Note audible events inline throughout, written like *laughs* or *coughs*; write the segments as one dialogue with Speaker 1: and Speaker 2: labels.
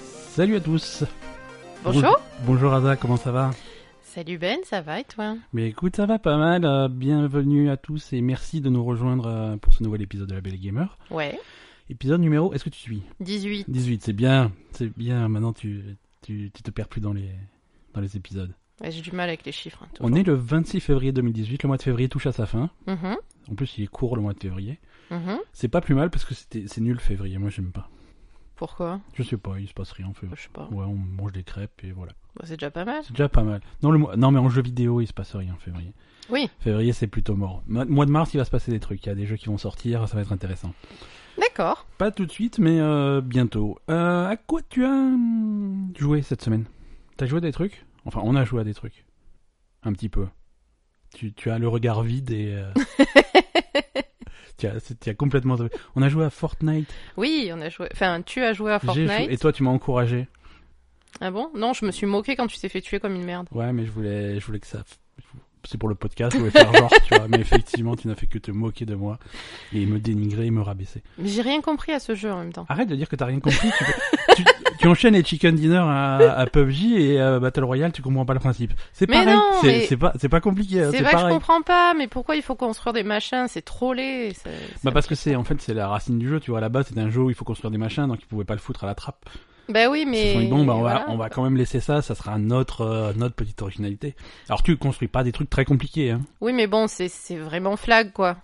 Speaker 1: Salut à tous
Speaker 2: Bonjour.
Speaker 1: Bonjour Ada, comment ça va
Speaker 2: Salut Ben, ça va et toi
Speaker 1: Mais écoute, ça va pas mal. euh, bienvenue à tous et merci de nous rejoindre euh, pour ce nouvel épisode de La Belle Gamer.
Speaker 2: Ouais.
Speaker 1: Épisode numéro, est-ce que tu suis
Speaker 2: 18.
Speaker 1: 18, c'est bien, c'est bien. Maintenant, tu, tu, tu te perds plus dans les, dans les épisodes.
Speaker 2: Ouais, J'ai du mal avec les chiffres. hein, toujours.
Speaker 1: On est le 26 février 2018, le mois de février touche à sa fin.
Speaker 2: Mhm,
Speaker 1: En plus, il est court le mois de février.
Speaker 2: mhm.
Speaker 1: C'est pas plus mal parce que c'était- c'est nul février, moi j'aime pas.
Speaker 2: Pourquoi
Speaker 1: Je sais pas, il se passe rien en février.
Speaker 2: Je sais pas.
Speaker 1: Ouais, on mange des crêpes et voilà.
Speaker 2: Bah, c'est déjà pas mal.
Speaker 1: C'est déjà pas mal. Non, le mois- non, mais en jeu vidéo, il se passe rien en février.
Speaker 2: Oui.
Speaker 1: Février, c'est plutôt mort. Mo- Mois de mars, il va se passer des trucs. Il y a des jeux qui vont sortir, ça va être intéressant.
Speaker 2: D'accord.
Speaker 1: Pas tout de suite, mais euh, bientôt. Euh, à quoi tu as hum, joué cette semaine T'as joué à des trucs Enfin, on a joué à des trucs. Un petit peu. Tu, tu as le regard vide et...
Speaker 2: *laughs*
Speaker 1: euh, tu, as, c'est- tu as complètement... On a joué à Fortnite.
Speaker 2: Oui, on a joué. Enfin, tu as joué à
Speaker 1: J'ai
Speaker 2: Fortnite.
Speaker 1: joué- Et toi, tu m'as encouragé.
Speaker 2: Ah bon Non, je me suis moqué quand tu t'es fait tuer comme une merde.
Speaker 1: Ouais, mais je voulais, je voulais que ça... C'est pour le podcast, je voulais faire genre, tu vois. Mais effectivement, tu n'as fait que te moquer de moi et me dénigrer et me rabaisser.
Speaker 2: Mais j'ai rien compris à ce jeu en même temps.
Speaker 1: Arrête de dire que t'as rien compris. Tu, peux- tu- tu enchaînes les chicken dinner à, à PUBG et à Battle Royale, tu comprends pas le principe. C'est
Speaker 2: Mais
Speaker 1: pareil,
Speaker 2: non,
Speaker 1: c'est
Speaker 2: mais-
Speaker 1: c'est pas, c'est pas compliqué, hein,
Speaker 2: c'est
Speaker 1: c'est
Speaker 2: vrai que je
Speaker 1: pareil.
Speaker 2: comprends pas, mais pourquoi il faut construire des machins C'est trop laid. ça- ça-
Speaker 1: Bah parce que c'est en fait c'est la racine du jeu, tu vois. À la base c'est un jeu où il faut construire des machins, donc ils pouvaient pas le foutre à la trappe.
Speaker 2: Bah oui,
Speaker 1: Ils se
Speaker 2: mais.
Speaker 1: sont dit, bon, bah, on,
Speaker 2: voilà.
Speaker 1: va, on va quand même laisser ça, ça sera notre euh, notre petite originalité. Alors tu construis pas des trucs très compliqués. Hein.
Speaker 2: Oui, mais bon, c'est c'est vraiment flag quoi.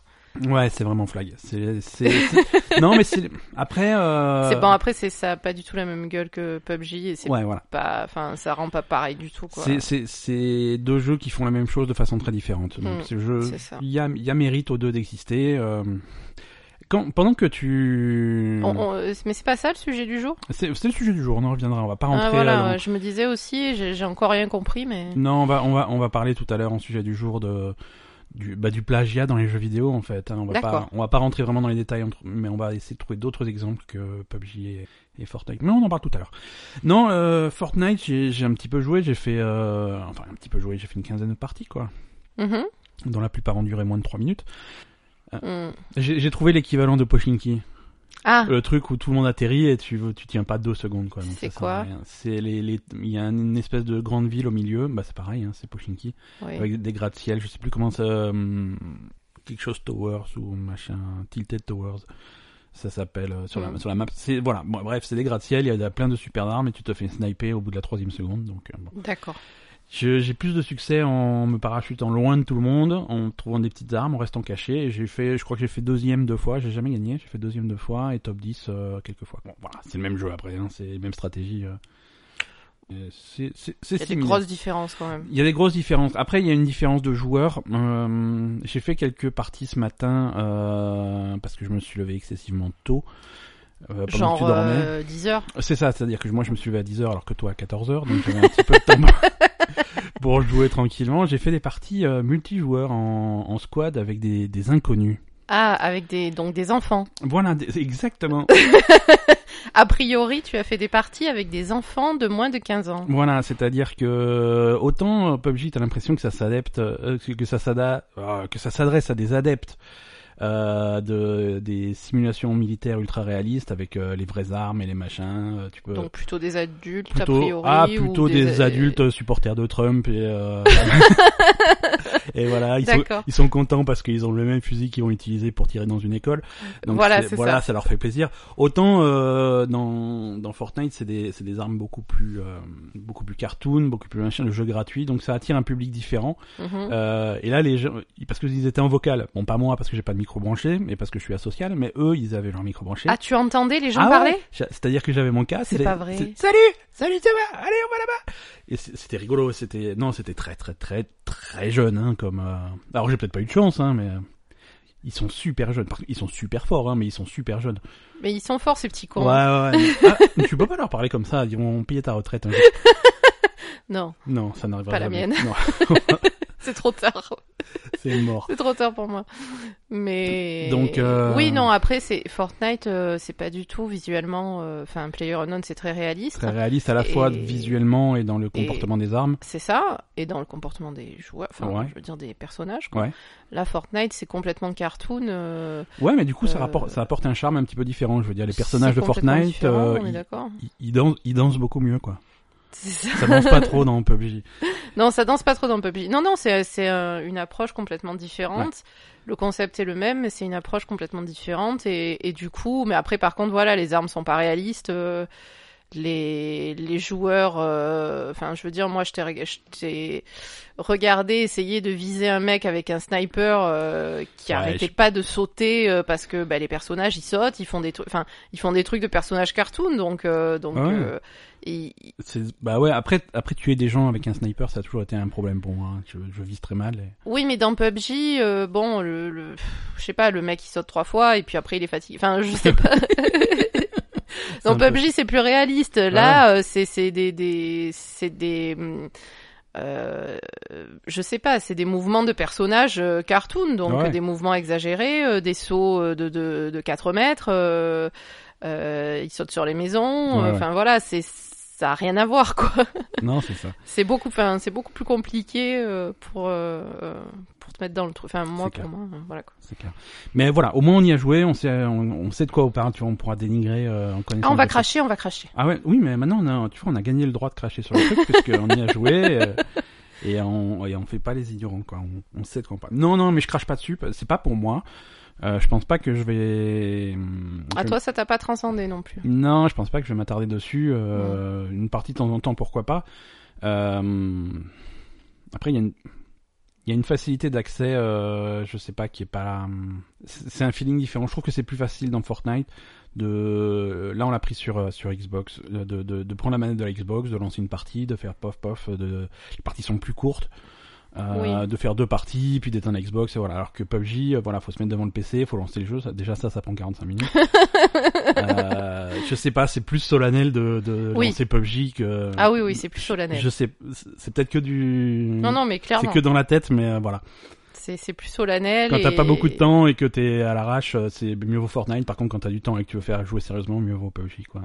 Speaker 1: Ouais, c'est vraiment flag. C'est c'est- c'est- non mais c'est après. Euh...
Speaker 2: C'est bon. Après, c'est ça, a pas du tout la même gueule que PUBG et c'est
Speaker 1: Ouais voilà.
Speaker 2: pas. Enfin, ça rend pas pareil du tout quoi.
Speaker 1: C'est- C'est c'est deux jeux qui font la même chose de façon très différente. Donc
Speaker 2: Mm,
Speaker 1: ce jeu,
Speaker 2: c'est ça.
Speaker 1: il y a, il y a mérite aux deux d'exister. euh, quand- pendant que tu,
Speaker 2: On- on- euh, mais c'est pas ça le sujet du jour.
Speaker 1: c'est c'est le sujet du jour. On en reviendra. On va pas rentrer.
Speaker 2: Ah, voilà,
Speaker 1: euh, dans-
Speaker 2: ouais, je me disais aussi, j'ai j'ai encore rien compris, mais
Speaker 1: Non, on va on va on va parler tout à l'heure en sujet du jour de du bah, du plagiat dans les jeux vidéo en fait. hein. on va pas
Speaker 2: D'accord.
Speaker 1: on va pas rentrer vraiment dans les détails, entre- mais on va essayer de trouver d'autres exemples que PUBG et, et Fortnite. Mais on en parle tout à l'heure. Non, euh, Fortnite, j'ai j'ai un petit peu joué. J'ai fait euh, enfin un petit peu joué. J'ai fait une quinzaine de parties quoi. Mm.
Speaker 2: Mhm.
Speaker 1: dont la plupart ont duré moins de 3 minutes.
Speaker 2: Mm.
Speaker 1: J'ai j'ai trouvé l'équivalent de Pochinki,
Speaker 2: ah,
Speaker 1: le truc où tout le monde atterrit et tu tu tiens pas deux secondes quoi. donc
Speaker 2: C'est
Speaker 1: ça sert à
Speaker 2: quoi
Speaker 1: rien. C'est les les- il y a une espèce de grande ville au milieu, bah c'est pareil, hein, c'est Pochinki
Speaker 2: oui.
Speaker 1: avec des gratte-ciel, je sais plus comment ça, hum, quelque chose Towers ou machin, Tilted Towers. Ça s'appelle euh, sur, la,
Speaker 2: Mm.
Speaker 1: sur la map. C'est voilà, bon, bref, c'est des gratte-ciel, il y a plein de super armes et tu te fais sniper au bout de la troisième seconde. Donc euh, bon.
Speaker 2: d'accord.
Speaker 1: Je- J'ai plus de succès en me parachutant loin de tout le monde, en trouvant des petites armes, en restant caché. Et J'ai fait, je crois que j'ai fait deuxième deux fois. J'ai jamais gagné. J'ai fait deuxième deux fois et top 10 euh, quelques fois. Bon, voilà, c'est le même jeu après. Hein, c'est la même stratégie. euh. Euh, c'est- C'est c'est
Speaker 2: Il y a des
Speaker 1: similaire.
Speaker 2: grosses différences quand même.
Speaker 1: Il y a des grosses différences. Après, il y a une différence de joueur. Euh, j'ai fait quelques parties ce matin euh, parce que je me suis levé excessivement tôt. euh, pendant que tu
Speaker 2: Genre
Speaker 1: dormais.
Speaker 2: euh, 10 heures.
Speaker 1: C'est ça, c'est-à-dire que moi je me suis levé à 10h alors que toi à 14h, donc j'avais un petit peu de temps
Speaker 2: *laughs*
Speaker 1: pour jouer tranquillement. J'ai fait des parties euh, multijoueurs en, en squad avec des, des inconnus.
Speaker 2: Ah, avec des donc des enfants.
Speaker 1: Voilà, des- exactement.
Speaker 2: A priori, tu as fait des parties avec des enfants de moins de 15 ans.
Speaker 1: voilà, c'est-à-dire que autant euh, PUBG, t'as l'impression que ça s'adapte, euh, que, que ça s'ada- euh, que ça s'adresse à des adeptes euh, de des simulations militaires ultra réalistes avec euh, les vraies armes et les machins. euh, tu peux
Speaker 2: Donc plutôt des adultes
Speaker 1: plutôt
Speaker 2: a priori
Speaker 1: ah
Speaker 2: ou
Speaker 1: plutôt des, adultes supporters de Trump et
Speaker 2: *laughs*
Speaker 1: euh, et voilà ils sont
Speaker 2: D'accord.
Speaker 1: ils sont contents parce qu'ils ont le même fusil qu'ils ont utilisé pour tirer dans une école donc
Speaker 2: Voilà, c'est
Speaker 1: voilà
Speaker 2: ça.
Speaker 1: ça. leur fait plaisir autant euh, dans dans Fortnite c'est des c'est des armes beaucoup plus euh, beaucoup plus cartoon beaucoup plus machin le jeu gratuit donc ça attire un public différent
Speaker 2: Mhm.
Speaker 1: euh, et là, les gens, parce que ils étaient en vocal. Bon, pas moi parce que j'ai pas de micro branché, mais parce que je suis asocial. Mais eux, ils avaient leur micro branché.
Speaker 2: Ah, tu entendais les gens
Speaker 1: Ah ouais.
Speaker 2: parler
Speaker 1: J'a- C'est-à-dire que j'avais mon casque.
Speaker 2: C'est
Speaker 1: et-
Speaker 2: pas vrai.
Speaker 1: c'est- Salut, salut, ça va Allez, on va là-bas. Et c- c'était rigolo. C'était non, c'était très, très, très, très jeune. Hein, comme euh, alors, j'ai peut-être pas eu de chance, hein, mais euh, ils sont super jeunes. Par contre, Ils sont super forts, hein, mais ils sont super jeunes.
Speaker 2: Mais ils sont forts ces petits
Speaker 1: Ouais,
Speaker 2: cons.
Speaker 1: ouais.
Speaker 2: *laughs*
Speaker 1: mais- ah, mais tu peux pas leur parler comme ça. Ils vont payer ta retraite. un jour.
Speaker 2: Non.
Speaker 1: hein. *laughs* Non, *laughs* ça n'arrivera
Speaker 2: Pas la
Speaker 1: jamais.
Speaker 2: mienne.
Speaker 1: Non.
Speaker 2: C'est trop tard. *laughs*
Speaker 1: C'est mort.
Speaker 2: C'est trop tard pour moi. Mais
Speaker 1: Donc, euh,
Speaker 2: oui, non. Après, c'est Fortnite, euh, c'est pas du tout visuellement. euh, Enfin, Player c'est très réaliste.
Speaker 1: Très réaliste à la fois
Speaker 2: Et-
Speaker 1: visuellement et dans le comportement des armes.
Speaker 2: C'est ça, et dans le comportement des joueurs, enfin,
Speaker 1: Ouais.
Speaker 2: je veux dire des personnages. Quoi.
Speaker 1: Ouais.
Speaker 2: Là, Fortnite, c'est complètement cartoon. euh,
Speaker 1: Ouais, mais du coup, ça,
Speaker 2: Euh,
Speaker 1: rapporte- ça apporte un charme un petit peu différent. Je veux dire, les personnages
Speaker 2: c'est
Speaker 1: de
Speaker 2: complètement
Speaker 1: Fortnite,
Speaker 2: différent,
Speaker 1: euh,
Speaker 2: on est
Speaker 1: ils,
Speaker 2: d'accord.
Speaker 1: ils- ils dansent, ils dansent beaucoup mieux, quoi.
Speaker 2: C'est ça.
Speaker 1: Ça danse pas trop dans PUBG.
Speaker 2: Non, ça danse pas trop dans le PUBG. Non, non, c'est c'est euh, une approche complètement différente. Le concept est le même, mais c'est une approche complètement différente. Et, et du coup, mais après, par contre, voilà, les armes sont pas réalistes. euh, les, les joueurs, euh, enfin, je veux dire, moi, je t'ai reg- je t'ai regardé essayer de viser un mec avec un sniper euh, qui
Speaker 1: Ouais,
Speaker 2: arrêtait
Speaker 1: je-
Speaker 2: pas de sauter euh, parce que bah, les personnages ils sautent, ils font des trucs, enfin, ils font des trucs de personnages cartoon, donc euh, donc
Speaker 1: Ouais.
Speaker 2: euh, ils-
Speaker 1: C'est- Bah ouais, après, après tuer des gens avec un sniper, ça a toujours été un problème pour moi. hein. Je, je vise très mal. et- *laughs*
Speaker 2: Oui, mais dans PUBG, euh, bon, le, le- pff, je sais pas, le mec il saute trois fois et puis après il est fatigué. Enfin, je
Speaker 1: *laughs*
Speaker 2: sais pas.
Speaker 1: un
Speaker 2: dans
Speaker 1: peu- Ah
Speaker 2: PUBG, c'est plus réaliste. Là, euh, c'est c'est des des c'est des hum, euh, je sais pas, c'est des mouvements de personnages euh, cartoon, donc
Speaker 1: Ouais.
Speaker 2: euh, des mouvements exagérés, euh, des sauts euh, de de, de 4 mètres. Euh, euh, ils sautent sur les maisons.
Speaker 1: Ouais,
Speaker 2: euh,
Speaker 1: ouais.
Speaker 2: Enfin voilà, c'est ça a rien à voir quoi.
Speaker 1: Non, c'est ça.
Speaker 2: C'est beaucoup, enfin, c'est beaucoup plus compliqué euh, pour euh, euh, pour te mettre dans le truc. Enfin, moi,
Speaker 1: C'est
Speaker 2: pour
Speaker 1: clair.
Speaker 2: moi, euh, voilà. Quoi.
Speaker 1: C'est clair. Mais voilà, au moins on y a joué, on sait, on, on sait de quoi on parle, tu vois, on pourra dénigrer euh, en connaissant.
Speaker 2: Ah, on va
Speaker 1: le-
Speaker 2: cracher, on va cracher.
Speaker 1: Ah ouais, oui, mais maintenant on a, tu vois, on a gagné le droit de cracher sur le truc puisqu'on y a joué euh, et on et on fait pas les ignorants quoi. On, on sait de quoi on parle. Non non, mais je crache pas dessus, c'est pas pour moi. Euh, je pense pas que je vais. hum, je-
Speaker 2: À Ah,
Speaker 1: Euh,
Speaker 2: toi, ça t'a pas transcendé non plus.
Speaker 1: Non, je pense pas que je vais m'attarder dessus. euh, Une partie de temps en temps, pourquoi pas. Euh, Après, il y a une. Il y a une facilité d'accès, euh, je sais pas, qui est pas. hum, C'est c'est un feeling différent. Je trouve que c'est plus facile dans Fortnite de. Là, on l'a pris sur euh, sur Xbox, de, de, de prendre la manette de la Xbox, de lancer une partie, de faire pof pof. De... Les parties sont plus courtes. euh,
Speaker 2: Oui.
Speaker 1: De faire deux parties, puis d'éteindre la Xbox, et voilà. Alors que PUBG, euh, voilà, faut se mettre devant le PC, faut lancer le jeu. ça- déjà ça, ça prend 45 minutes. Euh, je sais pas, c'est plus solennel de, de
Speaker 2: Oui.
Speaker 1: lancer PUBG que.
Speaker 2: Ah oui, oui, c'est plus solennel.
Speaker 1: Je sais, c'est peut-être que du.
Speaker 2: Non, non, mais
Speaker 1: C'est
Speaker 2: clairement,
Speaker 1: que dans la tête, mais euh, voilà.
Speaker 2: c'est c'est plus solennel.
Speaker 1: Quand t'as
Speaker 2: et-
Speaker 1: pas beaucoup de temps et que t'es à l'arrache, euh, c'est mieux vaut Fortnite. Par contre, quand t'as du temps et que tu veux faire jouer sérieusement, mieux vaut PUBG, quoi.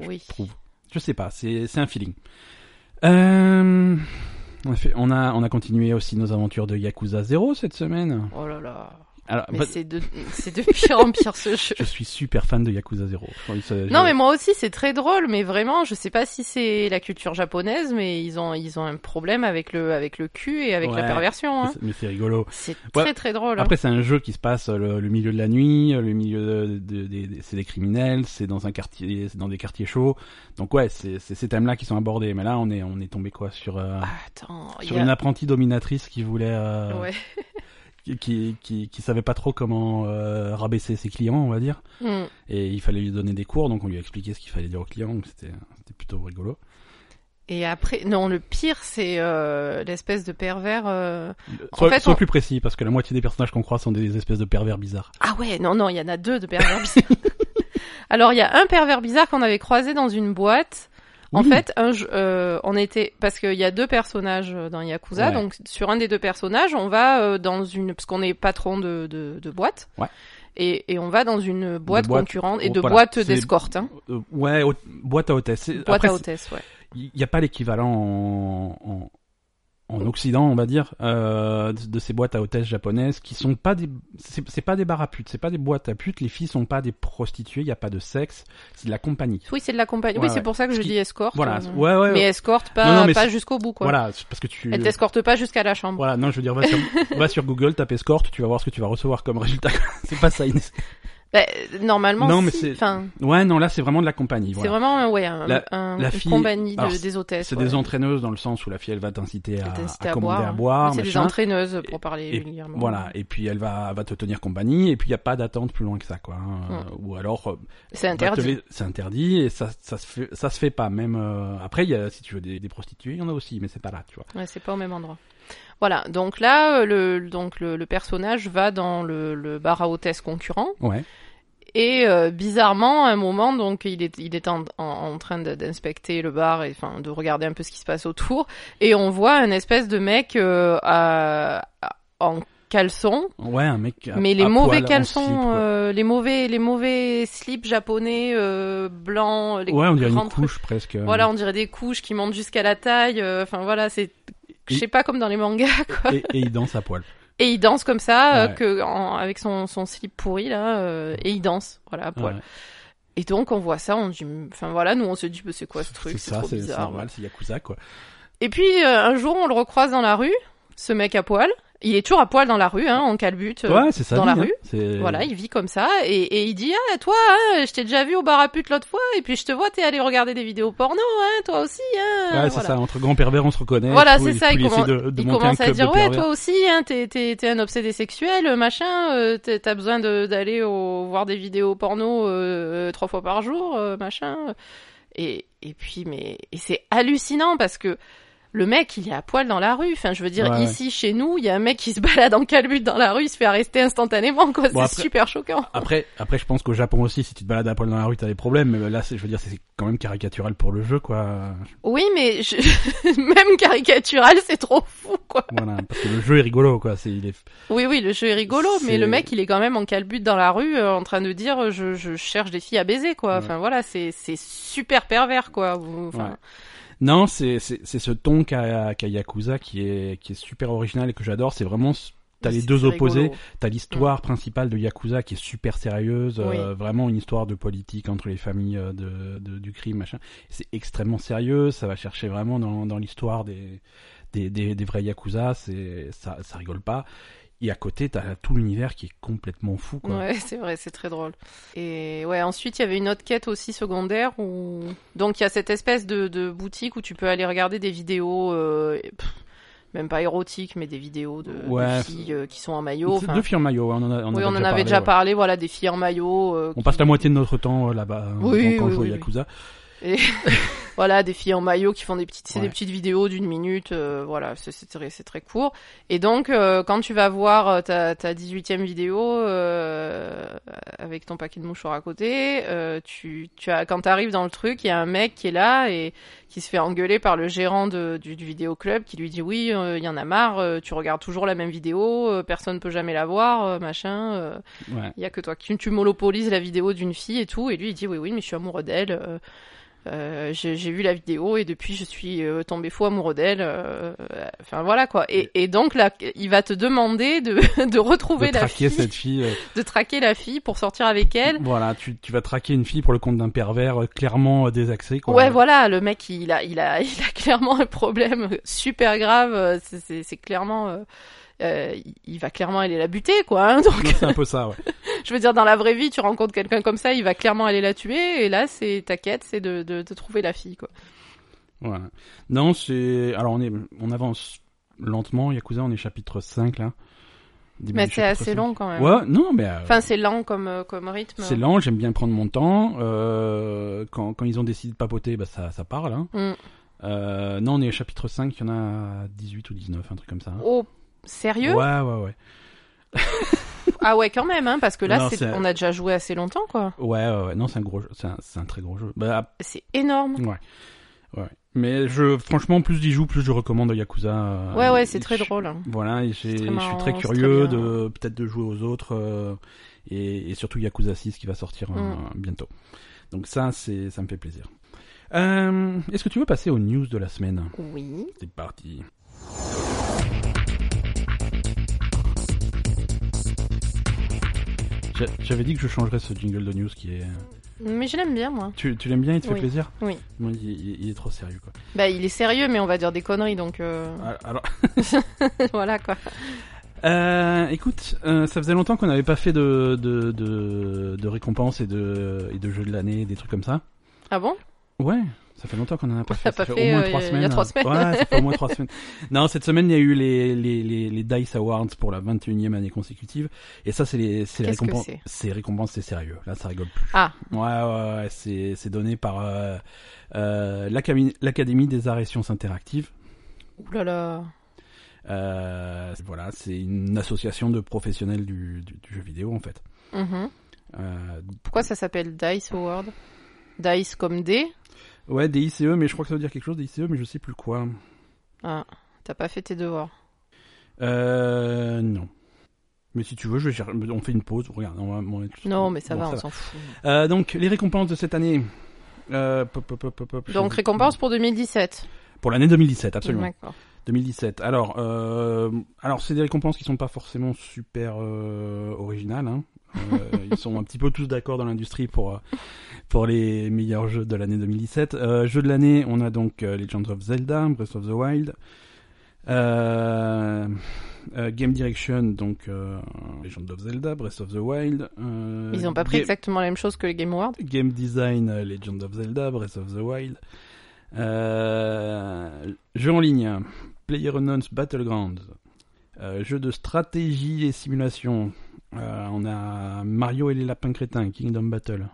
Speaker 2: Oui.
Speaker 1: Trouve. Je sais pas, c'est c'est un feeling. Euh, On a, fait, on, a, on a continué aussi nos aventures de Yakuza 0 cette semaine.
Speaker 2: Oh là là.
Speaker 1: Alors,
Speaker 2: Mais
Speaker 1: bah,
Speaker 2: c'est de c'est de pire en pire ce
Speaker 1: *laughs*
Speaker 2: jeu.
Speaker 1: je suis super fan de Yakuza 0. Je pense que ça-
Speaker 2: Non
Speaker 1: je-
Speaker 2: mais moi aussi c'est très drôle mais vraiment je sais pas si c'est la culture japonaise mais ils ont ils ont un problème avec le avec le cul et avec
Speaker 1: Ouais.
Speaker 2: la perversion hein.
Speaker 1: c'est- mais c'est rigolo.
Speaker 2: C'est
Speaker 1: Ouais.
Speaker 2: très très drôle. hein.
Speaker 1: Après, c'est un jeu qui se passe euh, le, le milieu de la nuit, euh, le milieu de, de- de- de- c'est des criminels, c'est dans un quartier, c'est dans des quartiers chauds. Donc ouais, c'est c'est ces thèmes-là qui sont abordés. Mais là, on est on est tombé quoi sur euh,
Speaker 2: Ah, attends, il
Speaker 1: sur
Speaker 2: y a-
Speaker 1: une apprentie dominatrice qui voulait euh,
Speaker 2: Ouais.
Speaker 1: *laughs* qui, qui qui qui savait pas trop comment euh, rabaisser ses clients, on va dire.
Speaker 2: Hmm.
Speaker 1: Et il fallait lui donner des cours, donc on lui a expliqué ce qu'il fallait dire aux clients. donc C'était c'était plutôt rigolo.
Speaker 2: Et après, non, le pire, c'est euh, l'espèce de pervers. euh, En
Speaker 1: Sois,
Speaker 2: fait,
Speaker 1: sois
Speaker 2: on-
Speaker 1: plus précis parce que la moitié des personnages qu'on croise sont des espèces de pervers bizarres.
Speaker 2: Ah ouais, non, non, il y en a deux de
Speaker 1: *laughs*
Speaker 2: pervers bizarres. Alors, il y a un pervers bizarre qu'on avait croisé dans une boîte. En
Speaker 1: Oui.
Speaker 2: fait, un, j- euh, on était parce qu'il y a deux personnages dans Yakuza,
Speaker 1: Ouais.
Speaker 2: donc sur un des deux personnages, on va euh, dans une parce qu'on est patron de, de, de boîte,
Speaker 1: Ouais.
Speaker 2: et, et on va dans une boîte
Speaker 1: boîtes-
Speaker 2: concurrente et
Speaker 1: oh,
Speaker 2: de
Speaker 1: voilà,
Speaker 2: boîte
Speaker 1: c'est-
Speaker 2: d'escorte, hein.
Speaker 1: Euh, ouais, haute- boîte à hôtesse. C'est-
Speaker 2: boîte
Speaker 1: après,
Speaker 2: à hôtesse, ouais.
Speaker 1: il n'y a pas l'équivalent en, en, en Occident, on va dire, euh, de, de ces boîtes à hôtesses japonaises qui sont pas des, c'est c'est pas des bars à putes, c'est pas des boîtes à putes. Les filles sont pas des prostituées, il y a pas de sexe, c'est de la compagnie.
Speaker 2: Oui, c'est de la compagnie.
Speaker 1: Ouais,
Speaker 2: oui, c'est
Speaker 1: ouais.
Speaker 2: pour ça que
Speaker 1: Ce
Speaker 2: je
Speaker 1: qui-
Speaker 2: dis escorte.
Speaker 1: Voilà,
Speaker 2: euh,
Speaker 1: ouais, ouais,
Speaker 2: mais escorte pas,
Speaker 1: Non, non, mais
Speaker 2: pas
Speaker 1: c'est-
Speaker 2: jusqu'au bout, quoi.
Speaker 1: voilà, c'est parce que tu.
Speaker 2: Elle t'escorte pas jusqu'à la chambre.
Speaker 1: Voilà, non, je veux dire, va
Speaker 2: *laughs*
Speaker 1: sur, va sur Google, tape escorte, tu vas voir ce que tu vas recevoir comme résultat. *laughs* c'est pas ça. Ines.
Speaker 2: Bah, normalement,
Speaker 1: Non, mais
Speaker 2: si.
Speaker 1: c'est-
Speaker 2: enfin,
Speaker 1: Ouais, non, là, c'est vraiment de la compagnie.
Speaker 2: c'est
Speaker 1: Voilà.
Speaker 2: vraiment un- ouais, un-
Speaker 1: La-
Speaker 2: un-
Speaker 1: la
Speaker 2: une
Speaker 1: fille-
Speaker 2: compagnie de-
Speaker 1: alors,
Speaker 2: des hôtesses.
Speaker 1: C'est
Speaker 2: ouais.
Speaker 1: des entraîneuses dans le sens où la fille, elle va t'inciter à,
Speaker 2: Des inciter
Speaker 1: à
Speaker 2: à
Speaker 1: commander,
Speaker 2: boire.
Speaker 1: à boire,
Speaker 2: C'est des
Speaker 1: machin.
Speaker 2: entraîneuses, pour
Speaker 1: Et-
Speaker 2: parler
Speaker 1: et-
Speaker 2: vulgairement.
Speaker 1: Voilà, et puis elle va, va te tenir compagnie, et puis il n'y a pas d'attente plus loin que ça, quoi. hein. Euh, Ou alors, euh,
Speaker 2: Mm. C'est
Speaker 1: va te
Speaker 2: interdit.
Speaker 1: les- c'est interdit, et ça, ça, se fait, ça se fait pas. Même euh, après, il y a, si tu veux des, des prostituées, il y en a aussi, mais c'est pas là, tu vois.
Speaker 2: Ouais, c'est pas au même endroit. Voilà, donc là, euh, le, donc le, le personnage va dans le, le bar à hôtesse concurrent
Speaker 1: Ouais.
Speaker 2: Et euh, bizarrement, à un moment, donc il est, il est en, en, en train de- d'inspecter le bar et enfin de regarder un peu ce qui se passe autour, et on voit un espèce de mec euh, à- à- en caleçon,
Speaker 1: Ouais, un mec. à-
Speaker 2: mais les
Speaker 1: à
Speaker 2: mauvais
Speaker 1: poil, en
Speaker 2: caleçons,
Speaker 1: slip, quoi.
Speaker 2: euh, les mauvais, les mauvais slips japonais euh, blancs, les
Speaker 1: ouais, on dirait une
Speaker 2: grandes
Speaker 1: couche presque. euh,
Speaker 2: voilà, on dirait des couches qui montent jusqu'à la taille. euh, Enfin voilà, c'est je sais pas comme dans
Speaker 1: *laughs*
Speaker 2: les mangas quoi.
Speaker 1: Et, et il danse à poil.
Speaker 2: Et il danse comme ça, euh,
Speaker 1: Ouais.
Speaker 2: que en- avec son son slip pourri là, euh, et il danse voilà à *laughs* poil.
Speaker 1: Ouais,
Speaker 2: Et donc on voit ça, on dit, enfin voilà, nous on se dit bah, c'est quoi ce
Speaker 1: c'est
Speaker 2: truc, c'est
Speaker 1: ça,
Speaker 2: trop
Speaker 1: c'est c'est
Speaker 2: bizarre.
Speaker 1: normal, c'est Yakuza quoi.
Speaker 2: Et puis euh, un jour on le recroise dans la rue, ce mec à poil. Il est toujours à poil dans la rue, hein, en calbute. euh,
Speaker 1: ouais, c'est ça.
Speaker 2: dans
Speaker 1: vie,
Speaker 2: la
Speaker 1: hein.
Speaker 2: rue,
Speaker 1: C'est-
Speaker 2: Voilà, il vit comme ça et, et il dit ah toi hein, je t'ai déjà vu au bar à pute l'autre fois et puis je te vois t'es allé regarder des vidéos porno hein toi aussi hein
Speaker 1: Ouais, c'est
Speaker 2: Voilà.
Speaker 1: ça. Entre grands pervers, on se reconnaît.
Speaker 2: Voilà,
Speaker 1: Faut-
Speaker 2: c'est ça,
Speaker 1: faut
Speaker 2: il
Speaker 1: lui essayer
Speaker 2: commence-
Speaker 1: de, de
Speaker 2: Il
Speaker 1: monter
Speaker 2: commence
Speaker 1: un
Speaker 2: à
Speaker 1: club
Speaker 2: dire
Speaker 1: de
Speaker 2: ouais
Speaker 1: pervers.
Speaker 2: toi aussi hein t'es t'es t'es un obsédé sexuel machin euh, t'es- t'as besoin de d'aller au voir des vidéos porno euh, trois fois par jour euh, machin et et puis mais et c'est hallucinant parce que le mec, il est à poil dans la rue. Enfin, je veux dire,
Speaker 1: Ouais, ouais.
Speaker 2: ici, chez nous, il y a un mec qui se balade en calbute dans la rue, il se fait arrêter instantanément, quoi.
Speaker 1: Bon,
Speaker 2: c'est
Speaker 1: après-
Speaker 2: super choquant.
Speaker 1: Après, après, je pense qu'au Japon aussi, si tu te balades à poil dans la rue, t'as des problèmes. Mais là, c'est- je veux dire, c'est quand même caricatural pour le jeu, quoi.
Speaker 2: Oui, mais je- *laughs* même caricatural, c'est trop fou, quoi.
Speaker 1: voilà, parce que le jeu est rigolo, quoi. C'est, il est,
Speaker 2: Oui, oui, le jeu est rigolo, mais
Speaker 1: C'est-
Speaker 2: le mec, il est quand même en calbute dans la rue, euh, en train de dire, euh, je, je cherche des filles à baiser, quoi.
Speaker 1: Ouais.
Speaker 2: Enfin, voilà, c'est c'est super pervers, quoi. Vous- Enfin,
Speaker 1: Ouais. Non, c'est c'est- c'est ce ton qu'a qu'a Yakuza qui est, qui est super original et que j'adore. C'est vraiment. ce- T'as les
Speaker 2: c'est
Speaker 1: deux
Speaker 2: rigolo.
Speaker 1: opposés. T'as l'histoire principale de Yakuza qui est super sérieuse. euh, vraiment une histoire de politique entre les familles euh, de, de- du crime, machin. C'est extrêmement sérieux. Ça va chercher vraiment dans, dans l'histoire des, des, des, des vrais Yakuza. c'est- Ça, ça rigole pas. Et à côté, t'as tout l'univers qui est complètement fou, quoi.
Speaker 2: Ouais, *laughs* c'est vrai, c'est très drôle. Et ouais, ensuite, il y avait une autre quête aussi secondaire où. Donc, il y a cette espèce de, de boutique où tu peux aller regarder des vidéos. euh, pff, même pas érotiques, mais des vidéos de, de
Speaker 1: Ouais.
Speaker 2: filles euh, qui sont en maillot.
Speaker 1: C'est
Speaker 2: enfin,
Speaker 1: deux firmes maillot, ouais, on en, a, on
Speaker 2: oui, on en
Speaker 1: déjà
Speaker 2: avait
Speaker 1: parlé,
Speaker 2: déjà
Speaker 1: ouais.
Speaker 2: parlé, voilà, des filles en maillot. euh,
Speaker 1: On
Speaker 2: qui-
Speaker 1: passe la moitié de notre temps euh, là-bas euh,
Speaker 2: Oui,
Speaker 1: quand on
Speaker 2: oui,
Speaker 1: joue à
Speaker 2: oui, oui.
Speaker 1: Yakuza.
Speaker 2: Voilà, des filles en maillot qui font des petites, c'est
Speaker 1: Ouais.
Speaker 2: des petites vidéos d'une minute, euh, voilà, c'est- c'est très, c'est très court. Et donc, euh, quand tu vas voir euh, ta, ta 18e vidéo euh, avec ton paquet de mouchoirs à côté, euh, tu, tu as, quand t'arrives dans le truc, il y a un mec qui est là et qui se fait engueuler par le gérant de, du, du vidéoclub qui lui dit oui, euh, il y en a marre, euh, tu regardes toujours la même vidéo, euh, personne peut jamais la voir, euh, machin. euh,
Speaker 1: Ouais.
Speaker 2: il y a que toi qui tu monopolises la vidéo d'une fille et tout. Et lui, il dit oui, oui, mais je suis amoureux d'elle. euh, euh, j'ai j'ai vu la vidéo et depuis, je suis euh, tombé fou amoureux d'elle. euh, euh, Enfin voilà quoi. Et, et donc là, il va te demander de, *laughs* de retrouver
Speaker 1: de
Speaker 2: la
Speaker 1: traquer
Speaker 2: fille,
Speaker 1: cette fille. euh,
Speaker 2: de traquer la fille pour sortir avec elle.
Speaker 1: Voilà, tu, tu vas traquer une fille pour le compte d'un pervers euh, clairement euh, désaxé. Quoi.
Speaker 2: Ouais, voilà, le mec, il a, il a, *laughs* il a clairement un problème super grave. euh, c'est- C'est c'est clairement, euh, euh, il- il va clairement aller la buter, quoi. hein, donc,
Speaker 1: Non, c'est un peu ça, ouais.
Speaker 2: Je veux dire, dans la vraie vie, tu rencontres quelqu'un comme ça, il va clairement aller la tuer, et là, c'est ta quête, c'est de, de, de trouver la fille, quoi.
Speaker 1: Voilà. Non, c'est. Alors, on, est... on avance lentement. Yakuza, on est chapitre 5, là. Début
Speaker 2: Mais
Speaker 1: du
Speaker 2: c'est
Speaker 1: chapitre
Speaker 2: assez
Speaker 1: 5.
Speaker 2: long quand même.
Speaker 1: Ouais, non, mais. euh,
Speaker 2: Enfin, c'est lent comme, euh, comme rythme.
Speaker 1: c'est lent, j'aime bien prendre mon temps. Euh, quand, quand ils ont décidé de papoter, bah, ça, ça parle. Hein.
Speaker 2: Mm.
Speaker 1: Euh, non, on est au chapitre 5, il y en a 18 ou 19, un truc comme ça. hein.
Speaker 2: Oh, sérieux
Speaker 1: ouais, ouais, ouais.
Speaker 2: Ah ouais, quand même, hein, parce que là,
Speaker 1: Non,
Speaker 2: c'est-
Speaker 1: c'est-
Speaker 2: on a déjà joué assez longtemps, quoi.
Speaker 1: Ouais, ouais, ouais. Non, c'est un gros jeu. C'est un, c'est un très gros jeu. Bah,
Speaker 2: C'est énorme.
Speaker 1: Ouais. Ouais. Mais je, franchement, plus j'y joue, plus je recommande Yakuza. euh,
Speaker 2: ouais, ouais,
Speaker 1: et
Speaker 2: c'est
Speaker 1: je-
Speaker 2: très drôle. hein.
Speaker 1: Voilà, et j'ai-
Speaker 2: C'est très
Speaker 1: je suis
Speaker 2: marrant,
Speaker 1: très
Speaker 2: c'est
Speaker 1: curieux
Speaker 2: très bien.
Speaker 1: de peut-être de jouer aux autres euh, et, et surtout Yakuza 6 qui va sortir euh,
Speaker 2: Mm.
Speaker 1: bientôt. Donc ça, c'est, ça me fait plaisir. Euh, est-ce que tu veux passer aux news de la semaine
Speaker 2: Oui.
Speaker 1: C'est parti. J'a- J'avais dit que je changerais ce jingle de news qui est.
Speaker 2: Mais je l'aime bien, moi.
Speaker 1: Tu, tu l'aimes bien, il te fait
Speaker 2: Oui.
Speaker 1: plaisir
Speaker 2: Oui.
Speaker 1: Moi, il- il- il est trop sérieux quoi.
Speaker 2: Bah, il est sérieux, mais on va dire des conneries, donc euh, *laughs*
Speaker 1: Alors,
Speaker 2: voilà, quoi.
Speaker 1: Euh, écoute, euh, ça faisait longtemps qu'on n'avait pas fait de, de, de, de récompenses et de, et de jeux de l'année, des trucs comme ça.
Speaker 2: Ah bon
Speaker 1: Ouais, ça fait longtemps qu'on en a pas fait.
Speaker 2: l'a pas fait,
Speaker 1: au moins
Speaker 2: euh,
Speaker 1: trois
Speaker 2: il y a-
Speaker 1: semaines. hein.
Speaker 2: il y a trois semaines.
Speaker 1: Ouais, ça fait au moins
Speaker 2: *laughs*
Speaker 1: trois semaines. Non, cette semaine, il y a eu les, les, les, les DICE Awards pour la 21e année consécutive. Et ça, c'est les, c'est les
Speaker 2: Qu'est-ce que
Speaker 1: récompenses.
Speaker 2: c'est
Speaker 1: C'est récompenses, c'est sérieux. Là, ça rigole plus.
Speaker 2: Ah.
Speaker 1: Ouais, ouais, ouais, c'est, c'est donné par euh, euh, l'Académie l'Académie des arts et sciences interactives.
Speaker 2: Ouh là là.
Speaker 1: Euh, voilà, c'est une association de professionnels du, du, du jeu vidéo en fait.
Speaker 2: Mhm.
Speaker 1: Euh,
Speaker 2: Pourquoi ça s'appelle Dice Award Dice comme D
Speaker 1: ouais, des ICE, E, mais je crois que ça veut dire quelque chose, des ICE, E, mais je sais plus quoi.
Speaker 2: Ah, t'as pas fait tes devoirs.
Speaker 1: Euh, non. Mais si tu veux, je vais cher- on fait une pause. Regarde, on va- on va-
Speaker 2: Non, mais ça
Speaker 1: Bon,
Speaker 2: va, on s'en fout.
Speaker 1: Euh, donc, les récompenses de cette année. Euh, pop, pop, pop, pop, pop,
Speaker 2: Donc
Speaker 1: je-
Speaker 2: récompense pour 2017.
Speaker 1: Pour l'année 2017, absolument.
Speaker 2: D'accord.
Speaker 1: 2017. Alors, euh, alors c'est des récompenses qui sont pas forcément super euh, originales. hein. Euh, ils sont un petit peu tous d'accord dans l'industrie pour euh, pour les meilleurs jeux de l'année 2017. Euh, jeu de l'année, on a donc euh, Legends of Zelda, Breath of the Wild, euh, euh, Game Direction, donc euh, Legends of Zelda, Breath of the Wild. euh,
Speaker 2: Ils ont pas pris
Speaker 1: Ga-
Speaker 2: exactement la même chose que les Game Awards.
Speaker 1: Game Design, euh, Legend of Zelda, Breath of the Wild. Euh, jeu en ligne, PlayerUnknown's Battlegrounds. Euh, jeu de stratégie et simulation. Euh, on a Mario et les lapins crétins, Kingdom Battle.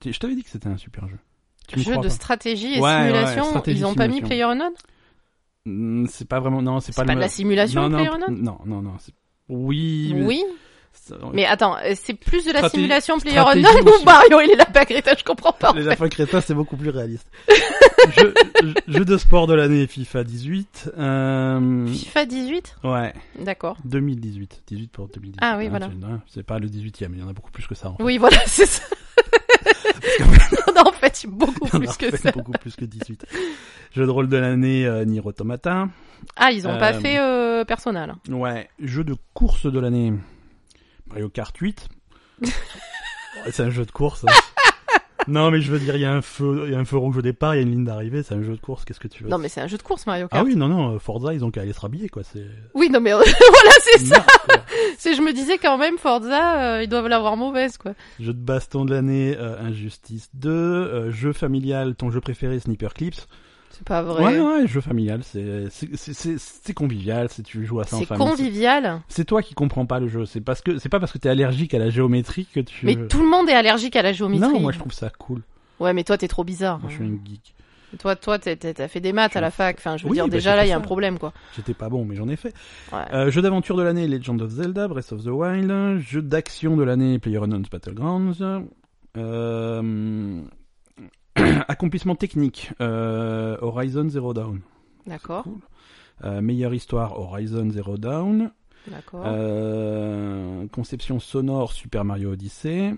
Speaker 1: T'es- Je t'avais dit que c'était un super jeu. Tu me
Speaker 2: Jeu
Speaker 1: crois
Speaker 2: de
Speaker 1: pas
Speaker 2: stratégie et
Speaker 1: Ouais, ouais,
Speaker 2: simulation,
Speaker 1: stratégie,
Speaker 2: ils ont pas mis
Speaker 1: simulation.
Speaker 2: PlayerUnknown
Speaker 1: Mm, C'est pas vraiment. Non, c'est
Speaker 2: C'est
Speaker 1: pas,
Speaker 2: pas
Speaker 1: le
Speaker 2: de la simulation,
Speaker 1: Non, non,
Speaker 2: PlayerUnknown
Speaker 1: non, non, non, c'est- Oui. mais-
Speaker 2: Oui,
Speaker 1: Ça-
Speaker 2: mais attends, euh, c'est plus de la
Speaker 1: Straté-
Speaker 2: simulation
Speaker 1: stratégie,
Speaker 2: PlayerUnknown ou
Speaker 1: monsieur.
Speaker 2: Mario il est là pas je comprends pas. en
Speaker 1: Les
Speaker 2: fait.
Speaker 1: lapins crétins, c'est beaucoup plus
Speaker 2: *laughs*
Speaker 1: réaliste. jeu, jeu de sport de l'année FIFA 18. Euh,
Speaker 2: FIFA 18
Speaker 1: ouais.
Speaker 2: D'accord.
Speaker 1: 2018. 18 pour 2018.
Speaker 2: Ah oui,
Speaker 1: Hein,
Speaker 2: voilà.
Speaker 1: tu- hein, C'est pas le 18e, il y en a beaucoup plus que ça.
Speaker 2: *laughs*
Speaker 1: En fait.
Speaker 2: Oui, voilà, c'est ça. non, en fait, c'est
Speaker 1: *laughs*
Speaker 2: beaucoup
Speaker 1: Il y en a
Speaker 2: plus que
Speaker 1: fait
Speaker 2: ça.
Speaker 1: beaucoup plus que 18. Jeu de rôle de l'année, euh, Nier Automata.
Speaker 2: Ah, ils ont pas
Speaker 1: Euh,
Speaker 2: fait euh, Persona, là.
Speaker 1: Ouais. Jeu de course de l'année, Mario Kart
Speaker 2: *laughs*
Speaker 1: 8. Ouais, c'est un jeu de course. hein. non, mais je veux dire, il y a un feu, il y a un feu rouge au départ, il y a une ligne d'arrivée, c'est un jeu de course, qu'est-ce que tu veux
Speaker 2: Non, mais c'est un jeu de course, Mario Kart.
Speaker 1: Ah oui, non, non, euh, Forza, ils ont qu'à aller se rhabiller, quoi. C'est
Speaker 2: Oui, non, mais euh, *laughs* voilà, c'est ça.
Speaker 1: Merde, quoi.
Speaker 2: C'est, je me disais quand même, Forza, euh, ils doivent l'avoir mauvaise, quoi.
Speaker 1: Jeu de baston de l'année, euh, Injustice 2. euh, jeu familial, ton jeu préféré, Sniper Clips.
Speaker 2: C'est pas vrai.
Speaker 1: Ouais, ouais, jeu familial, c'est c'est- c'est- c'est- c'est convivial, si tu joues à ça en
Speaker 2: c'est
Speaker 1: famille. C'est-
Speaker 2: convivial.
Speaker 1: C'est toi qui comprends pas le jeu, c'est parce que c'est pas parce que t'es allergique à la géométrie que tu.
Speaker 2: Mais tout le monde est allergique à la géométrie.
Speaker 1: non, moi je trouve ça cool.
Speaker 2: Ouais, mais toi, t'es trop bizarre.
Speaker 1: Moi je suis une geek.
Speaker 2: Toi, toi, t'es- t'es- t'as fait des maths à la fac. Enfin, je veux
Speaker 1: Oui,
Speaker 2: dire,
Speaker 1: bah,
Speaker 2: déjà
Speaker 1: j'ai
Speaker 2: là,
Speaker 1: fait
Speaker 2: il y a un
Speaker 1: ça.
Speaker 2: problème, quoi.
Speaker 1: J'étais pas bon, mais j'en ai fait.
Speaker 2: Ouais.
Speaker 1: Euh, jeu d'aventure de l'année, Legend of Zelda, Breath of the Wild. Jeu d'action de l'année, PlayerUnknown's Battlegrounds. Euh... *clears throat* Accomplissement technique, euh... Horizon Zero Dawn.
Speaker 2: D'accord,
Speaker 1: Cool. Euh, meilleure histoire, Horizon Zero Dawn.
Speaker 2: d'accord,
Speaker 1: Euh, conception sonore Super Mario Odyssey.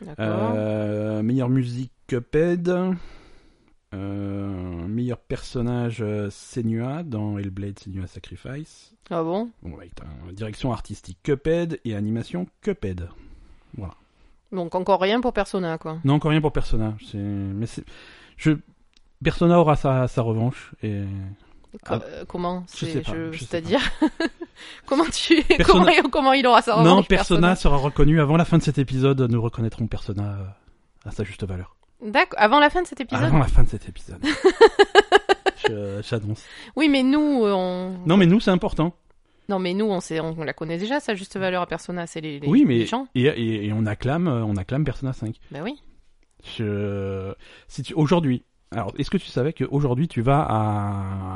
Speaker 2: d'accord.
Speaker 1: Euh, meilleure musique Cuphead. Euh, meilleur personnage euh, Senua dans Hellblade Senua Sacrifice.
Speaker 2: Ah bon
Speaker 1: Bon, avec un- direction artistique Cuphead et animation Cuphead.
Speaker 2: Donc encore rien pour Persona, quoi.
Speaker 1: Non, encore rien pour Persona. C'est... Mais c'est... Je... Persona aura sa, sa revanche. Et... Ah.
Speaker 2: Co- euh, Comment
Speaker 1: Je
Speaker 2: c'est-
Speaker 1: sais pas, je sais
Speaker 2: C'est-à-dire *laughs* comment tu *laughs*
Speaker 1: Persona-
Speaker 2: comment, comment il aura ça en
Speaker 1: non,
Speaker 2: revanche,
Speaker 1: Persona sera reconnu avant la fin de cet épisode. Nous reconnaîtrons Persona euh, à sa juste valeur.
Speaker 2: D'accord. Avant la fin de cet épisode.
Speaker 1: Avant la fin de cet épisode.
Speaker 2: *laughs*
Speaker 1: Je- J'annonce.
Speaker 2: Oui, mais nous, euh, on.
Speaker 1: Non, mais nous, c'est important.
Speaker 2: Non, mais nous, on, sait, on, on la connaît déjà, sa juste valeur à Persona, c'est les, les-
Speaker 1: oui, mais
Speaker 2: les gens.
Speaker 1: et, et- et on acclame, euh, on acclame Persona 5.
Speaker 2: Ben oui.
Speaker 1: Je- Si tu aujourd'hui, alors est-ce que tu savais qu'aujourd'hui tu vas à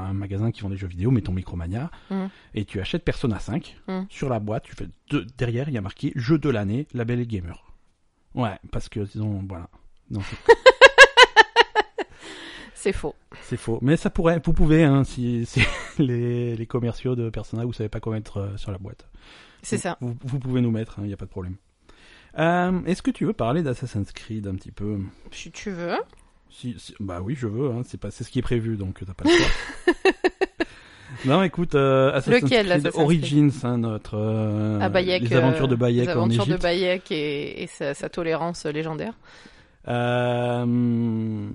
Speaker 1: un magasin qui vend des jeux vidéo, mettons Micromania,
Speaker 2: Mhm.
Speaker 1: et tu achètes Persona 5
Speaker 2: Mhm.
Speaker 1: sur la boîte, tu fais de- derrière il y a marqué jeu de l'année, label gamer. Ouais, parce que sinon voilà. Non, c'est
Speaker 2: C'est faux.
Speaker 1: C'est faux. Mais ça pourrait, vous pouvez, hein, si, si *laughs* les, les commerciaux de Persona, vous savez pas quoi mettre euh, sur la boîte.
Speaker 2: C'est
Speaker 1: Vous-
Speaker 2: ça.
Speaker 1: Vous, vous pouvez nous mettre, il n'y a pas de problème. Euh, Est-ce que tu veux parler d'Assassin's Creed un petit peu
Speaker 2: Si tu veux.
Speaker 1: si, si- Bah oui, je veux, hein, c'est pas- c'est ce qui est prévu, donc t'as pas le choix.
Speaker 2: *laughs*
Speaker 1: non, écoute, euh, Assassin's
Speaker 2: Lequel,
Speaker 1: Creed
Speaker 2: l'Assassin's Creed
Speaker 1: Origins, hein, notre, euh,
Speaker 2: à Bayek.
Speaker 1: les aventures
Speaker 2: euh,
Speaker 1: de Bayek
Speaker 2: Les
Speaker 1: en
Speaker 2: aventures
Speaker 1: Égypte.
Speaker 2: de Bayek et, et sa, sa tolérance légendaire.
Speaker 1: Euh,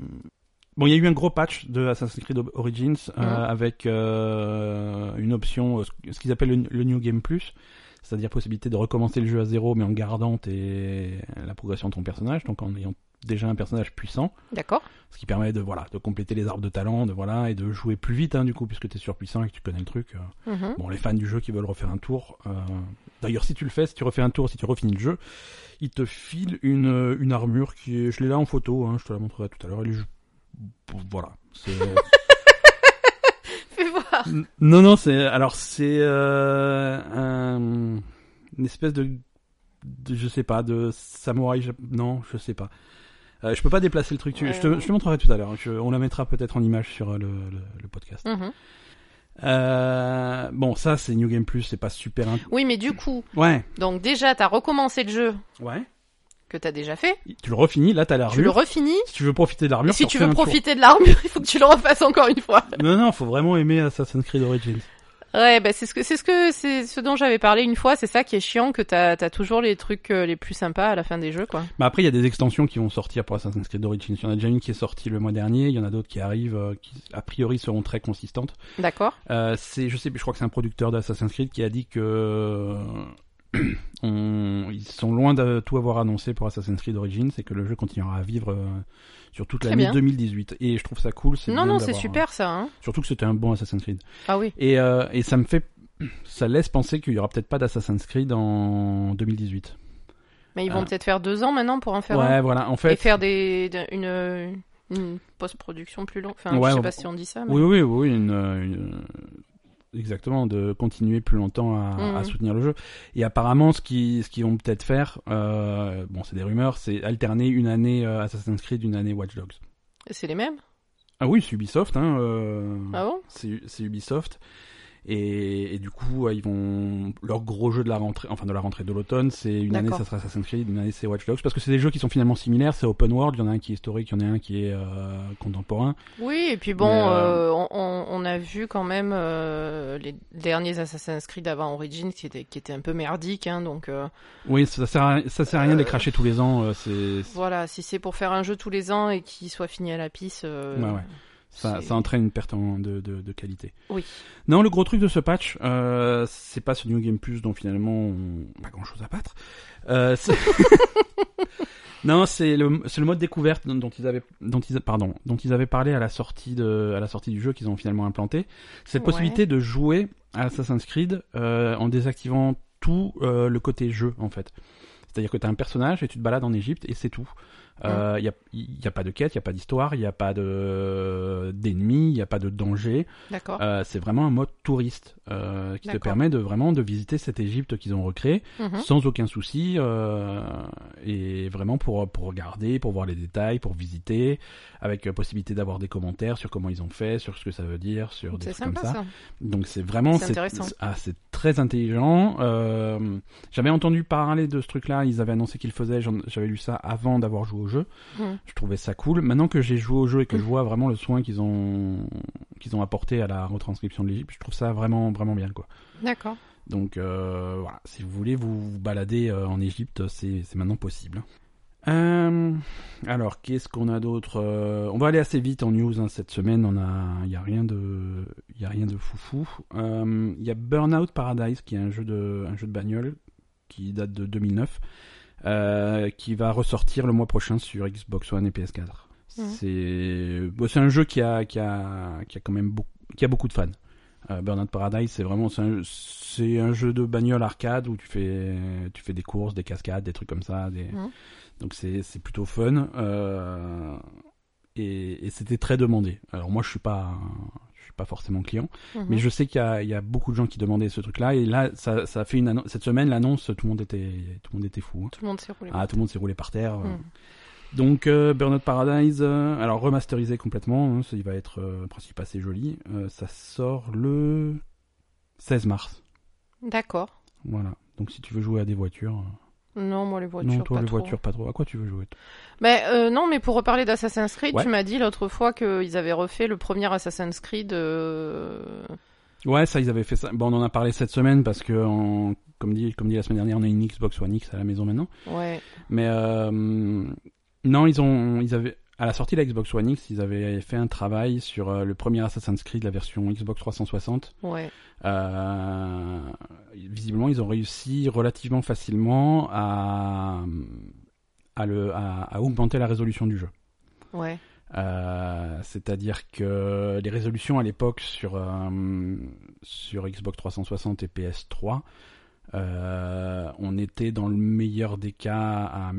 Speaker 1: Bon, il y a eu un gros patch de Assassin's Creed Origins euh,
Speaker 2: Mhm.
Speaker 1: avec euh, une option, euh, ce qu'ils appellent le, le New Game Plus, c'est-à-dire possibilité de recommencer le jeu à zéro mais en gardant tes- la progression de ton personnage, donc en ayant déjà un personnage puissant,
Speaker 2: D'accord
Speaker 1: ce qui permet de voilà de compléter les arbres de talent, de voilà et de jouer plus vite hein, du coup puisque t'es surpuissant et que tu connais le truc. euh. *laughs*
Speaker 2: Mhm.
Speaker 1: Bon, les fans du jeu qui veulent refaire un tour. euh, D'ailleurs, si tu le fais, si tu refais un tour, si tu refinis le jeu, il te file une, euh, une armure qui est. Je l'ai là en photo, hein, je te la montrerai tout à l'heure. Elle est ju- Voilà. c'est-
Speaker 2: Fais voir.
Speaker 1: N- non, non, c'est. Alors, c'est. euh, un- une espèce de de- je sais pas, de samouraï, jap- non, je sais pas. Euh, je peux pas déplacer le truc. tu-
Speaker 2: Ouais,
Speaker 1: je, te,
Speaker 2: ouais.
Speaker 1: je te montrerai tout à l'heure. hein, Je- On la mettra peut-être en image sur euh, le, le- le podcast.
Speaker 2: Mhm.
Speaker 1: Euh, bon, ça c'est New Game Plus, c'est pas super. int-
Speaker 2: Oui, mais du coup,
Speaker 1: Ouais,
Speaker 2: donc déjà, t'as recommencé le jeu
Speaker 1: ouais.
Speaker 2: que t'as déjà fait,
Speaker 1: Tu le refinis, là t'as
Speaker 2: tu le
Speaker 1: l'armure.
Speaker 2: refinis,
Speaker 1: Si tu veux profiter de
Speaker 2: et
Speaker 1: l'armure,
Speaker 2: si
Speaker 1: tu
Speaker 2: tu
Speaker 1: refais
Speaker 2: veux
Speaker 1: un tour.
Speaker 2: profiter de l'armure, *laughs* il faut que tu le refasses encore une fois.
Speaker 1: Non, non, faut vraiment aimer Assassin's Creed Origins.
Speaker 2: Ouais, bah c'est ce que c'est ce que c'est ce dont j'avais parlé une fois. C'est ça qui est chiant que t'as t'as toujours les trucs euh, les plus sympas à la fin des jeux, quoi.
Speaker 1: Bah après, il y a des extensions qui vont sortir pour Assassin's Creed Origins. Il y en a déjà une qui est sortie le mois dernier. Il y en a d'autres qui arrivent, euh, qui a priori seront très consistantes.
Speaker 2: D'accord.
Speaker 1: Euh, c'est, je sais, plus, je crois que c'est un producteur d'Assassin's Creed qui a dit que euh, *clears throat* on- ils sont loin de tout avoir annoncé pour Assassin's Creed Origins et que le jeu continuera à vivre euh, sur toute
Speaker 2: Très
Speaker 1: l'année
Speaker 2: bien.
Speaker 1: 2018. Et je trouve ça cool. c'est
Speaker 2: Non,
Speaker 1: bien
Speaker 2: non, c'est
Speaker 1: d'avoir,
Speaker 2: super ça. Hein.
Speaker 1: euh, surtout que c'était un bon Assassin's Creed.
Speaker 2: Ah oui.
Speaker 1: Et, euh, et ça me fait, ça laisse penser qu'il y aura peut-être pas d'Assassin's Creed en 2018.
Speaker 2: Mais ils vont
Speaker 1: Ah.
Speaker 2: peut-être faire deux ans maintenant pour en faire un.
Speaker 1: Ouais, voilà. En fait,
Speaker 2: Et faire des de- une une post-production plus longue. Enfin,
Speaker 1: Ouais,
Speaker 2: je sais
Speaker 1: on-
Speaker 2: pas si on dit ça. Mais...
Speaker 1: Oui, oui, oui, oui, une, euh, une- exactement, de continuer plus longtemps à,
Speaker 2: Mhm.
Speaker 1: à soutenir le jeu. Et apparemment, ce qui ce qu'ils vont peut-être faire, euh, bon, c'est des rumeurs, c'est alterner une année euh, Assassin's Creed, une année Watch Dogs.
Speaker 2: C'est les mêmes.
Speaker 1: Ah oui, c'est Ubisoft, hein, euh,
Speaker 2: Ah bon
Speaker 1: c'est c'est Ubisoft. Et, et du coup, euh, ils vont leur gros jeu de la rentrée, enfin de la rentrée de l'automne, c'est une année
Speaker 2: D'accord.
Speaker 1: ça sera Assassin's Creed, une année c'est Watch Dogs, parce que c'est des jeux qui sont finalement similaires, c'est open world, il y en a un qui est historique, il y en a un qui est euh, contemporain.
Speaker 2: Oui, et puis bon,
Speaker 1: Mais, euh,
Speaker 2: euh, on, on- on a vu quand même euh, les derniers Assassin's Creed avant Origins qui étaient qui étaient un peu merdiques, hein, donc. euh,
Speaker 1: Oui, ça sert à, ça sert à rien de les cracher tous les ans. euh, C'est c'est-
Speaker 2: Voilà, si c'est pour faire un jeu tous les ans et qu'il soit fini à la pisse. euh,
Speaker 1: Ouais, ouais. ça,
Speaker 2: c'est-
Speaker 1: ça entraîne une perte en- de, de, de qualité.
Speaker 2: Oui.
Speaker 1: Non, le gros truc de ce patch, euh, c'est pas ce New Game Plus dont finalement on n'a pas grand chose à battre. Euh, c'est- non, c'est le, c'est le mode découverte dont, dont ils avaient, dont ils, pardon, dont ils avaient parlé à la sortie de, à la sortie du jeu qu'ils ont finalement implanté. Cette
Speaker 2: Ouais.
Speaker 1: possibilité de jouer à Assassin's Creed euh, en désactivant tout euh, le côté jeu en fait. C'est-à-dire que tu as un personnage et tu te balades en Égypte et c'est tout. Il n'y a, y a pas de quête, il n'y a pas d'histoire, il n'y a pas de- d'ennemis, il n'y a pas de danger.
Speaker 2: D'accord.
Speaker 1: Euh, c'est vraiment un mode touriste euh, qui te
Speaker 2: D'accord.
Speaker 1: permet de vraiment de visiter cette Égypte qu'ils ont recréée
Speaker 2: Mhm.
Speaker 1: sans aucun souci euh, et vraiment pour, pour regarder, pour voir les détails, pour visiter, avec euh, possibilité d'avoir des commentaires sur comment ils ont fait, sur ce que ça veut dire, sur des
Speaker 2: C'est
Speaker 1: trucs
Speaker 2: sympa
Speaker 1: comme ça.
Speaker 2: ça.
Speaker 1: Donc c'est vraiment
Speaker 2: C'est intéressant.
Speaker 1: ah, c'est très intelligent. Euh, j'avais entendu parler de ce truc-là. Ils avaient annoncé qu'ils le faisaient. j'en- J'avais lu ça avant d'avoir joué au jeu.
Speaker 2: Mhm.
Speaker 1: Je trouvais ça cool. Maintenant que j'ai joué au jeu et que je
Speaker 2: Mhm.
Speaker 1: vois vraiment le soin qu'ils ont qu'ils ont apporté à la retranscription de l'Égypte, je trouve ça vraiment vraiment bien quoi.
Speaker 2: D'accord.
Speaker 1: Donc euh, voilà, si vous voulez vous, vous balader euh, en Égypte, c'est c'est maintenant possible. Euh, alors, qu'est-ce qu'on a d'autre Euh, On va aller assez vite en news hein, cette semaine. On a, il y a rien de, il y a rien de foufou. Euh, Il y a Burnout Paradise qui est un jeu de, un jeu de bagnole qui date de 2009, euh, qui va ressortir le mois prochain sur Xbox One et PS4.
Speaker 2: Mhm.
Speaker 1: C'est, bon, c'est un jeu qui a, qui a, qui a quand même beaucoup, qui a beaucoup de fans. Euh, Burnout Paradise, c'est vraiment c'est un, c'est un jeu de bagnole arcade où tu fais tu fais des courses, des cascades, des trucs comme ça. Des...
Speaker 2: Mhm.
Speaker 1: Donc c'est c'est plutôt fun euh, et, et c'était très demandé. Alors moi je suis pas je suis pas forcément client,
Speaker 2: Mhm.
Speaker 1: mais je sais qu'il y a, il y a beaucoup de gens qui demandaient ce truc-là et là ça ça a fait une annon- cette semaine l'annonce tout le monde était tout le monde était fou. hein.
Speaker 2: Tout le monde s'est roulé.
Speaker 1: Ah tout le monde s'est roulé par terre. euh,
Speaker 2: Mhm.
Speaker 1: donc euh, Burnout Paradise, euh, alors remasterisé complètement, hein, ça, il va être euh, en principe assez joli. Euh, ça sort le 16 mars.
Speaker 2: D'accord.
Speaker 1: Voilà. Donc si tu veux jouer à des voitures, euh,
Speaker 2: Non, moi les voitures.
Speaker 1: non toi
Speaker 2: pas
Speaker 1: les
Speaker 2: trop.
Speaker 1: voitures pas trop. À quoi tu veux jouer toi
Speaker 2: Ben, euh, non, mais pour reparler d'Assassin's Creed,
Speaker 1: Ouais.
Speaker 2: tu m'as dit l'autre fois qu'ils avaient refait le premier Assassin's Creed. euh,
Speaker 1: Ouais, ça ils avaient fait ça. Bon, on en a parlé cette semaine parce que en- comme dit comme dit la semaine dernière, on a une Xbox One X à la maison maintenant.
Speaker 2: Ouais.
Speaker 1: Mais euh, non, ils ont, ils avaient à la sortie de la Xbox One X, ils avaient fait un travail sur euh, le premier Assassin's Creed, la version Xbox 360.
Speaker 2: Ouais.
Speaker 1: Euh, visiblement, ils ont réussi relativement facilement à, à, le, à, à augmenter la résolution du jeu.
Speaker 2: Ouais.
Speaker 1: Euh, C'est-à-dire que les résolutions à l'époque sur, euh, sur Xbox 360 et PS3, euh, on était dans le meilleur des cas à,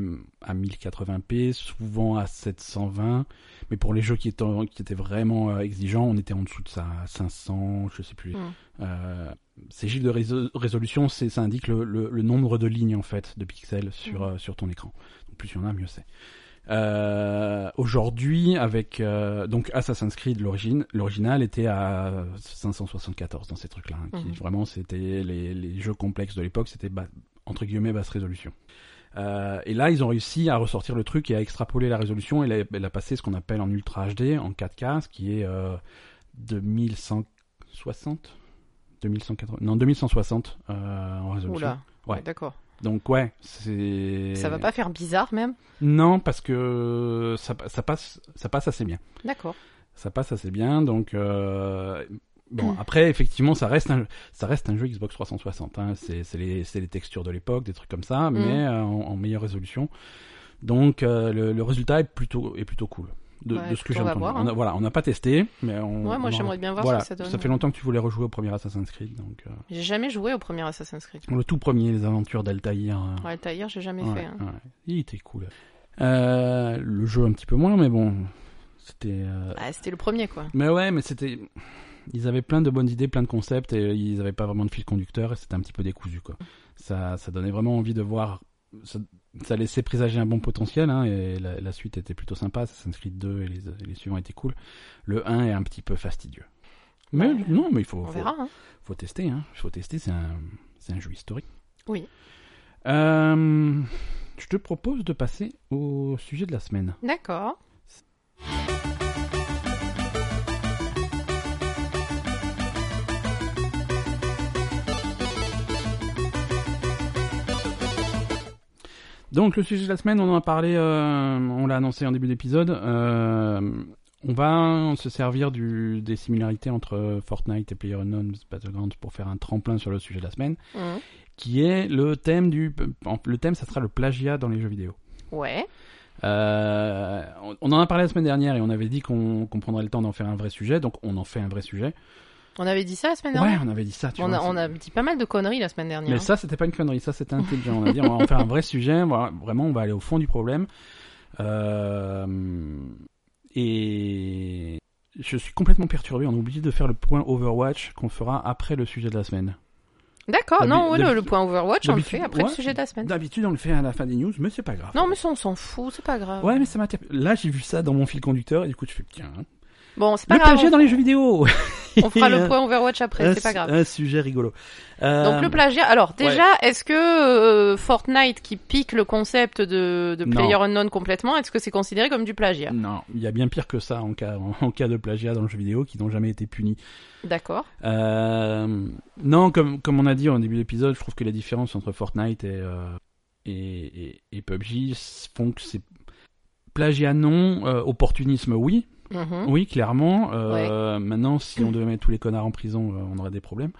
Speaker 1: à 1080p, souvent à 720, mais pour les jeux qui étaient, qui étaient vraiment euh, exigeants, on était en dessous de ça, à 500, je sais plus.
Speaker 2: Mm.
Speaker 1: Euh, ces chiffres de réso- résolution, c'est, ça indique le, le- le nombre de lignes en fait de pixels sur, euh, sur ton écran. Donc plus il y en a, mieux c'est. Euh, aujourd'hui, avec euh, donc Assassin's Creed, l'origine, l'original était à 574 dans ces trucs-là. hein, qui
Speaker 2: Mhm.
Speaker 1: vraiment, c'était les, les jeux complexes de l'époque, c'était ba- entre guillemets basse résolution. Euh, et là, ils ont réussi à ressortir le truc et à extrapoler la résolution et la, la passer ce qu'on appelle en ultra HD, en 4K, ce qui est euh, 2160 2180 Non, 2160 euh, en résolution.
Speaker 2: Oula.
Speaker 1: Ouais.
Speaker 2: D'accord.
Speaker 1: Donc ouais, c'est...
Speaker 2: Ça va pas faire bizarre même
Speaker 1: Non, parce que euh, ça, pa- ça, passe, ça passe assez bien.
Speaker 2: D'accord.
Speaker 1: Ça passe assez bien, donc... euh,
Speaker 2: Mm.
Speaker 1: Bon, après, effectivement, ça reste un, ça reste un jeu Xbox 360. Hein. C'est c'est les, c'est les textures de l'époque, des trucs comme ça,
Speaker 2: Mm.
Speaker 1: mais euh, en, en meilleure résolution. Donc, euh, le, le résultat est plutôt, est plutôt cool. De,
Speaker 2: Ouais,
Speaker 1: de ce que j'ai
Speaker 2: écoute, on va
Speaker 1: entendu.
Speaker 2: voir,
Speaker 1: On a-
Speaker 2: hein.
Speaker 1: voilà, on n'a pas testé, mais on...
Speaker 2: Ouais, moi
Speaker 1: on en-
Speaker 2: j'aimerais bien voir
Speaker 1: voilà,
Speaker 2: ce que ça donne.
Speaker 1: fait longtemps que tu voulais rejouer au premier Assassin's Creed, donc... euh,
Speaker 2: J'ai jamais joué au premier Assassin's Creed.
Speaker 1: Le tout premier, les aventures d'Altaïr. hein.
Speaker 2: Ouais, Tahir, j'ai jamais
Speaker 1: Ouais,
Speaker 2: fait. hein.
Speaker 1: ouais. Il était cool. Euh, le jeu un petit peu moins, mais bon, c'était. euh,
Speaker 2: Ah, c'était le premier quoi.
Speaker 1: Mais ouais, mais c'était. Ils avaient plein de bonnes idées, plein de concepts, et ils avaient pas vraiment de fil conducteur, et c'était un petit peu décousu, quoi. Ça, ça donnait vraiment envie de voir. Ça, ça laissait présager un bon potentiel, hein, et la, la suite était plutôt sympa. Assassin's Creed 2 et les, et les suivants étaient cool. Le 1 est un petit peu fastidieux. Mais
Speaker 2: Ouais.
Speaker 1: non, mais il faut,
Speaker 2: On
Speaker 1: faut,
Speaker 2: verra. hein.
Speaker 1: faut tester, hein. Faut tester, c'est un, c'est un jeu historique.
Speaker 2: Oui.
Speaker 1: Euh, je te propose de passer au sujet de la semaine.
Speaker 2: D'accord.
Speaker 1: Donc le sujet de la semaine, on en a parlé, euh, on l'a annoncé en début d'épisode. Euh, on va se servir du, des similarités entre Fortnite et PlayerUnknown's Battlegrounds pour faire un tremplin sur le sujet de la semaine,
Speaker 2: Mhm.
Speaker 1: qui est le thème du, le thème, ça sera le plagiat dans les jeux vidéo.
Speaker 2: Ouais.
Speaker 1: Euh, on- on en a parlé la semaine dernière et on avait dit qu'on qu'on prendrait le temps d'en faire un vrai sujet, donc on en fait un vrai sujet.
Speaker 2: On avait dit ça la semaine
Speaker 1: Ouais,
Speaker 2: dernière
Speaker 1: on avait dit ça. Tu
Speaker 2: on,
Speaker 1: vois,
Speaker 2: a,
Speaker 1: c'est-
Speaker 2: on a dit pas mal de conneries la semaine dernière. hein.
Speaker 1: Mais ça, c'était pas une connerie, ça, c'était intelligent. On a dit, on va en faire un
Speaker 2: *laughs*
Speaker 1: vrai sujet. voilà, vraiment, on va aller au fond du problème. Euh, et je suis complètement perturbé. On a oublié de faire le point Overwatch qu'on fera après le sujet de la semaine.
Speaker 2: D'accord,
Speaker 1: D'habi-
Speaker 2: non, ouais, le,
Speaker 1: d'habi-
Speaker 2: le point Overwatch, on le
Speaker 1: d'habitude,
Speaker 2: fait après
Speaker 1: ouais.
Speaker 2: le sujet de la semaine.
Speaker 1: D'habitude, on le fait à la fin des news, mais c'est pas grave.
Speaker 2: Non, euh, mais ça, on s'en fout, c'est pas grave.
Speaker 1: Ouais, mais ça m'a Là, j'ai vu ça dans mon fil conducteur et du coup, je fais tiens. hein.
Speaker 2: Bon, c'est pas
Speaker 1: Le
Speaker 2: grave.
Speaker 1: plagiat dans les jeux vidéo. *laughs*
Speaker 2: On, on fera
Speaker 1: Un-
Speaker 2: le point Overwatch après,
Speaker 1: un
Speaker 2: c'est pas
Speaker 1: su-
Speaker 2: grave.
Speaker 1: Un sujet rigolo. Euh,
Speaker 2: Donc le plagiat. Alors déjà, est-ce que euh, Fortnite qui pique le concept de, de
Speaker 1: Non.
Speaker 2: PlayerUnknown complètement, est-ce que c'est considéré comme du plagiat
Speaker 1: Non, il y a bien pire que ça en cas, en, cas de plagiat dans le jeu vidéo qui n'ont jamais été punis.
Speaker 2: D'accord.
Speaker 1: Euh, non, comme, comme on a dit en début d'épisode, je trouve que les différences entre Fortnite et, euh, et, et- et PUBG font que c'est plagiat non, euh, opportunisme oui,
Speaker 2: Mhm.
Speaker 1: oui clairement. Euh, Maintenant, si on devait mettre tous les connards en prison, euh, on aurait des problèmes.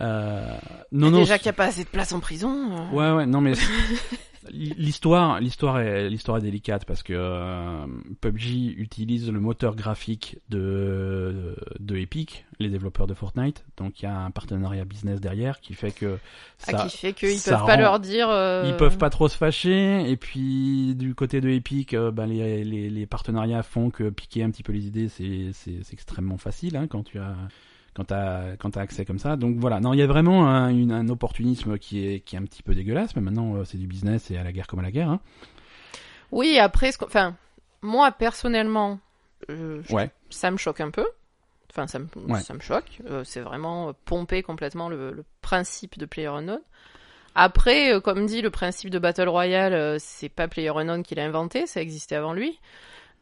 Speaker 1: Euh, non,
Speaker 2: Mais
Speaker 1: non,
Speaker 2: déjà
Speaker 1: c'est-
Speaker 2: qu'il n'y a pas assez de place en prison. euh,
Speaker 1: Ouais, ouais,
Speaker 2: *laughs*
Speaker 1: non, mais l'histoire, l'histoire est, l'histoire est délicate parce que euh, PUBG utilise le moteur graphique de, de Epic, les développeurs de Fortnite. Donc il y a un partenariat business derrière qui fait que
Speaker 2: à
Speaker 1: ça,
Speaker 2: qui fait qu'ils
Speaker 1: ça
Speaker 2: peuvent pas
Speaker 1: rend-
Speaker 2: leur dire. euh,
Speaker 1: ils peuvent pas trop se fâcher. Et puis du côté de Epic, euh, ben, les, les, les partenariats font que piquer un petit peu les idées, c'est, c'est, c'est extrêmement facile hein, quand tu as quand t'as quand t'as accès comme ça. Donc voilà, non, il y a vraiment un, une- un opportunisme qui est qui est un petit peu dégueulasse, mais maintenant euh, c'est du business et à la guerre comme à la guerre. Hein.
Speaker 2: Oui, après, ce qu'on- enfin, moi personnellement, euh, je-
Speaker 1: Ouais.
Speaker 2: ça me choque un peu. Enfin, ça me,
Speaker 1: Ouais.
Speaker 2: ça me choque. Euh, c'est vraiment euh, pomper complètement le, le principe de PlayerUnknown. Après, euh, comme dit, le principe de Battle Royale, euh, c'est pas PlayerUnknown qui l'a inventé, ça existait avant lui.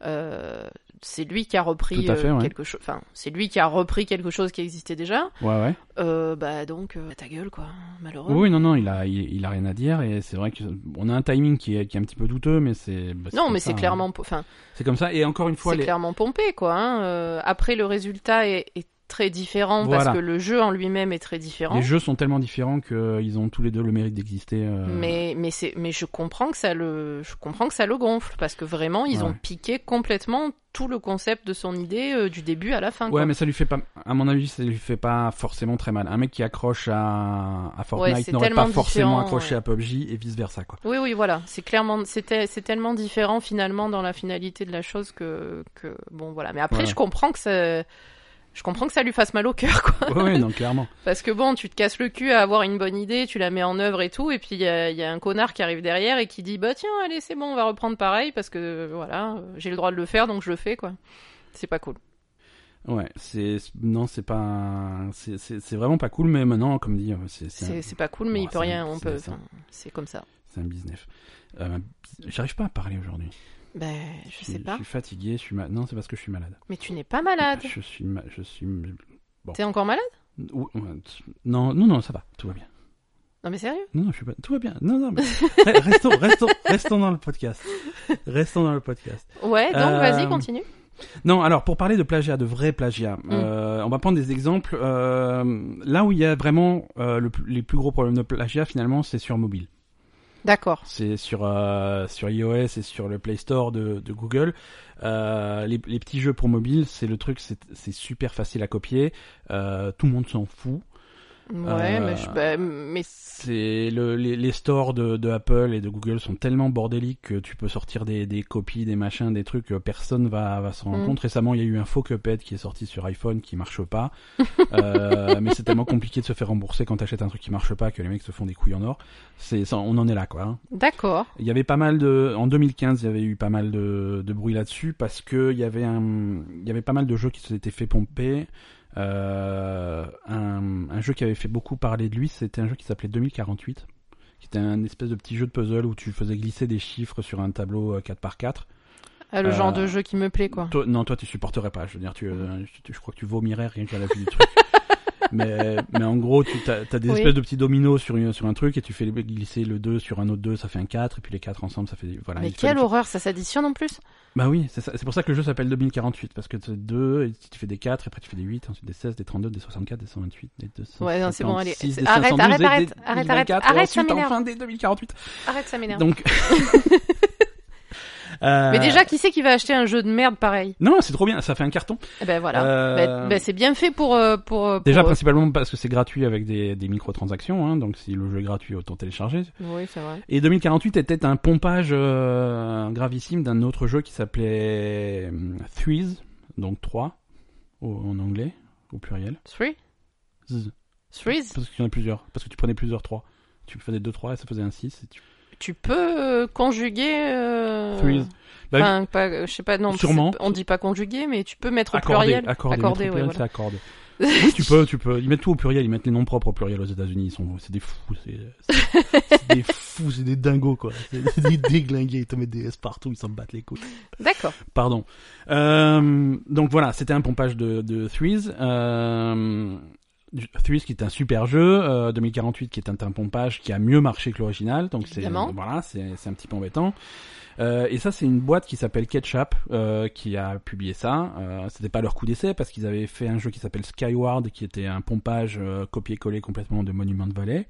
Speaker 2: Euh, c'est lui qui a repris
Speaker 1: Tout à fait,
Speaker 2: euh,
Speaker 1: ouais.
Speaker 2: quelque chose. Enfin, c'est lui qui a repris quelque chose qui existait déjà.
Speaker 1: Ouais, ouais.
Speaker 2: Euh, bah donc, euh, ta gueule quoi, malheureux.
Speaker 1: Oui, non, non, il a il, il a rien à dire et c'est vrai que on a un timing qui est qui est un petit peu douteux, mais c'est bah,
Speaker 2: non,
Speaker 1: comme
Speaker 2: mais
Speaker 1: ça,
Speaker 2: c'est
Speaker 1: hein.
Speaker 2: clairement, po- enfin,
Speaker 1: c'est comme ça. Et encore une fois,
Speaker 2: c'est
Speaker 1: les,
Speaker 2: clairement pompé, quoi. hein. Euh, après, le résultat est, est très différent
Speaker 1: Voilà.
Speaker 2: parce que le jeu en lui-même est très différent.
Speaker 1: les jeux sont tellement différents que ils ont tous les deux le mérite d'exister. euh,
Speaker 2: Mais mais c'est mais je comprends que ça le je comprends que ça le gonfle parce que vraiment ils
Speaker 1: Ouais.
Speaker 2: ont piqué complètement tout le concept de son idée euh, du début à la fin.
Speaker 1: Ouais,
Speaker 2: quoi.
Speaker 1: mais ça lui fait pas, à mon avis, ça lui fait pas forcément très mal. Un mec qui accroche à, à Fortnite
Speaker 2: c'est
Speaker 1: n'aurait pas
Speaker 2: tellement
Speaker 1: forcément
Speaker 2: différent,
Speaker 1: accroché
Speaker 2: ouais.
Speaker 1: à PUBG et vice versa,
Speaker 2: *laughs*
Speaker 1: quoi.
Speaker 2: Oui oui voilà c'est clairement c'était c'est tellement différent finalement dans la finalité de la chose que que bon voilà mais après
Speaker 1: Voilà.
Speaker 2: je comprends que ça je comprends que ça lui fasse mal au cœur, quoi.
Speaker 1: Ouais, ouais, non, clairement.
Speaker 2: Parce que bon, tu te casses le cul à avoir une bonne idée, tu la mets en œuvre et tout, et puis il y, a- il y a un connard qui arrive derrière et qui dit bah tiens, allez, c'est bon, on va reprendre pareil parce que euh, voilà, euh, j'ai le droit de le faire donc je le fais quoi. C'est pas cool.
Speaker 1: Ouais, c'est non, c'est pas, c'est- c'est c'est vraiment pas cool. Mais maintenant, comme dit, euh, c'est c'est un-
Speaker 2: C'est c'est pas cool, mais
Speaker 1: Bon,
Speaker 2: il peut
Speaker 1: c'est-
Speaker 2: rien, on
Speaker 1: c'est
Speaker 2: peut.
Speaker 1: ça.
Speaker 2: enfin, C'est comme ça.
Speaker 1: c'est un business. Euh, J'arrive pas à parler aujourd'hui.
Speaker 2: Ben, je sais
Speaker 1: suis-
Speaker 2: pas.
Speaker 1: Je suis fatigué. Je suis ma- Non, c'est parce que je suis malade.
Speaker 2: Mais tu n'es pas malade.
Speaker 1: Je suis, ma- je suis. bon.
Speaker 2: T'es encore malade
Speaker 1: Ou- ou- Non, non, non, ça va, tout va bien.
Speaker 2: Non mais sérieux
Speaker 1: Non, non, je suis pas. Tout va bien. Non,
Speaker 2: *laughs*
Speaker 1: non, mais Re- restons, restons, restons dans le podcast. Restons dans le podcast.
Speaker 2: Ouais, donc
Speaker 1: Euh,
Speaker 2: vas-y, continue.
Speaker 1: Non, alors pour parler de plagiat, de vrai plagiat, euh, on va prendre des exemples. euh, là où il y a vraiment euh, le plus- les plus gros problèmes de plagiat, finalement, c'est sur mobile.
Speaker 2: D'accord.
Speaker 1: C'est sur euh, sur iOS et sur le Play Store de, de Google. Euh, les, les petits jeux pour mobile, c'est le truc, c'est c'est super facile à copier. Euh, tout le monde s'en fout.
Speaker 2: Ouais,
Speaker 1: Euh,
Speaker 2: mais je. ben, mais
Speaker 1: C'est le, les, les stores de, de Apple et de Google sont tellement bordéliques que tu peux sortir des, des copies, des machins, des trucs, euh, personne va, va s'en rendre
Speaker 2: Mm.
Speaker 1: compte. Récemment, il y a eu un faux Cuphead qui est sorti sur iPhone qui marche pas. Euh, mais c'est tellement compliqué de se faire rembourser quand t'achètes un truc qui marche pas que les mecs se font des couilles en or. C'est, ça, on en est là, quoi. hein.
Speaker 2: d'accord.
Speaker 1: Il y avait pas mal de, en 2015, il y avait eu pas mal de, de bruit là-dessus parce que il y avait un, il y avait pas mal de jeux qui s'étaient fait pomper. Euh, un, un jeu qui avait fait beaucoup parler de lui, c'était un jeu qui s'appelait 2048, qui était un espèce de petit jeu de puzzle où tu faisais glisser des chiffres sur un tableau euh, 4x4.
Speaker 2: Ah, le
Speaker 1: Euh,
Speaker 2: genre de jeu qui me plaît quoi.
Speaker 1: Toi, non, toi tu supporterais pas. Je veux dire, tu, euh, je- tu- je crois que tu vomirais rien qu'à la vue du truc.
Speaker 2: *laughs*
Speaker 1: mais, mais en gros, tu as, des
Speaker 2: Oui.
Speaker 1: espèces de petits dominos sur, une- sur un truc et tu fais les- glisser le 2 sur un autre 2, ça fait un 4 et puis les 4 ensemble, ça fait voilà.
Speaker 2: Mais
Speaker 1: il fallait-
Speaker 2: quelle horreur, ça s'additionne en plus
Speaker 1: bah oui, c'est ça. C'est pour ça que le jeu s'appelle 2048, parce que tu 2, et tu fais des 4, et après tu fais des 8, ensuite des 16, des 32, des 64, des 128, des 200.
Speaker 2: Ouais, non, c'est bon, allez.
Speaker 1: Des
Speaker 2: Arrête,
Speaker 1: 512,
Speaker 2: arrête,
Speaker 1: et des
Speaker 2: arrête, arrête,
Speaker 1: 1024,
Speaker 2: arrête,
Speaker 1: et
Speaker 2: arrête, ça
Speaker 1: ensuite,
Speaker 2: m'énerve.
Speaker 1: enfin des 2048.
Speaker 2: Arrête, ça m'énerve. *laughs*
Speaker 1: Donc. *laughs*
Speaker 2: Mais
Speaker 1: Euh,
Speaker 2: déjà, qui c'est qui va acheter un jeu de merde pareil
Speaker 1: Non, c'est trop bien, ça fait un carton.
Speaker 2: Eh ben voilà.
Speaker 1: Euh,
Speaker 2: Ben- ben, c'est bien fait pour euh, pour, euh, pour
Speaker 1: Déjà,
Speaker 2: euh,
Speaker 1: principalement parce que c'est gratuit avec des, des microtransactions, hein, donc si le jeu est gratuit, autant télécharger.
Speaker 2: euh, Oui, c'est vrai.
Speaker 1: Et 2048 était un pompage euh, gravissime d'un autre jeu qui s'appelait euh, Threes, donc 3, au- en anglais, au pluriel.
Speaker 2: Three,
Speaker 1: Zzz.
Speaker 2: threes.
Speaker 1: Parce qu'il y en a plusieurs. Parce que tu prenais plusieurs 3. Tu faisais 2 3 et ça faisait un 6. Et tu...
Speaker 2: Tu peux euh, conjuguer. euh,
Speaker 1: Threes. Bah,
Speaker 2: Enfin, pas, euh, je sais pas, non.
Speaker 1: Sûrement.
Speaker 2: c'est- On dit pas conjuguer, mais tu peux mettre au
Speaker 1: accordé,
Speaker 2: pluriel.
Speaker 1: accordé, mettre au
Speaker 2: ouais,
Speaker 1: pluriel,
Speaker 2: voilà.
Speaker 1: c'est accordé. Oui, tu
Speaker 2: *laughs*
Speaker 1: peux, tu peux. Ils mettent tout au pluriel, ils mettent les noms propres au pluriel aux États-Unis. Ils sont, c'est des fous,
Speaker 2: *laughs*
Speaker 1: c'est, c'est- c'est des fous, c'est des dingos quoi. C'est c'est
Speaker 2: *laughs*
Speaker 1: des déglingués, ils te mettent des S partout, ils s'en battent les couilles.
Speaker 2: D'accord.
Speaker 1: Pardon. Euh, donc voilà, c'était un pompage de, de Threes. Euh, du- Threes qui est un super jeu, euh, 2048 qui est un, un pompage qui a mieux marché que l'original, donc c'est
Speaker 2: Évidemment.
Speaker 1: voilà, c'est c'est un petit peu embêtant. Euh, et ça, c'est une boîte qui s'appelle Ketchup euh, qui a publié ça. Euh, C'était pas leur coup d'essai parce qu'ils avaient fait un jeu qui s'appelle Skyward qui était un pompage euh, copié-collé complètement de Monument Valley.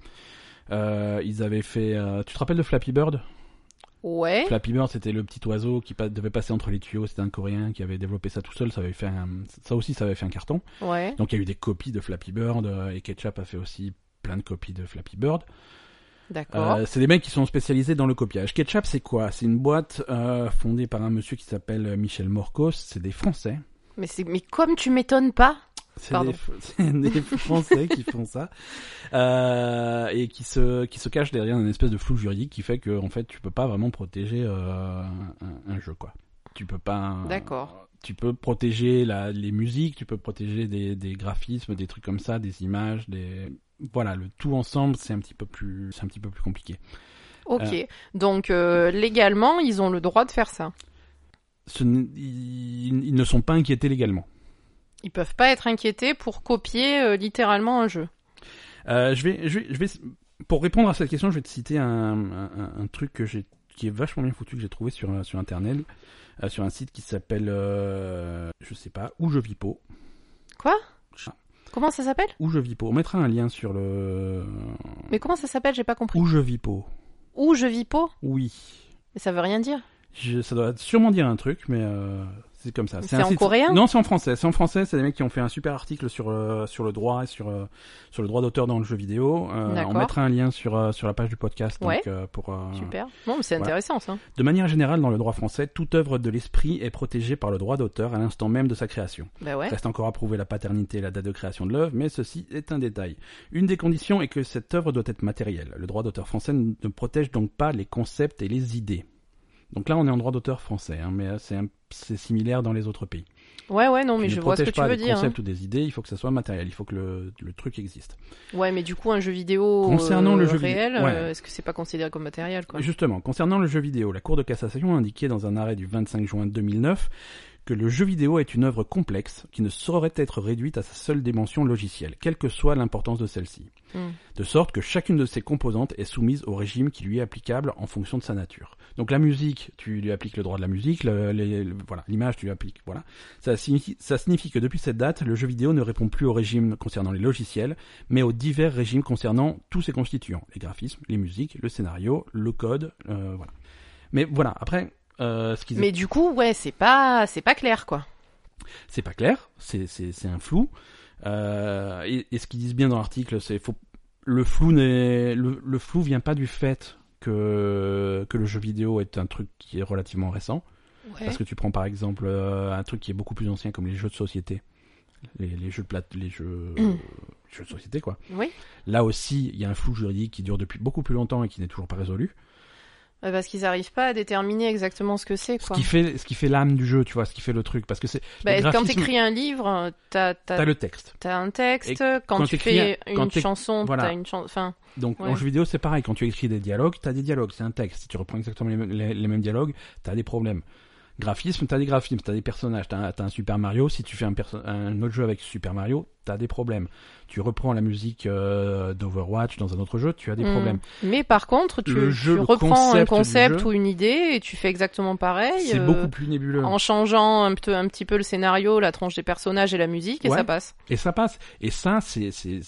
Speaker 1: Euh, ils avaient fait. euh, tu te rappelles de Flappy Bird
Speaker 2: Ouais.
Speaker 1: Flappy Bird, c'était le petit oiseau qui pa- devait passer entre les tuyaux. C'était un Coréen qui avait développé ça tout seul. Ça avait fait un, ça aussi, ça avait fait un carton.
Speaker 2: Ouais.
Speaker 1: Donc il y a eu des copies de Flappy Bird euh, et Ketchup a fait aussi plein de copies de Flappy Bird.
Speaker 2: D'accord.
Speaker 1: Euh, c'est des mecs qui sont spécialisés dans le copiage. Ketchup, c'est quoi C'est une boîte euh, fondée par un monsieur qui s'appelle Michel Morcos. C'est des Français.
Speaker 2: Mais c'est, mais comme tu m'étonnes pas.
Speaker 1: C'est
Speaker 2: Pardon.
Speaker 1: des, F- *laughs* c'est des Français qui font
Speaker 2: *laughs*
Speaker 1: ça euh, et qui se qui se cachent derrière une espèce de flou juridique qui fait que en fait tu peux pas vraiment protéger euh, un, un jeu quoi. Tu peux pas. euh,
Speaker 2: D'accord.
Speaker 1: Tu peux protéger la, les musiques, tu peux protéger des, des graphismes, des trucs comme ça, des images, des voilà le tout ensemble c'est un petit peu plus c'est un petit peu plus compliqué.
Speaker 2: Ok. Donc euh, légalement, ils ont le droit de faire ça.
Speaker 1: Ce n- ils, ils ne sont pas inquiétés légalement.
Speaker 2: Ils peuvent pas être inquiétés pour copier euh, littéralement un jeu.
Speaker 1: Euh, je vais, je vais, je vais, pour répondre à cette question, je vais te citer un, un, un truc que j'ai, qui est vachement bien foutu que j'ai trouvé sur euh, sur internet, euh, sur un site qui s'appelle, euh, je sais pas, ou je vipo,
Speaker 2: Comment ça s'appelle
Speaker 1: ou je vipo. On mettra un lien sur le,
Speaker 2: Mais comment ça s'appelle J'ai pas compris.
Speaker 1: ou je vipo.
Speaker 2: Ou je vipo
Speaker 1: Oui,
Speaker 2: Mais ça veut rien dire.
Speaker 1: je, ça doit sûrement dire un truc, mais euh, C'est comme ça.
Speaker 2: C'est en coréen
Speaker 1: Non, c'est en français. C'est en français. C'est des mecs qui ont fait un super article sur euh, sur le droit et sur euh, sur le droit d'auteur dans le jeu vidéo. Euh,
Speaker 2: D'accord.
Speaker 1: on mettra un lien sur euh, sur la page du podcast.
Speaker 2: Ouais.
Speaker 1: Donc, euh, pour euh,
Speaker 2: Super. Bon, mais c'est
Speaker 1: voilà.
Speaker 2: intéressant ça.
Speaker 1: de manière générale, dans le droit français, toute œuvre de l'esprit est protégée par le droit d'auteur à l'instant même de sa création.
Speaker 2: Bah ouais.
Speaker 1: Reste encore à prouver la paternité et la date de création de l'œuvre, mais ceci est un détail. Une des conditions est que cette œuvre doit être matérielle. Le droit d'auteur français ne ne protège donc pas les concepts et les idées. Donc là, on est en droit d'auteur français, hein, mais euh, c'est un- c'est similaire dans les autres pays.
Speaker 2: Ouais, ouais, non, mais
Speaker 1: Il
Speaker 2: je
Speaker 1: ne
Speaker 2: vois ce
Speaker 1: protège
Speaker 2: que tu
Speaker 1: pas
Speaker 2: veux
Speaker 1: des
Speaker 2: dire. hein.
Speaker 1: concepts ou des idées, il faut que ça soit matériel, il faut que le, le truc existe.
Speaker 2: Ouais, mais du coup, un jeu vidéo
Speaker 1: Concernant
Speaker 2: euh,
Speaker 1: le jeu vidéo,
Speaker 2: réel,
Speaker 1: ouais.
Speaker 2: euh, est-ce que c'est pas considéré comme matériel quoi
Speaker 1: Justement, concernant le jeu vidéo, la Cour de cassation a indiqué dans un arrêt du 25 juin 2009 que le jeu vidéo est une œuvre complexe qui ne saurait être réduite à sa seule dimension logicielle, quelle que soit l'importance de celle-ci.
Speaker 2: Hmm.
Speaker 1: De sorte que chacune de ses composantes est soumise au régime qui lui est applicable en fonction de sa nature. Donc la musique, tu lui appliques le droit de la musique, le- les- le- voilà, l'image, tu lui appliques, voilà. Ça signifie, ça signifie que depuis cette date, le jeu vidéo ne répond plus au régime concernant les logiciels, mais aux divers régimes concernant tous ses constituants les graphismes, les musiques, le scénario, le code, euh, voilà. Mais voilà, après, euh, ce qu'ils
Speaker 2: Mais du coup, ouais, c'est pas, c'est pas clair quoi.
Speaker 1: c'est pas clair, c'est c'est- c'est un flou. Euh, et, et ce qu'ils disent bien dans l'article, c'est faut le flou n'est le, le flou vient pas du fait que que le jeu vidéo est un truc qui est relativement récent.
Speaker 2: Ouais.
Speaker 1: Parce que tu prends par exemple euh, un truc qui est beaucoup plus ancien comme les jeux de société, les, les jeux de plate, les jeux euh, jeux de société quoi.
Speaker 2: Oui.
Speaker 1: Là aussi, il y a un flou juridique qui dure depuis beaucoup plus longtemps et qui n'est toujours pas résolu.
Speaker 2: Euh, Parce qu'ils arrivent pas à déterminer exactement ce que c'est
Speaker 1: Ce
Speaker 2: quoi.
Speaker 1: qui fait ce qui fait l'âme du jeu, tu vois, ce qui fait le truc, parce que c'est
Speaker 2: Bah,
Speaker 1: le
Speaker 2: Quand
Speaker 1: graphisme-
Speaker 2: t'écris un livre, t'as, t'as,
Speaker 1: t'as le texte.
Speaker 2: t'as un texte. Quand,
Speaker 1: quand
Speaker 2: tu
Speaker 1: t'écris
Speaker 2: fais
Speaker 1: un-
Speaker 2: une
Speaker 1: quand t'éc-
Speaker 2: chanson,
Speaker 1: voilà.
Speaker 2: t'as une chanson. Enfin,
Speaker 1: Donc
Speaker 2: Ouais.
Speaker 1: en jeu vidéo, c'est pareil. Quand tu écris des dialogues, t'as des dialogues, c'est un texte. Si tu reprends exactement les, mêmes- les- les mêmes dialogues, t'as des problèmes. Graphisme, t'as des graphismes, t'as des personnages, t'as un, t'as un Super Mario. Si tu fais un, perso- un autre jeu avec Super Mario, t'as des problèmes. Tu reprends la musique euh, d'Overwatch dans un autre jeu, tu as des
Speaker 2: hmm.
Speaker 1: problèmes.
Speaker 2: Mais par contre, tu,
Speaker 1: Le
Speaker 2: tu
Speaker 1: jeu, le
Speaker 2: reprends
Speaker 1: concept
Speaker 2: un
Speaker 1: du
Speaker 2: concept
Speaker 1: jeu.
Speaker 2: ou une idée et tu fais exactement pareil.
Speaker 1: C'est
Speaker 2: euh,
Speaker 1: beaucoup plus nébuleux.
Speaker 2: en changeant un, peu, un petit peu le scénario, la tronche des personnages et la musique, et
Speaker 1: Ouais.
Speaker 2: ça passe.
Speaker 1: Et ça passe. Et ça, c'est c'est
Speaker 2: Et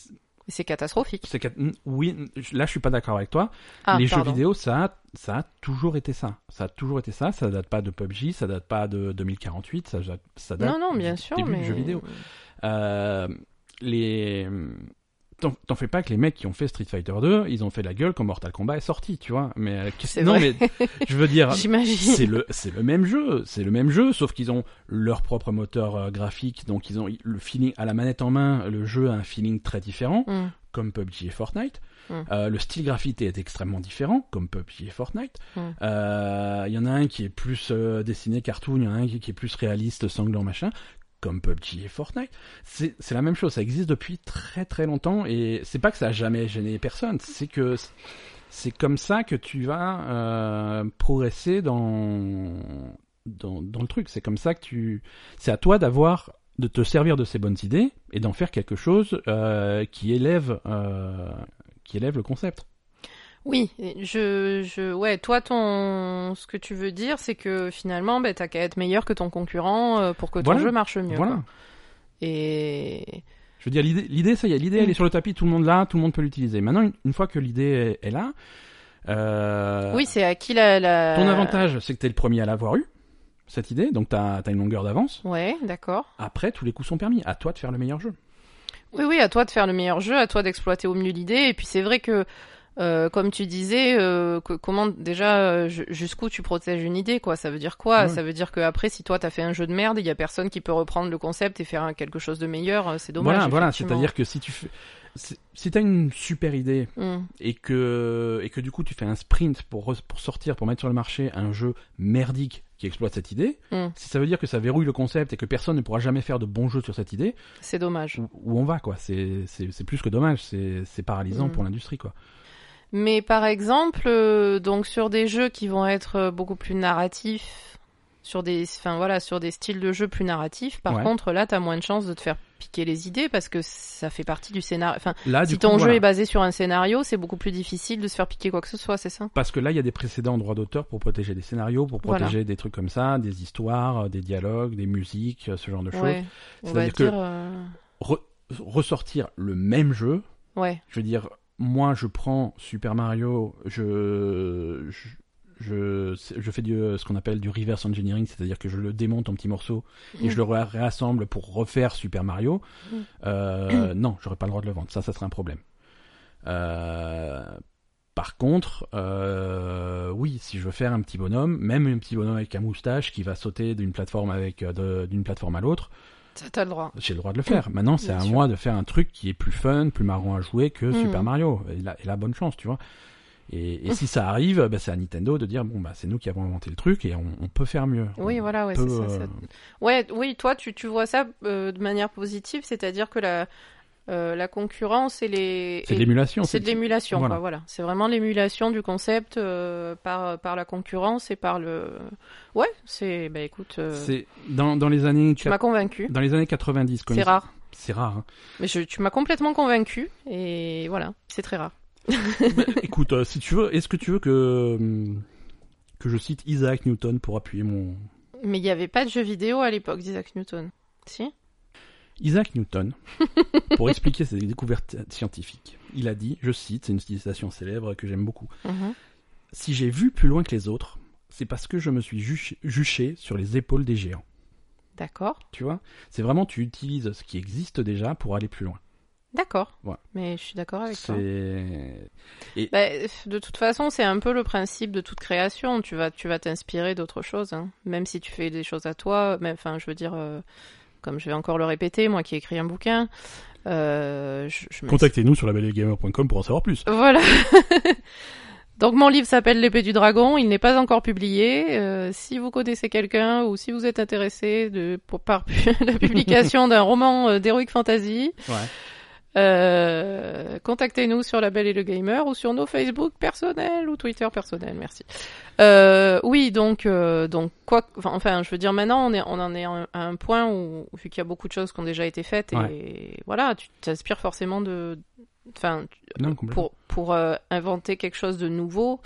Speaker 2: c'est catastrophique.
Speaker 1: c'est qu'à- oui. Là, je suis pas d'accord avec toi.
Speaker 2: Ah,
Speaker 1: les
Speaker 2: pardon.
Speaker 1: jeux vidéo, ça a, ça a toujours été ça. Ça a toujours été ça. Ça date pas de PUBG, ça date pas de 2048, ça, ja- ça date
Speaker 2: Non, non, bien
Speaker 1: du
Speaker 2: sûr,
Speaker 1: début
Speaker 2: mais.
Speaker 1: du jeu vidéo. Euh, les... T'en t'en fais pas que les mecs qui ont fait Street Fighter 2, ils ont fait la gueule quand Mortal Kombat est sorti, tu vois. Mais euh, qu'est-ce-
Speaker 2: C'est
Speaker 1: non,
Speaker 2: vrai.
Speaker 1: mais je veux
Speaker 2: *laughs*
Speaker 1: dire, c'est
Speaker 2: J'imagine.
Speaker 1: le c'est le même jeu, c'est le même jeu, sauf qu'ils ont leur propre moteur euh, graphique, donc ils ont le feeling à la manette en main, le jeu a un feeling très différent
Speaker 2: Hmm.
Speaker 1: comme PUBG et Fortnite.
Speaker 2: Mm.
Speaker 1: Euh, le style graphique est extrêmement différent, comme PUBG et Fortnite.
Speaker 2: Mm.
Speaker 1: Euh, Il y en a un qui est plus euh, dessiné cartoon, il y en a un qui, qui est plus réaliste, sanglant, machin, comme PUBG et Fortnite. C'est c'est la même chose, ça existe depuis très très longtemps et c'est pas que ça a jamais gêné personne, c'est que c'est comme ça que tu vas euh, progresser dans, dans dans le truc. C'est comme ça que tu, c'est à toi d'avoir de te servir de ces bonnes idées et d'en faire quelque chose euh, qui élève euh, qui élève le concept.
Speaker 2: Oui, et je, je, ouais, toi, ton, ce que tu veux dire, c'est que finalement, ben, t'as qu'à être meilleur que ton concurrent euh, pour que ton
Speaker 1: Voilà.
Speaker 2: jeu marche mieux.
Speaker 1: voilà.
Speaker 2: quoi. Et
Speaker 1: Je veux dire l'idée l'idée ça y est, l'idée elle
Speaker 2: Mm.
Speaker 1: est sur le tapis, tout le monde l'a, tout le monde peut l'utiliser. Maintenant une, une fois que l'idée est, est là, euh,
Speaker 2: oui, euh, c'est à qui la, la...
Speaker 1: ton avantage c'est que t'es le premier à l'avoir eu cette idée, donc t'as as une longueur d'avance.
Speaker 2: Ouais, d'accord.
Speaker 1: Après tous les coups sont permis, à toi de faire le meilleur jeu.
Speaker 2: Oui, oui, à toi de faire le meilleur jeu, à toi d'exploiter au mieux l'idée. Et puis c'est vrai que, euh, comme tu disais, euh, que- comment déjà euh, ju- jusqu'où tu protèges une idée, quoi. Ça veut dire quoi
Speaker 1: Ouais.
Speaker 2: Ça veut dire que après, si toi t'as fait un jeu de merde, il y a personne qui peut reprendre le concept et faire un- quelque chose de meilleur. euh, C'est dommage.
Speaker 1: voilà, voilà,
Speaker 2: effectivement.
Speaker 1: c'est-à-dire que si tu fais si si t'as une super idée
Speaker 2: Mm.
Speaker 1: et que et que du coup tu fais un sprint pour re- pour sortir pour mettre sur le marché un jeu merdique qui exploite cette idée,
Speaker 2: Mm.
Speaker 1: si ça veut dire que ça verrouille le concept et que personne ne pourra jamais faire de bons jeux sur cette idée,
Speaker 2: C'est dommage.
Speaker 1: où, où on va quoi C'est c'est c'est plus que dommage, c'est c'est paralysant
Speaker 2: Mm.
Speaker 1: pour l'industrie quoi.
Speaker 2: Mais par exemple, euh, donc sur des jeux qui vont être euh, beaucoup plus narratifs, sur des, enfin voilà, sur des styles de jeu plus narratifs. Par
Speaker 1: Ouais.
Speaker 2: contre, là, t'as moins de chances de te faire piquer les idées parce que ça fait partie du scénario. Enfin,
Speaker 1: Là
Speaker 2: si
Speaker 1: Ah, du
Speaker 2: ton
Speaker 1: coup,
Speaker 2: jeu
Speaker 1: voilà.
Speaker 2: est basé sur un scénario, c'est beaucoup plus difficile de se faire piquer quoi que ce soit, c'est ça
Speaker 1: parce que là il y a des précédents en droit d'auteur pour protéger des scénarios, pour
Speaker 2: Voilà.
Speaker 1: protéger des trucs comme ça, des histoires, euh, des dialogues, des musiques, euh, ce genre de choses.
Speaker 2: Ouais. On va
Speaker 1: C'est-à-dire que-
Speaker 2: dire. euh,
Speaker 1: Re- ressortir le même jeu,
Speaker 2: Ouais.
Speaker 1: je veux dire moi je prends Super Mario, je je, je, je fais du, euh, ce qu'on appelle du reverse engineering, c'est-à-dire que je le démonte en petits morceaux et je le ré- réassemble pour refaire Super Mario. Euh, non, j'aurais pas le droit de le vendre. Ça, ça serait un problème. Euh, par contre, euh, oui, si je veux faire un petit bonhomme, même un petit bonhomme avec un moustache qui va sauter d'une plateforme avec euh, de- d'une plateforme à l'autre,
Speaker 2: Ça, t'as le droit.
Speaker 1: j'ai le droit de le faire. Maintenant, c'est
Speaker 2: Bien
Speaker 1: à
Speaker 2: sûr.
Speaker 1: moi de faire un truc qui est plus fun, plus marrant à jouer que
Speaker 2: Mhm.
Speaker 1: Super Mario. Et la, et la bonne chance, tu vois. Et, et si ça arrive, bah, c'est à Nintendo de dire bon bah c'est nous qui avons inventé le truc et on, on peut faire mieux.
Speaker 2: Oui,
Speaker 1: On
Speaker 2: voilà, ouais,
Speaker 1: peut,
Speaker 2: c'est ça, ça.
Speaker 1: euh,
Speaker 2: Ouais, oui, toi, tu, tu vois ça euh, de manière positive, c'est-à-dire que la, euh, la concurrence et les.
Speaker 1: C'est
Speaker 2: et-
Speaker 1: de l'émulation.
Speaker 2: C'est de l'émulation,
Speaker 1: Voilà.
Speaker 2: quoi, voilà. C'est vraiment l'émulation du concept euh, par, par la concurrence et par le. Ouais, c'est. Bah écoute, euh,
Speaker 1: C'est dans, dans les années
Speaker 2: tu m'as convaincu.
Speaker 1: dans les années 90. quand
Speaker 2: C'est
Speaker 1: ils-
Speaker 2: rare.
Speaker 1: C'est rare. hein. *laughs*
Speaker 2: Mais je, tu m'as complètement convaincu et voilà, c'est très rare.
Speaker 1: Bah, écoute, euh, si tu veux, est-ce que tu veux que hum, que je cite Isaac Newton pour appuyer mon
Speaker 2: Mais il n'y avait pas de jeux vidéo à l'époque d'Isaac Newton. Si
Speaker 1: Isaac
Speaker 2: *laughs*
Speaker 1: Newton pour expliquer ses découvertes scientifiques. Il a dit, je cite, c'est une citation célèbre que j'aime beaucoup.
Speaker 2: Mhm.
Speaker 1: Si j'ai vu plus loin que les autres, c'est parce que je me suis juché, juché sur les épaules des géants.
Speaker 2: D'accord,
Speaker 1: Tu vois, c'est vraiment tu utilises ce qui existe déjà pour aller plus loin.
Speaker 2: d'accord.
Speaker 1: Ouais.
Speaker 2: Mais je suis Ah, d'accord avec toi.
Speaker 1: C'est
Speaker 2: Bah, de toute façon, c'est un peu le principe de toute création. Tu vas, tu vas t'inspirer d'autres choses, hein. même si tu fais des choses à toi. Mais enfin, je veux dire, euh, comme je vais encore le répéter, moi qui ai écrit un bouquin, euh, je, je m'inspire-
Speaker 1: Contactez-nous sur labellegamer.com pour en savoir plus.
Speaker 2: Voilà. *laughs* Donc mon livre s'appelle L'épée du dragon, il n'est pas encore publié. Euh, si vous connaissez quelqu'un ou si vous êtes intéressé de, pour, par *laughs* la publication d'un roman euh, d'Heroic Fantasy,
Speaker 1: Ouais.
Speaker 2: euh, contactez-nous sur La Belle et le Gamer ou sur nos Facebook personnels ou Twitter personnels, merci. Euh, oui, donc, euh, donc quoi, que- enfin, enfin, je veux dire, maintenant on, est, on en est à un- à un point où, vu qu'il y a beaucoup de choses qui ont déjà été faites, et voilà, tu t'inspires forcément de... Enfin,
Speaker 1: Non, complètement.
Speaker 2: pour, pour euh, inventer quelque chose de nouveau,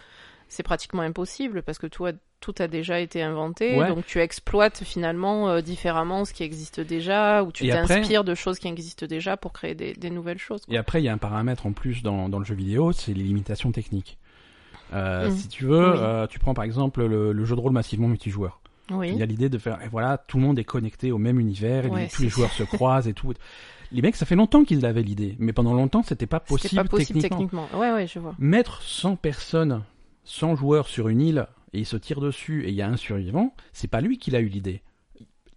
Speaker 2: c'est pratiquement impossible parce que tout a, tout a déjà été inventé.
Speaker 1: Ouais.
Speaker 2: Donc tu exploites finalement euh, différemment ce qui existe déjà ou tu
Speaker 1: Et après-
Speaker 2: t'inspires de choses qui existent déjà pour créer des, des nouvelles choses.
Speaker 1: Et après, il y a un paramètre en plus dans, dans le jeu vidéo, c'est les limitations techniques. Euh,
Speaker 2: Mm.
Speaker 1: Si tu veux,
Speaker 2: Oui.
Speaker 1: euh, tu prends par exemple le, le jeu de rôle massivement multijoueur. Il
Speaker 2: Oui.
Speaker 1: y a l'idée de faire, et voilà, tout le monde est connecté au même univers, et
Speaker 2: Ouais,
Speaker 1: tous les
Speaker 2: c'est-
Speaker 1: joueurs se croisent et tout. Les mecs, ça fait longtemps qu'ils avaient l'idée, mais pendant longtemps, c'était pas
Speaker 2: C'était
Speaker 1: possible,
Speaker 2: pas possible
Speaker 1: techniquement.
Speaker 2: techniquement. Ouais, ouais, je vois.
Speaker 1: Mettre 100 personnes, 100 joueurs sur une île et ils se tirent dessus et il y a un survivant, c'est pas lui qui l'a eu l'idée.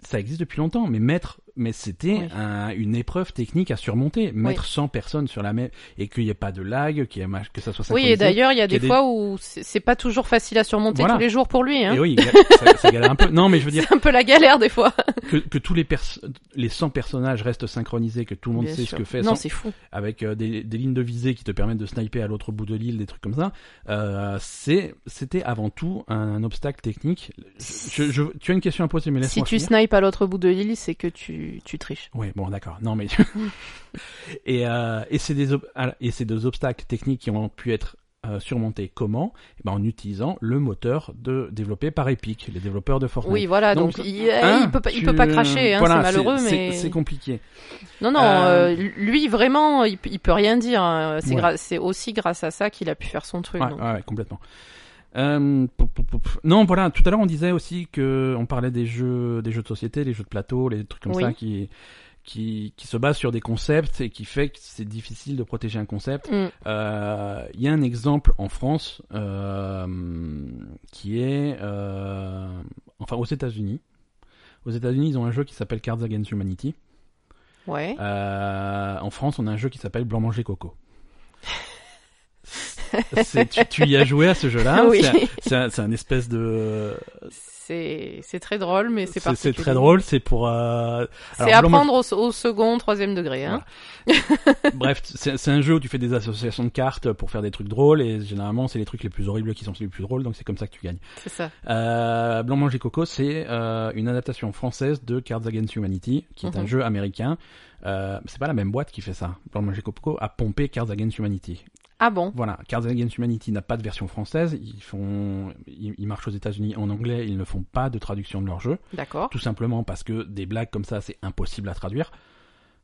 Speaker 1: Ça existe depuis longtemps, mais mettre, mais c'était
Speaker 2: Oui.
Speaker 1: un- une épreuve technique à surmonter. Mettre 100 personnes sur la même et qu'il n'y ait pas de lag, qu'il y ait, ma- que ça soit
Speaker 2: Oui,
Speaker 1: synchronisé.
Speaker 2: et d'ailleurs, il y a
Speaker 1: qu'il y
Speaker 2: des
Speaker 1: a des-
Speaker 2: fois où c'est c'est pas toujours facile à surmonter
Speaker 1: Voilà.
Speaker 2: tous les jours pour lui. Hein.
Speaker 1: Et oui, ça, ça galère un peu. Non, mais je veux dire
Speaker 2: C'est un peu la galère des fois.
Speaker 1: que, que tous les pers- les 100 personnages restent synchronisés, que tout le monde
Speaker 2: Bien
Speaker 1: sait
Speaker 2: sûr.
Speaker 1: ce que fait,
Speaker 2: Non,
Speaker 1: sans-
Speaker 2: c'est fou.
Speaker 1: avec euh, des, des lignes de visée qui te permettent de sniper à l'autre bout de l'île, des trucs comme ça, euh, c'est- c'était avant tout un obstacle technique. Je- je- tu as une question à poser, mais
Speaker 2: Si
Speaker 1: laisse-moi
Speaker 2: tu
Speaker 1: finir.
Speaker 2: snipes à l'autre bout de l'île, c'est que tu, tu triches.
Speaker 1: Oui, bon, d'accord. Non, mais
Speaker 2: Mm.
Speaker 1: *laughs* et, euh, et c'est des ob- ah, et c'est des obstacles techniques qui ont pu être euh, surmontés. Comment Eh ben, en utilisant le moteur de développé par Epic, les développeurs de Fortnite.
Speaker 2: Oui, voilà. Donc,
Speaker 1: Donc,
Speaker 2: il, il
Speaker 1: Hein,
Speaker 2: peut pas, il
Speaker 1: tu-
Speaker 2: peut pas cracher. Hein,
Speaker 1: voilà,
Speaker 2: c'est malheureux,
Speaker 1: c'est-
Speaker 2: mais
Speaker 1: c'est- c'est compliqué.
Speaker 2: Non, non,
Speaker 1: Euh,
Speaker 2: euh, lui vraiment, il, il peut rien dire. hein. C'est
Speaker 1: Ouais.
Speaker 2: gra- c'est aussi grâce à ça qu'il a pu faire son truc.
Speaker 1: Ouais,
Speaker 2: donc.
Speaker 1: ouais, ouais, complètement. Euh, pou- pou- pou- pou. non, voilà. Tout à l'heure, on disait aussi que on parlait des jeux, des jeux de société, les jeux de plateau, les trucs comme
Speaker 2: Oui.
Speaker 1: ça qui, qui, qui se basent sur des concepts et qui fait que c'est difficile de protéger un concept.
Speaker 2: Mm.
Speaker 1: Euh, Il y a un exemple en France euh, qui est, euh, enfin, aux États-Unis. Aux États-Unis, ils ont un jeu qui s'appelle Cards Against Humanity.
Speaker 2: Ouais.
Speaker 1: Euh, en France, on a un jeu qui s'appelle Blanc manger coco. C'est- tu, tu y as joué à ce jeu-là
Speaker 2: *laughs* Oui.
Speaker 1: c'est un- C'est un, c'est un espèce de.
Speaker 2: C'est c'est très drôle, mais c'est
Speaker 1: C'est c'est
Speaker 2: particulier.
Speaker 1: très drôle. C'est pour. euh,
Speaker 2: C'est
Speaker 1: alors,
Speaker 2: apprendre au, au second, troisième degré. Hein.
Speaker 1: Bref, c'est c'est un jeu où tu fais des associations de cartes pour faire des trucs drôles et généralement c'est les trucs les plus horribles qui sont les plus drôles. Donc c'est comme ça que tu gagnes.
Speaker 2: C'est ça.
Speaker 1: Euh, Blanc manger coco, c'est euh, une adaptation française de Cards Against Humanity, qui est un
Speaker 2: Mhm.
Speaker 1: jeu américain. Euh, c'est pas la même boîte qui fait ça. Blanc manger coco a pompé Cards Against Humanity.
Speaker 2: Ah bon
Speaker 1: Voilà, Cards Against Humanity n'a pas de version française. Ils font, ils, ils marchent aux États-Unis en anglais. Ils ne font pas de traduction de leur jeu,
Speaker 2: D'accord.
Speaker 1: tout simplement parce que des blagues comme ça, c'est impossible à traduire.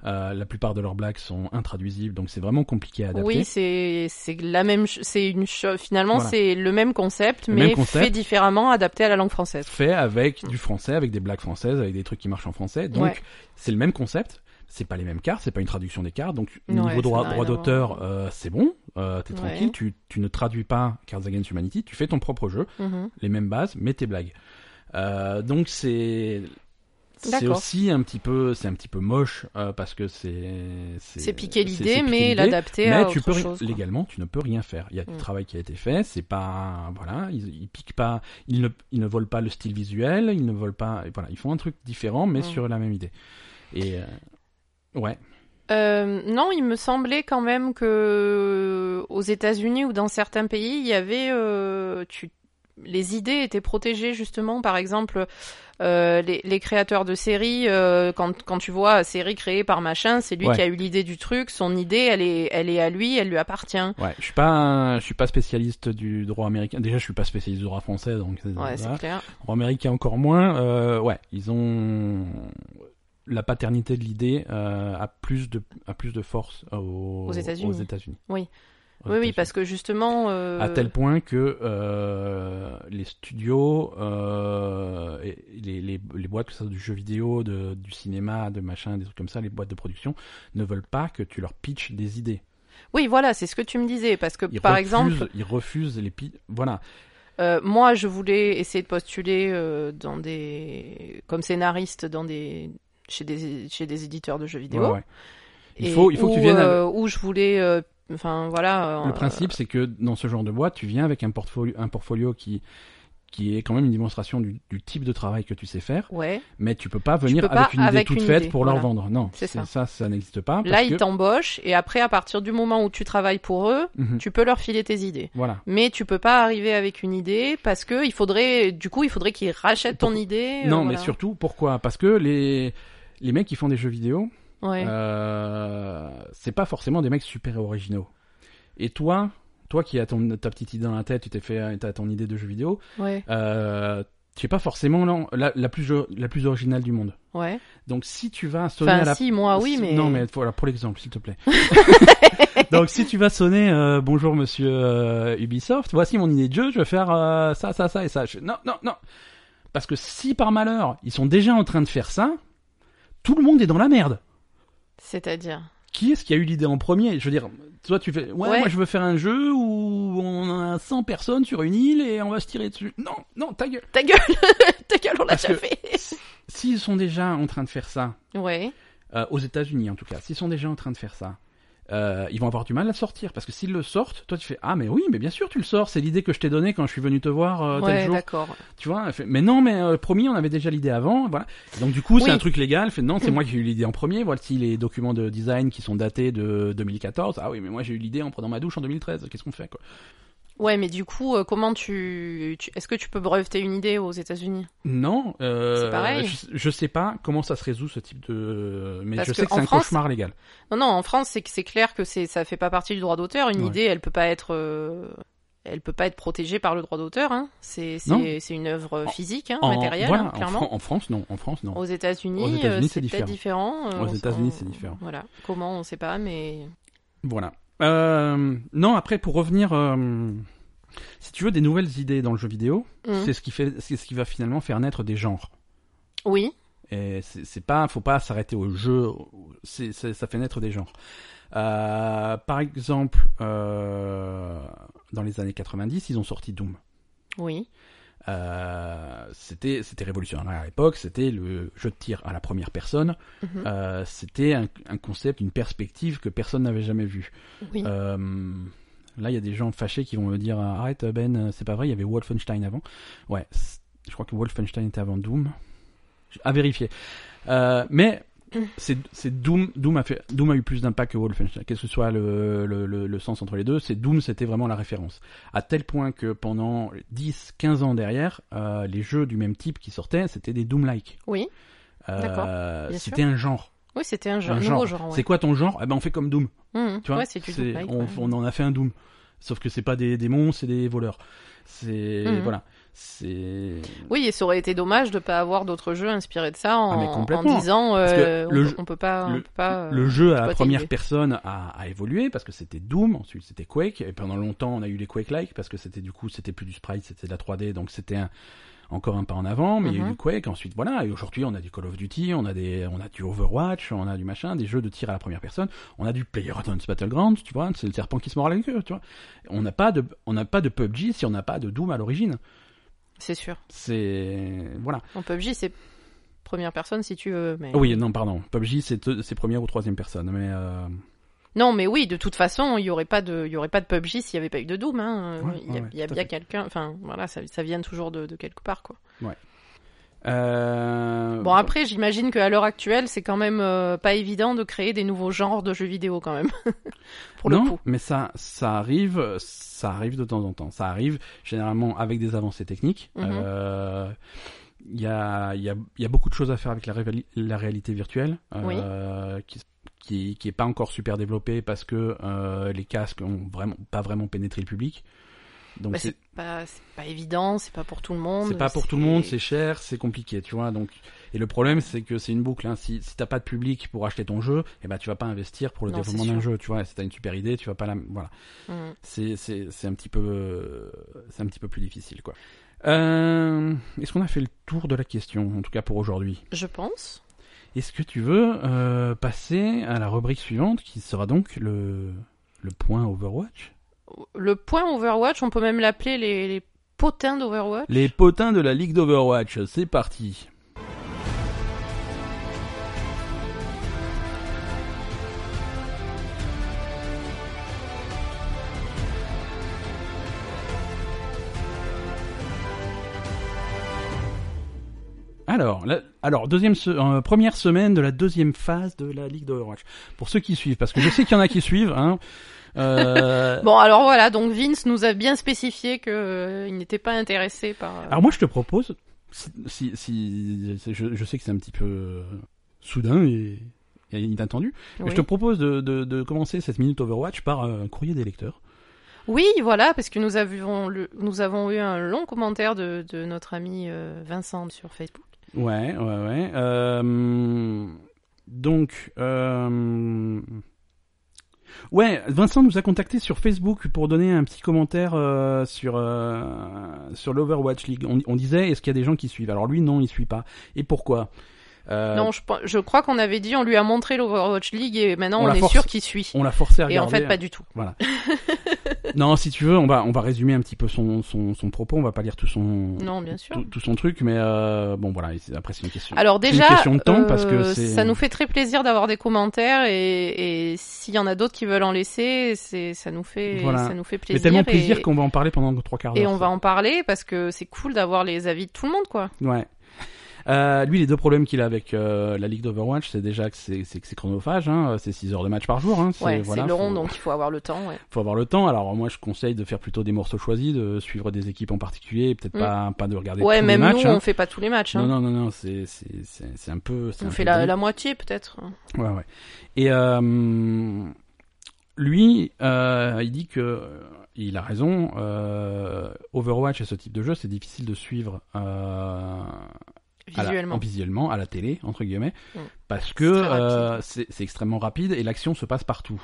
Speaker 1: Euh, la plupart de leurs blagues sont intraduisibles, donc c'est vraiment compliqué à adapter.
Speaker 2: Oui, c'est c'est la même, ch- c'est une cho- finalement
Speaker 1: Voilà.
Speaker 2: c'est le même concept,
Speaker 1: Le
Speaker 2: mais
Speaker 1: même concept.
Speaker 2: fait différemment, adapté à la langue française.
Speaker 1: fait avec du français, avec des blagues françaises, avec des trucs qui marchent en français. Donc
Speaker 2: Ouais.
Speaker 1: c'est le même concept. C'est pas les mêmes cartes, c'est pas une traduction des cartes. Donc
Speaker 2: Ouais,
Speaker 1: niveau
Speaker 2: ça
Speaker 1: droit,
Speaker 2: n'a rien
Speaker 1: droit
Speaker 2: à
Speaker 1: d'auteur, euh, c'est bon. Euh, t'es
Speaker 2: Ouais.
Speaker 1: tranquille. Tu, tu ne traduis pas Cards Against Humanity. Tu fais ton propre jeu,
Speaker 2: Mhm.
Speaker 1: les mêmes bases, mais tes blagues. Euh, donc c'est c'est
Speaker 2: D'accord.
Speaker 1: aussi un petit peu c'est un petit peu moche euh, parce que c'est
Speaker 2: C'est piquer
Speaker 1: c'est- c'est
Speaker 2: l'idée,
Speaker 1: piquer
Speaker 2: mais
Speaker 1: l'idée.
Speaker 2: l'adapter
Speaker 1: Mais
Speaker 2: à
Speaker 1: tu
Speaker 2: autre
Speaker 1: peux ri-
Speaker 2: chose. quoi.
Speaker 1: légalement, tu ne peux rien faire. Il y a du
Speaker 2: Mm.
Speaker 1: travail qui a été fait. C'est pas voilà, ils, ils piquent pas, ils ne ils ne volent pas le style visuel, ils ne volent pas. Voilà, ils font un truc différent, mais
Speaker 2: Mm.
Speaker 1: sur la même idée. Et euh, ouais,
Speaker 2: Euh, non, il me semblait quand même que euh, aux États-Unis ou dans certains pays, il y avait euh, tu les idées étaient protégées justement, par exemple, euh, les, les créateurs de séries, euh, quand, quand tu vois série créée par machin, c'est lui
Speaker 1: Ouais.
Speaker 2: qui a eu l'idée du truc, son idée, elle est, elle est à lui, elle lui appartient.
Speaker 1: ouais. Je suis pas je suis pas spécialiste du droit américain. Déjà, je suis pas spécialiste du droit français, donc
Speaker 2: Ouais,
Speaker 1: voilà.
Speaker 2: c'est clair.
Speaker 1: droit américain encore moins. Euh, ouais, ils ont la paternité de l'idée euh, a plus de a plus de force aux,
Speaker 2: Aux États-Unis.
Speaker 1: États-Unis.
Speaker 2: Oui.
Speaker 1: Aux
Speaker 2: oui, oui,
Speaker 1: États-Unis.
Speaker 2: parce que justement, euh,
Speaker 1: à tel point que euh, les studios, euh, et les, les, les boîtes, que ce soit du jeu vidéo, de, du cinéma, de machin, des trucs comme ça, les boîtes de production, ne veulent pas que tu leur pitches des idées.
Speaker 2: oui, voilà, c'est ce que tu me disais, parce que
Speaker 1: Ils
Speaker 2: Euh, par
Speaker 1: refusent,
Speaker 2: exemple,
Speaker 1: ils refusent les pitches. Voilà.
Speaker 2: Euh, moi, je voulais essayer de postuler euh, dans des comme scénariste dans des chez des chez des éditeurs de jeux vidéo.
Speaker 1: Ouais, ouais. Il faut, il faut que tu viennes. avec-
Speaker 2: euh, où je voulais. euh, Enfin voilà. euh,
Speaker 1: Le principe, c'est que dans ce genre de boîte, tu viens avec un portfolio, un portfolio qui qui est quand même une démonstration du, du type de travail que tu sais faire,
Speaker 2: Ouais.
Speaker 1: mais tu peux pas venir
Speaker 2: peux pas
Speaker 1: avec une idée
Speaker 2: avec
Speaker 1: toute
Speaker 2: une
Speaker 1: faite
Speaker 2: idée,
Speaker 1: pour leur
Speaker 2: voilà.
Speaker 1: vendre. Non,
Speaker 2: C'est
Speaker 1: c'est-
Speaker 2: ça.
Speaker 1: ça, ça n'existe pas.
Speaker 2: Là,
Speaker 1: parce
Speaker 2: ils
Speaker 1: que-
Speaker 2: t'embauchent et après, à partir du moment où tu travailles pour eux,
Speaker 1: Mhm.
Speaker 2: tu peux leur filer tes idées.
Speaker 1: Voilà.
Speaker 2: Mais tu peux pas arriver avec une idée parce que il faudrait, du coup, il faudrait qu'ils rachètent ton idée. euh,
Speaker 1: Non,
Speaker 2: voilà.
Speaker 1: mais surtout, pourquoi Parce que les, les mecs qui font des jeux vidéo,
Speaker 2: Ouais.
Speaker 1: euh, c'est pas forcément des mecs super originaux. Et toi, toi qui as ton, ta petite idée dans la tête, tu t'es fait, t'as ton idée de jeu vidéo,
Speaker 2: ouais.
Speaker 1: euh, tu es pas forcément la, la, la plus, la plus originale du monde.
Speaker 2: Ouais.
Speaker 1: Donc si tu vas sonner
Speaker 2: Enfin,
Speaker 1: à la
Speaker 2: si, moi, oui,
Speaker 1: si-
Speaker 2: mais.
Speaker 1: Non, mais voilà, pour l'exemple, s'il te
Speaker 2: *laughs*
Speaker 1: plaît. Donc, si tu vas sonner euh, Bonjour, monsieur euh, Ubisoft, voici mon idée de jeu, je vais faire euh, ça, ça, ça et ça. Je- Non, non, non. Parce que si par malheur, ils sont déjà en train de faire ça, tout le monde est dans la merde.
Speaker 2: C'est-à-dire.
Speaker 1: Qui est-ce qui a eu l'idée en premier Je veux dire, toi, tu fais ouais,
Speaker 2: Ouais.
Speaker 1: moi, je veux faire un jeu où on a 100 personnes sur une île et on va se tirer dessus. Non, non, ta gueule.
Speaker 2: Ta gueule, *laughs* ta gueule, on l'a
Speaker 1: Parce
Speaker 2: déjà
Speaker 1: que-
Speaker 2: fait.
Speaker 1: *laughs* S'ils sont déjà en train de faire ça,
Speaker 2: Ouais.
Speaker 1: Euh, aux États-Unis en tout cas, s'ils sont déjà en train de faire ça, euh, ils vont avoir du mal à le sortir parce que s'ils le sortent, toi tu fais ah mais oui mais bien sûr tu le sors, c'est l'idée que je t'ai donnée quand je suis venu te voir euh, tel
Speaker 2: ouais,
Speaker 1: jour,
Speaker 2: d'accord.
Speaker 1: tu vois. elle fait, mais non mais euh, promis on avait déjà l'idée avant, voilà. Et donc du coup c'est
Speaker 2: Oui. Mm.
Speaker 1: un truc légal, elle fait non c'est moi qui ai eu l'idée en premier, voici les documents de design qui sont datés de 2014, ah oui mais moi j'ai eu l'idée en prenant ma douche en 2013, qu'est-ce qu'on fait quoi
Speaker 2: Ouais, mais du coup, euh, comment tu, tu- est-ce que tu peux breveter une idée aux États-Unis
Speaker 1: Non, euh,
Speaker 2: C'est pareil.
Speaker 1: je, je sais pas comment ça se résout ce type de, mais
Speaker 2: Parce
Speaker 1: je
Speaker 2: que
Speaker 1: sais que
Speaker 2: en
Speaker 1: c'est un
Speaker 2: France-
Speaker 1: cauchemar légal.
Speaker 2: Non, non, en France, c'est que c'est clair que c'est, ça fait pas partie du droit d'auteur. Une
Speaker 1: Ouais.
Speaker 2: idée, elle peut pas être, euh, elle peut pas être protégée par le droit d'auteur. Hein. C'est,
Speaker 1: Non.
Speaker 2: c'est, c'est une œuvre
Speaker 1: En-
Speaker 2: physique, hein,
Speaker 1: En-
Speaker 2: matérielle,
Speaker 1: voilà,
Speaker 2: hein,
Speaker 1: en
Speaker 2: clairement.
Speaker 1: Fran- en France non, en France non.
Speaker 2: Aux États-Unis,
Speaker 1: Aux
Speaker 2: euh,
Speaker 1: États-Unis, c'est
Speaker 2: c'est peut-être différent. euh,
Speaker 1: Aux
Speaker 2: on s'en-
Speaker 1: États-Unis, c'est différent.
Speaker 2: Voilà. Comment, on sait pas, mais
Speaker 1: Voilà. Euh, non, après, pour revenir, euh, si tu veux des nouvelles idées dans le jeu vidéo,
Speaker 2: Hum.
Speaker 1: c'est ce qui fait, c'est ce qui va finalement faire naître des genres.
Speaker 2: oui,
Speaker 1: Et c'est c'est pas, faut pas s'arrêter au jeu. C'est, c'est- ça fait naître des genres. Euh, par exemple, euh, dans les années 90, ils ont sorti Doom.
Speaker 2: oui,
Speaker 1: Euh, c'était, c'était révolutionnaire à l'époque. C'était le jeu de tir à la première personne.
Speaker 2: Mhm.
Speaker 1: Euh, c'était un, un concept, une perspective que personne n'avait jamais vue.
Speaker 2: oui.
Speaker 1: Euh, là, il y a des gens fâchés qui vont me dire euh, arrête Ben, euh, c'est pas vrai, il y avait Wolfenstein avant. Ouais, c'est- je crois que Wolfenstein était avant Doom. À vérifier. Euh, mais c'est c'est Doom, Doom a fait, Doom a eu plus d'impact que Wolfenstein. Qu'est-ce que soit le, le, le, le sens entre les deux, c'est Doom, c'était vraiment la référence. À tel point que pendant 10, 15 ans derrière, euh, les jeux du même type qui sortaient, c'était des Doom-like.
Speaker 2: Oui.
Speaker 1: Euh,
Speaker 2: D'accord, bien
Speaker 1: c'était un genre.
Speaker 2: Oui, c'était un, genre,
Speaker 1: un
Speaker 2: nouveau genre. ouais.
Speaker 1: C'est quoi ton genre Eh ben on fait comme Doom.
Speaker 2: Hum,
Speaker 1: Tu vois,
Speaker 2: ouais, c'est du
Speaker 1: c'est-
Speaker 2: bootleg,
Speaker 1: on,
Speaker 2: ouais.
Speaker 1: on en a fait un Doom. Sauf que c'est pas des démons, c'est des voleurs. C'est
Speaker 2: Mhm. Euh,
Speaker 1: voilà. C'est.
Speaker 2: Oui, et ça aurait été dommage de pas avoir d'autres jeux inspirés de ça
Speaker 1: Ah, mais
Speaker 2: en, en
Speaker 1: complètement.
Speaker 2: disant
Speaker 1: Parce
Speaker 2: euh,
Speaker 1: que
Speaker 2: on,
Speaker 1: le jeu-
Speaker 2: on peut pas, on peut pas, euh,
Speaker 1: le jeu à
Speaker 2: on peut
Speaker 1: la
Speaker 2: pas
Speaker 1: première
Speaker 2: t'aider.
Speaker 1: personne a, a évolué parce que c'était Doom, ensuite c'était Quake, et pendant longtemps on a eu les Quake-like parce que c'était du coup c'était plus du sprite, c'était de la 3D, donc c'était un- encore un pas en avant, mais il y a eu
Speaker 2: Mhm.
Speaker 1: du Quake, ensuite voilà, et aujourd'hui on a du Call of Duty, on a des, on a du Overwatch, on a du machin, des jeux de tir à la première personne, on a du PlayerUnknown's Battlegrounds, tu vois, c'est le serpent qui se mord la queue, tu vois. On n'a pas de, on n'a pas de PUBG si on n'a pas de Doom à l'origine.
Speaker 2: C'est sûr.
Speaker 1: C'est voilà.
Speaker 2: En PUBG, c'est première personne si tu veux. Mais...
Speaker 1: Ah Oui, non, pardon. PUBG c'est c'est première ou troisième personne, mais euh,
Speaker 2: Non, mais oui, de toute façon, il y aurait pas de, il y aurait pas de PUBG s'il y avait pas eu de Doom. Hein.
Speaker 1: Ouais,
Speaker 2: il y a,
Speaker 1: ouais,
Speaker 2: il y a
Speaker 1: tout à
Speaker 2: bien
Speaker 1: fait.
Speaker 2: quelqu'un. Enfin, voilà, ça, ça vient toujours de, de quelque part, quoi.
Speaker 1: euh,
Speaker 2: Bon, après, j'imagine qu'à l'heure actuelle, c'est quand même euh, pas évident de créer des nouveaux genres de jeux vidéo, quand même. *laughs* Pour
Speaker 1: non,
Speaker 2: le coup.
Speaker 1: mais ça, ça arrive, ça arrive de temps en temps. Ça arrive généralement avec des avancées techniques.
Speaker 2: Mhm.
Speaker 1: Euh, Il y, a, il y, a, il y a beaucoup de choses à faire avec la, révali- la réalité virtuelle, euh, qui, qui, qui est pas encore super développée parce que euh, les casques ont vraiment pas vraiment pénétré le public. Donc
Speaker 2: Bah,
Speaker 1: c'est
Speaker 2: c'est pas, c'est pas évident, c'est pas pour tout le monde.
Speaker 1: c'est pas pour tout le monde, c'est cher, c'est compliqué, tu vois. Donc et le problème c'est que c'est une boucle. Hein. Si, si t'as pas de public pour acheter ton jeu, eh ben tu vas pas investir pour le
Speaker 2: Non, c'est
Speaker 1: développement d'un jeu, tu vois. Et si t'as une super idée, tu vas pas la voilà.
Speaker 2: Mm.
Speaker 1: c'est c'est c'est un petit peu euh, c'est un petit peu plus difficile quoi. Euh, Est-ce qu'on a fait le tour de la question en tout cas pour aujourd'hui
Speaker 2: Je pense.
Speaker 1: Est-ce que tu veux euh, passer à la rubrique suivante qui sera donc le le point Overwatch
Speaker 2: Le point Overwatch, on peut même l'appeler les, les potins d'Overwatch.
Speaker 1: Les potins de la ligue d'Overwatch, c'est parti. Alors, la- alors deuxième se- euh, première semaine de la deuxième phase de la Ligue d'Overwatch. Pour ceux qui suivent, parce que je sais qu'il y en a qui suivent. Hein, euh,
Speaker 2: Bon, alors voilà, donc Vince nous a bien spécifié que euh, il n'était pas intéressé par. euh,
Speaker 1: Alors moi je te propose, si, si, si- je, je sais que c'est un petit peu euh, soudain et, et inattendu, mais
Speaker 2: oui.
Speaker 1: je te propose de, de, de commencer cette minute Overwatch par euh, un courrier des lecteurs.
Speaker 2: Oui, voilà, parce que nous avons, le- nous avons eu un long commentaire de, de notre ami euh, Vincent sur Facebook.
Speaker 1: Ouais, ouais, ouais. Euh, donc, euh, ouais, Vincent nous a contacté sur Facebook pour donner un petit commentaire euh, sur euh, sur l'Overwatch League. On, on disait, est-ce qu'il y a des gens qui suivent Alors lui, non, il suit pas. Et pourquoi Euh,
Speaker 2: Non, je, pen- je crois qu'on avait dit, on lui a montré l'Overwatch League et maintenant
Speaker 1: On
Speaker 2: on,
Speaker 1: la
Speaker 2: est
Speaker 1: force.
Speaker 2: sûr qu'il suit.
Speaker 1: on l'a hein. forcé à
Speaker 2: Et
Speaker 1: regarder.
Speaker 2: en fait, pas du tout.
Speaker 1: Non, si tu veux, on va on va résumer un petit peu son son, son propos. On va pas lire tout son
Speaker 2: Non, bien sûr. Ah,
Speaker 1: tout, tout son truc, mais euh, bon voilà. et c'est- Après, c'est une question.
Speaker 2: Alors
Speaker 1: C'est une
Speaker 2: déjà,
Speaker 1: question de temps, parce que
Speaker 2: euh,
Speaker 1: c'est-
Speaker 2: ça nous fait très plaisir d'avoir des commentaires et, et s'il y en a d'autres qui veulent en laisser, c'est ça nous fait
Speaker 1: Voilà.
Speaker 2: ça nous fait plaisir.
Speaker 1: mais tellement plaisir
Speaker 2: et,
Speaker 1: qu'on va en parler pendant trois quarts d'heure.
Speaker 2: et on va en parler parce que c'est cool d'avoir les avis de tout le monde, quoi.
Speaker 1: Ouais. Euh, lui, les deux problèmes qu'il a avec euh, la ligue d'Overwatch, c'est déjà que c'est c'est que c'est chronophage, hein, c'est 6 heures de match par jour. Hein, c'est-
Speaker 2: Ouais,
Speaker 1: voilà,
Speaker 2: c'est long,
Speaker 1: faut-
Speaker 2: donc il faut avoir le temps. Ouais.
Speaker 1: faut avoir le temps. Alors moi, je conseille de faire plutôt des morceaux choisis, de suivre des équipes en particulier, et peut-être
Speaker 2: Mm.
Speaker 1: pas pas de regarder
Speaker 2: Ouais,
Speaker 1: tous
Speaker 2: même
Speaker 1: les matchs.
Speaker 2: nous,
Speaker 1: hein.
Speaker 2: on fait pas tous les matchs. hein.
Speaker 1: Non, non, non, non, c'est c'est c'est c'est un peu. c'est
Speaker 2: on
Speaker 1: un
Speaker 2: fait
Speaker 1: peu
Speaker 2: la,
Speaker 1: dingue.
Speaker 2: la moitié peut-être.
Speaker 1: Ouais, ouais. Et euh, lui, euh, il dit que euh, il a raison. euh, Overwatch et ce type de jeu, c'est difficile de suivre euh, à la-
Speaker 2: Visuellement.
Speaker 1: en visuellement à la télé entre guillemets,
Speaker 2: Mm.
Speaker 1: parce que
Speaker 2: C'est très rapide.
Speaker 1: euh, c'est c'est extrêmement rapide et l'action se passe partout.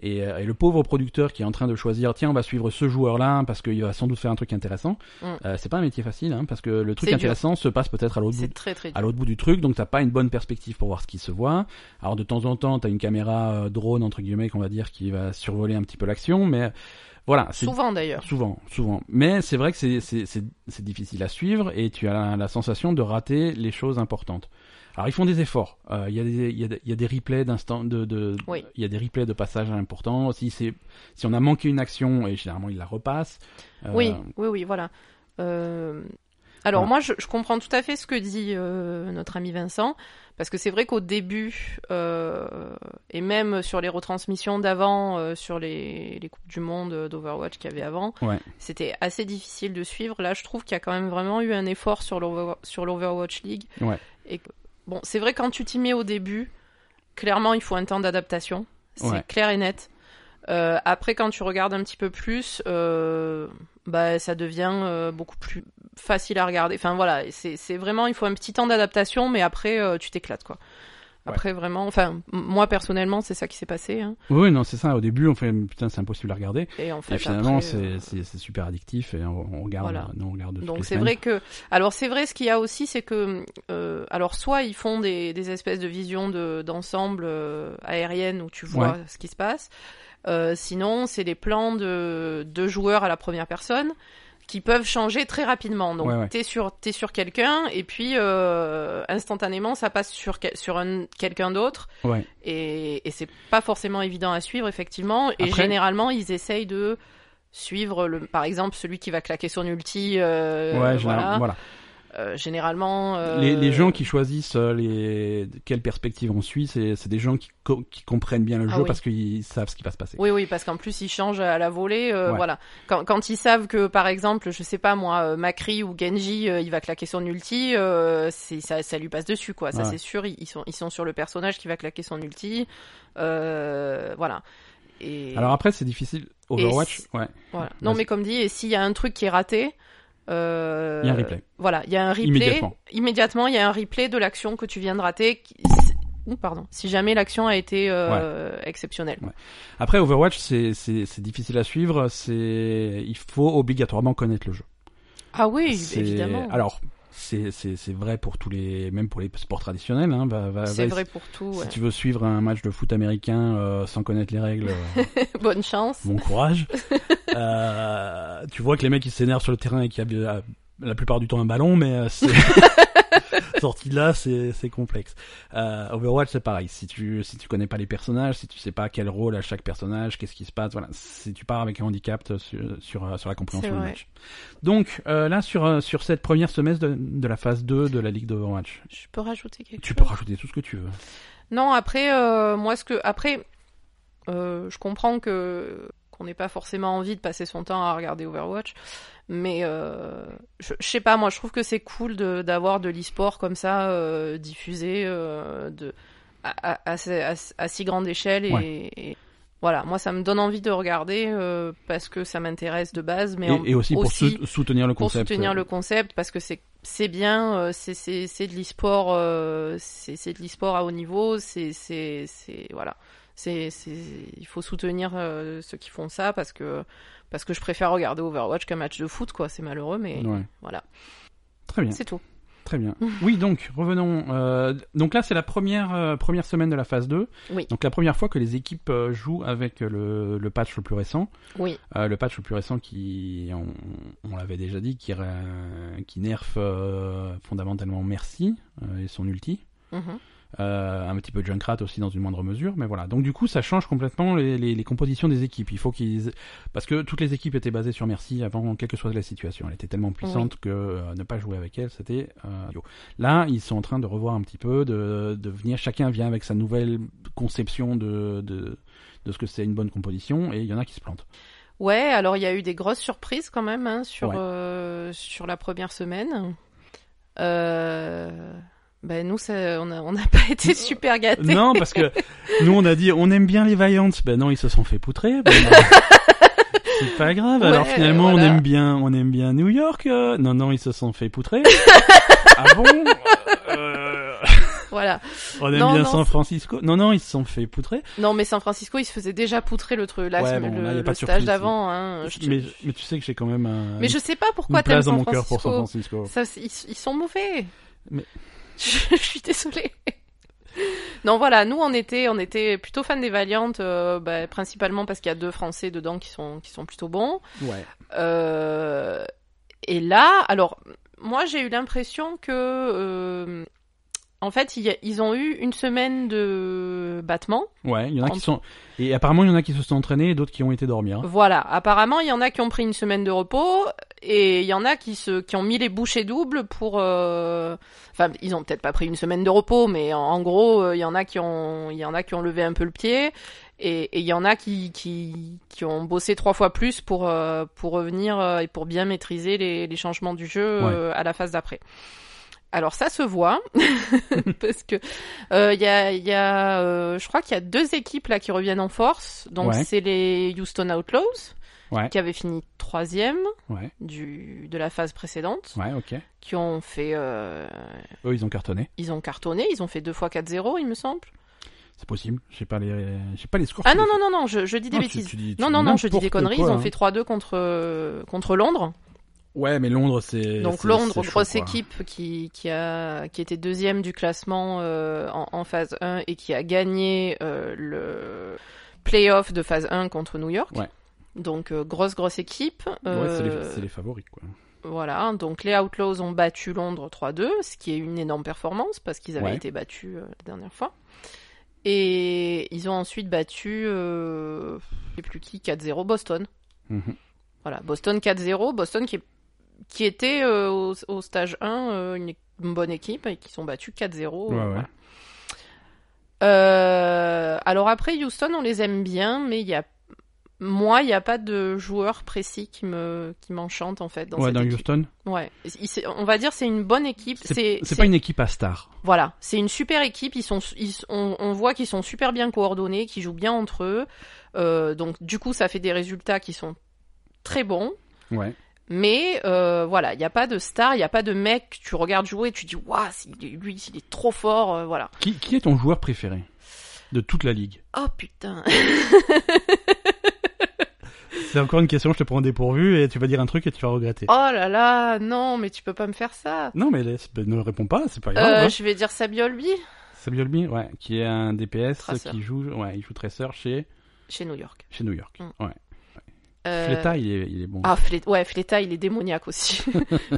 Speaker 1: Et, euh, et le pauvre producteur qui est en train de choisir, tiens, on va suivre ce joueur-là parce qu'il va sans doute faire un truc intéressant.
Speaker 2: Mm.
Speaker 1: euh, c'est pas un métier facile, hein, parce que le truc
Speaker 2: C'est dur.
Speaker 1: intéressant se passe peut-être à l'autre bout
Speaker 2: C'est très très
Speaker 1: à
Speaker 2: dur.
Speaker 1: l'autre bout du truc, donc t'as pas une bonne perspective pour voir ce qui se voit. Alors de temps en temps, t'as une caméra euh, drone entre guillemets qu'on va dire qui va survoler un petit peu l'action, mais euh, voilà, c'est
Speaker 2: Souvent d'ailleurs.
Speaker 1: souvent, souvent. Mais c'est vrai que c'est c'est c'est c'est difficile à suivre et tu as la, la sensation de rater les choses importantes. Alors ils font des efforts. Euh, Il y a des il y a des- il y a des replays d'instant de de il
Speaker 2: Oui.
Speaker 1: y a des replays de passages importants. Si c'est si on a manqué une action et généralement ils la repassent. Euh,
Speaker 2: Oui, oui, oui, voilà. Euh, Alors
Speaker 1: voilà.
Speaker 2: moi, je, je comprends tout à fait ce que dit euh, notre ami Vincent, parce que c'est vrai qu'au début, euh, et même sur les retransmissions d'avant, euh, sur les, les Coupes du Monde euh, d'Overwatch qu'il y avait avant,
Speaker 1: Ouais.
Speaker 2: c'était assez difficile de suivre. Là, je trouve qu'il y a quand même vraiment eu un effort sur l'Over- sur l'Overwatch League.
Speaker 1: Ouais.
Speaker 2: Et que- bon, c'est vrai que quand tu t'y mets au début, clairement, il faut un temps d'adaptation. C'est
Speaker 1: Ouais.
Speaker 2: clair et net. Euh, après, quand tu regardes un petit peu plus, euh, bah, ça devient euh, beaucoup plus facile à regarder. Enfin voilà, c'est c'est vraiment, il faut un petit temps d'adaptation, mais après, euh, tu t'éclates quoi. Après, vraiment, enfin, m- moi personnellement, c'est ça qui s'est passé. hein.
Speaker 1: Oui, non, c'est ça. Au début, on fait putain, c'est impossible à regarder.
Speaker 2: Et en fait,
Speaker 1: et finalement,
Speaker 2: après, euh,
Speaker 1: c'est- c'est c'est super addictif et on, on regarde.
Speaker 2: Voilà.
Speaker 1: nous, on regarde toutes les
Speaker 2: Donc c'est
Speaker 1: semaines.
Speaker 2: vrai que, alors c'est vrai, ce qu'il y a aussi, c'est que, euh, alors soit ils font des, des espèces de visions de- d'ensemble euh, aériennes où tu vois ce qui se passe, Euh, sinon c'est des plans de, de joueurs à la première personne qui peuvent changer très rapidement. Donc
Speaker 1: Ouais, ouais.
Speaker 2: t'es sur t'es sur quelqu'un et puis euh, instantanément ça passe sur quel- sur un- quelqu'un d'autre
Speaker 1: Ouais.
Speaker 2: et, et c'est pas forcément évident à suivre effectivement. Et
Speaker 1: Après-
Speaker 2: généralement ils essayent de suivre le, par exemple celui qui va claquer son ulti. euh,
Speaker 1: ouais,
Speaker 2: voilà.
Speaker 1: généralement, voilà.
Speaker 2: Euh, généralement. euh,
Speaker 1: Les, les gens qui choisissent euh, les quelles perspectives on suit, c'est c'est des gens qui, co- qui comprennent bien le
Speaker 2: Ah
Speaker 1: jeu
Speaker 2: oui.
Speaker 1: parce qu'ils savent ce qui va se passer.
Speaker 2: Oui, oui, parce qu'en plus ils changent à la volée. euh,
Speaker 1: Ouais.
Speaker 2: Voilà. Quand, quand ils savent que, par exemple, je sais pas moi, euh, Makri ou Genji, euh, il va claquer son ulti, euh, c'est ça, ça lui passe dessus, quoi. Ça
Speaker 1: Ouais.
Speaker 2: c'est sûr. Ils, ils sont, ils sont sur le personnage qui va claquer son ulti. Euh, voilà. Et
Speaker 1: Alors après, c'est difficile. Overwatch, ouais,
Speaker 2: voilà. Non,
Speaker 1: vas-y.
Speaker 2: mais comme dit, et s'il y a un truc qui est raté. euh,
Speaker 1: il y a un replay.
Speaker 2: Voilà, il y a un replay.
Speaker 1: Immédiatement.
Speaker 2: Immédiatement, il y a un replay de l'action que tu viens de rater. qui- Ouh, pardon. Si jamais l'action a été euh, exceptionnelle.
Speaker 1: Après, Overwatch, c'est c'est- c'est difficile à suivre. C'est il faut obligatoirement connaître le jeu.
Speaker 2: Ah oui,
Speaker 1: C'est-
Speaker 2: évidemment.
Speaker 1: Alors, c'est c'est- c'est vrai pour tous les, même pour les sports traditionnels. Hein, va, va,
Speaker 2: C'est
Speaker 1: va-
Speaker 2: vrai pour tout.
Speaker 1: Si
Speaker 2: ouais. *laughs*
Speaker 1: tu veux suivre un match de foot américain euh, sans connaître les règles, euh,
Speaker 2: Bonne chance.
Speaker 1: bon
Speaker 2: *laughs*
Speaker 1: courage. Euh, tu vois que les mecs ils s'énervent sur le terrain et qu'il y a euh, la plupart du temps un ballon, mais euh,
Speaker 2: *laughs*
Speaker 1: c'est... sorti de là, c'est c'est complexe. Euh, Overwatch c'est pareil. Si tu si tu connais pas les personnages, si tu sais pas quel rôle à chaque personnage, qu'est-ce qui se passe, voilà, si tu pars avec un handicap euh, sur sur, euh, sur la
Speaker 2: C'est
Speaker 1: compréhension du
Speaker 2: vrai.
Speaker 1: match. Donc euh, là sur euh, sur cette première semestre de, de la phase 2 de la ligue d'Overwatch,
Speaker 2: Je peux rajouter quelque
Speaker 1: tu
Speaker 2: chose
Speaker 1: peux rajouter tout ce que tu veux.
Speaker 2: Non, après, euh, moi, ce que. Après, euh, je comprends que qu'on n'ait pas forcément envie de passer son temps à regarder Overwatch, mais euh, je, je sais pas, moi, je trouve que c'est cool de- d'avoir de, l'e-sport comme ça euh, diffusé euh, de, à, à- à ce- à ce- à si grande échelle et. et voilà, moi ça me donne envie de regarder euh, parce que ça m'intéresse de base, mais
Speaker 1: Et,
Speaker 2: en-
Speaker 1: et aussi pour
Speaker 2: aussi-
Speaker 1: sou- soutenir le
Speaker 2: pour
Speaker 1: concept.
Speaker 2: soutenir
Speaker 1: euh,
Speaker 2: le concept parce que c'est c'est bien euh, c'est c'est c'est de l'e-sport euh, c'est c'est de l'e-sport à haut niveau c'est c'est c'est voilà c'est c'est il faut soutenir euh, ceux qui font ça parce que parce que je préfère regarder Overwatch qu'un match de foot quoi c'est malheureux mais
Speaker 1: ouais.
Speaker 2: voilà
Speaker 1: Très bien.
Speaker 2: c'est tout
Speaker 1: Très bien. Oui, donc revenons. euh, donc là, c'est la première euh, première semaine de la phase 2.
Speaker 2: Oui.
Speaker 1: Donc la première fois que les équipes euh, jouent avec le, le patch le plus récent,
Speaker 2: oui
Speaker 1: Euh, le patch le plus récent qui, on, on l'avait déjà dit, qui ra- qui nerf euh, fondamentalement Merci euh, et son ulti,
Speaker 2: Mhm.
Speaker 1: Euh, un petit peu de Junkrat aussi dans une moindre mesure, mais voilà. Donc du coup, ça change complètement les, les, les compositions des équipes. Il faut qu'ils parce que toutes les équipes étaient basées sur Merci avant quelle que soit la situation. Elle était tellement puissante que euh, ne pas jouer avec elle, c'était euh, idiot. Là, ils sont en train de revoir un petit peu, de, de venir. Chacun vient avec sa nouvelle conception de, de, de ce que c'est une bonne composition, et il y en a qui se plantent.
Speaker 2: ouais alors il y a eu des grosses surprises quand même hein, sur
Speaker 1: Ouais.
Speaker 2: euh, sur la première semaine euh... ben nous ça, on a *laughs* on n'a pas été super
Speaker 1: *laughs*
Speaker 2: gâtés
Speaker 1: non, parce que nous on a dit on aime bien les Valiants, ben non, ils se sont fait poutrer. Ben,
Speaker 2: *laughs*
Speaker 1: non. C'est pas grave. Alors
Speaker 2: Ouais,
Speaker 1: finalement, on
Speaker 2: voilà.
Speaker 1: aime bien, on aime bien New York. euh, non, non, ils se sont fait
Speaker 2: *laughs*
Speaker 1: poutrer. ah bon Euh,
Speaker 2: *laughs* voilà
Speaker 1: On aime
Speaker 2: Non,
Speaker 1: bien
Speaker 2: non,
Speaker 1: San
Speaker 2: c'est-
Speaker 1: Francisco. Non, non, ils se sont fait poutrer.
Speaker 2: Non, mais San Francisco, il se faisait déjà poutrer le truc, là,
Speaker 1: Ouais,
Speaker 2: le,
Speaker 1: bon, là, y a
Speaker 2: le
Speaker 1: pas de
Speaker 2: stage
Speaker 1: surprise.
Speaker 2: d'avant. Hein, je te-
Speaker 1: Mais, mais tu sais que j'ai quand même un,
Speaker 2: Mais je sais pas pourquoi
Speaker 1: une
Speaker 2: t'aimes
Speaker 1: place dans
Speaker 2: San
Speaker 1: mon cœur pour San
Speaker 2: Francisco.
Speaker 1: Francisco.
Speaker 2: Ça, c'est- ils, ils sont mauvais.
Speaker 1: Mais-
Speaker 2: *laughs* je, suis désolée. Non, voilà, nous on était, on était plutôt fans des Valiantes, euh, bah, principalement parce qu'il y a deux Français dedans qui sont, qui sont plutôt bons.
Speaker 1: Ouais.
Speaker 2: Euh, et là, alors, moi j'ai eu l'impression que, euh, en fait, il y a- ils ont eu une semaine de battement.
Speaker 1: Ouais, il y en a
Speaker 2: En-
Speaker 1: qui sont et apparemment il y en a qui se sont entraînés et d'autres qui ont été dormir. hein.
Speaker 2: Voilà, apparemment, il y en a qui ont pris une semaine de repos et il y en a qui se qui ont mis les bouchées doubles pour euh, enfin, ils ont peut-être pas pris une semaine de repos, mais en, en gros, euh, il y en a qui ont il y en a qui ont levé un peu le pied et et il y en a qui qui qui ont bossé trois fois plus pour euh, pour revenir euh, et pour bien maîtriser les les changements du jeu euh, à la phase d'après. Alors ça
Speaker 1: *laughs*
Speaker 2: se voit parce que euh, il y a, il y a euh, je crois qu'il y a deux équipes là qui reviennent en force. Donc
Speaker 1: Ouais.
Speaker 2: c'est les Houston Outlaws
Speaker 1: Ouais.
Speaker 2: qui avaient fini troisième
Speaker 1: Ouais.
Speaker 2: du de la phase précédente,
Speaker 1: Ouais, ok.
Speaker 2: qui ont fait, euh,
Speaker 1: Eux, ils ont cartonné.
Speaker 2: ils ont cartonné, ils ont fait deux fois 4-0 il me semble.
Speaker 1: Oh, C'est possible. J'ai pas les, j'ai pas les scores.
Speaker 2: Ah non non non non, je, je dis des
Speaker 1: Non, Ah, tu-
Speaker 2: bêtises.
Speaker 1: tu dis- tu
Speaker 2: non
Speaker 1: dis
Speaker 2: non non, je dis des
Speaker 1: n'importe
Speaker 2: conneries.
Speaker 1: quoi,
Speaker 2: ils ont
Speaker 1: hein.
Speaker 2: fait 3-2 contre euh, contre Londres.
Speaker 1: Ouais, mais Londres, c'est.
Speaker 2: Donc
Speaker 1: c'est-
Speaker 2: Londres,
Speaker 1: c'est chaud,
Speaker 2: grosse
Speaker 1: quoi.
Speaker 2: équipe qui, qui, a, qui était deuxième du classement euh, en, en phase 1 et qui a gagné euh, le playoff de phase 1 contre New York.
Speaker 1: Ouais.
Speaker 2: Donc euh, grosse, grosse équipe.
Speaker 1: Ouais, c'est
Speaker 2: Euh,
Speaker 1: les, c'est les favoris, quoi.
Speaker 2: Voilà, donc les Outlaws ont battu Londres 3-2, ce qui est une énorme performance parce qu'ils avaient
Speaker 1: Ouais.
Speaker 2: été battus euh, la dernière fois. Et ils ont ensuite battu, euh, je sais plus qui, 4-0 Boston.
Speaker 1: Mhm.
Speaker 2: Voilà, Boston 4-0, Boston qui, est- qui était euh, au, au stage 1 euh, une, une bonne équipe et qui sont battus 4-0. euh,
Speaker 1: Ouais, ouais.
Speaker 2: voilà. Euh, alors après Houston, on les aime bien, mais il y a moi, il n'y a pas de joueur précis qui me qui m'enchante en fait dans
Speaker 1: ouais,
Speaker 2: cette
Speaker 1: dans
Speaker 2: équipe.
Speaker 1: Houston.
Speaker 2: Ouais, Il- c'est- on va dire c'est une bonne équipe. C'est
Speaker 1: C'est
Speaker 2: c'est-
Speaker 1: pas une équipe à star.
Speaker 2: voilà, c'est une super équipe. Ils sont, ils- on, on voit qu'ils sont super bien coordonnés, qu'ils jouent bien entre eux. Euh, donc du coup, ça fait des résultats qui sont très bons.
Speaker 1: Ouais.
Speaker 2: Mais euh, voilà, il n'y a pas de star, il n'y a pas de mec. que Tu regardes jouer, et tu dis waouh, c'est- lui, il est trop fort. euh, voilà.
Speaker 1: Qui, qui est ton joueur préféré de toute la ligue
Speaker 2: Oh putain.
Speaker 1: C'est encore une question, je te prends dépourvu et tu vas dire un truc et tu vas regretter.
Speaker 2: *laughs* Oh là là, non, mais tu peux pas me faire ça.
Speaker 1: Non, mais laisse- bah, ne réponds pas, c'est pas grave.
Speaker 2: Euh,
Speaker 1: hein.
Speaker 2: je vais dire Sabiolbi
Speaker 1: Samuel Bee, ouais, qui est un DPS
Speaker 2: Tracer.
Speaker 1: qui joue, ouais, il joue Tracer chez,
Speaker 2: chez New York.
Speaker 1: chez New York.
Speaker 2: Mm.
Speaker 1: Ouais.
Speaker 2: Euh,
Speaker 1: Fleta, il est, il est bon.
Speaker 2: Ah, Fle- ouais, Fleta, il est démoniaque
Speaker 1: *laughs*
Speaker 2: aussi.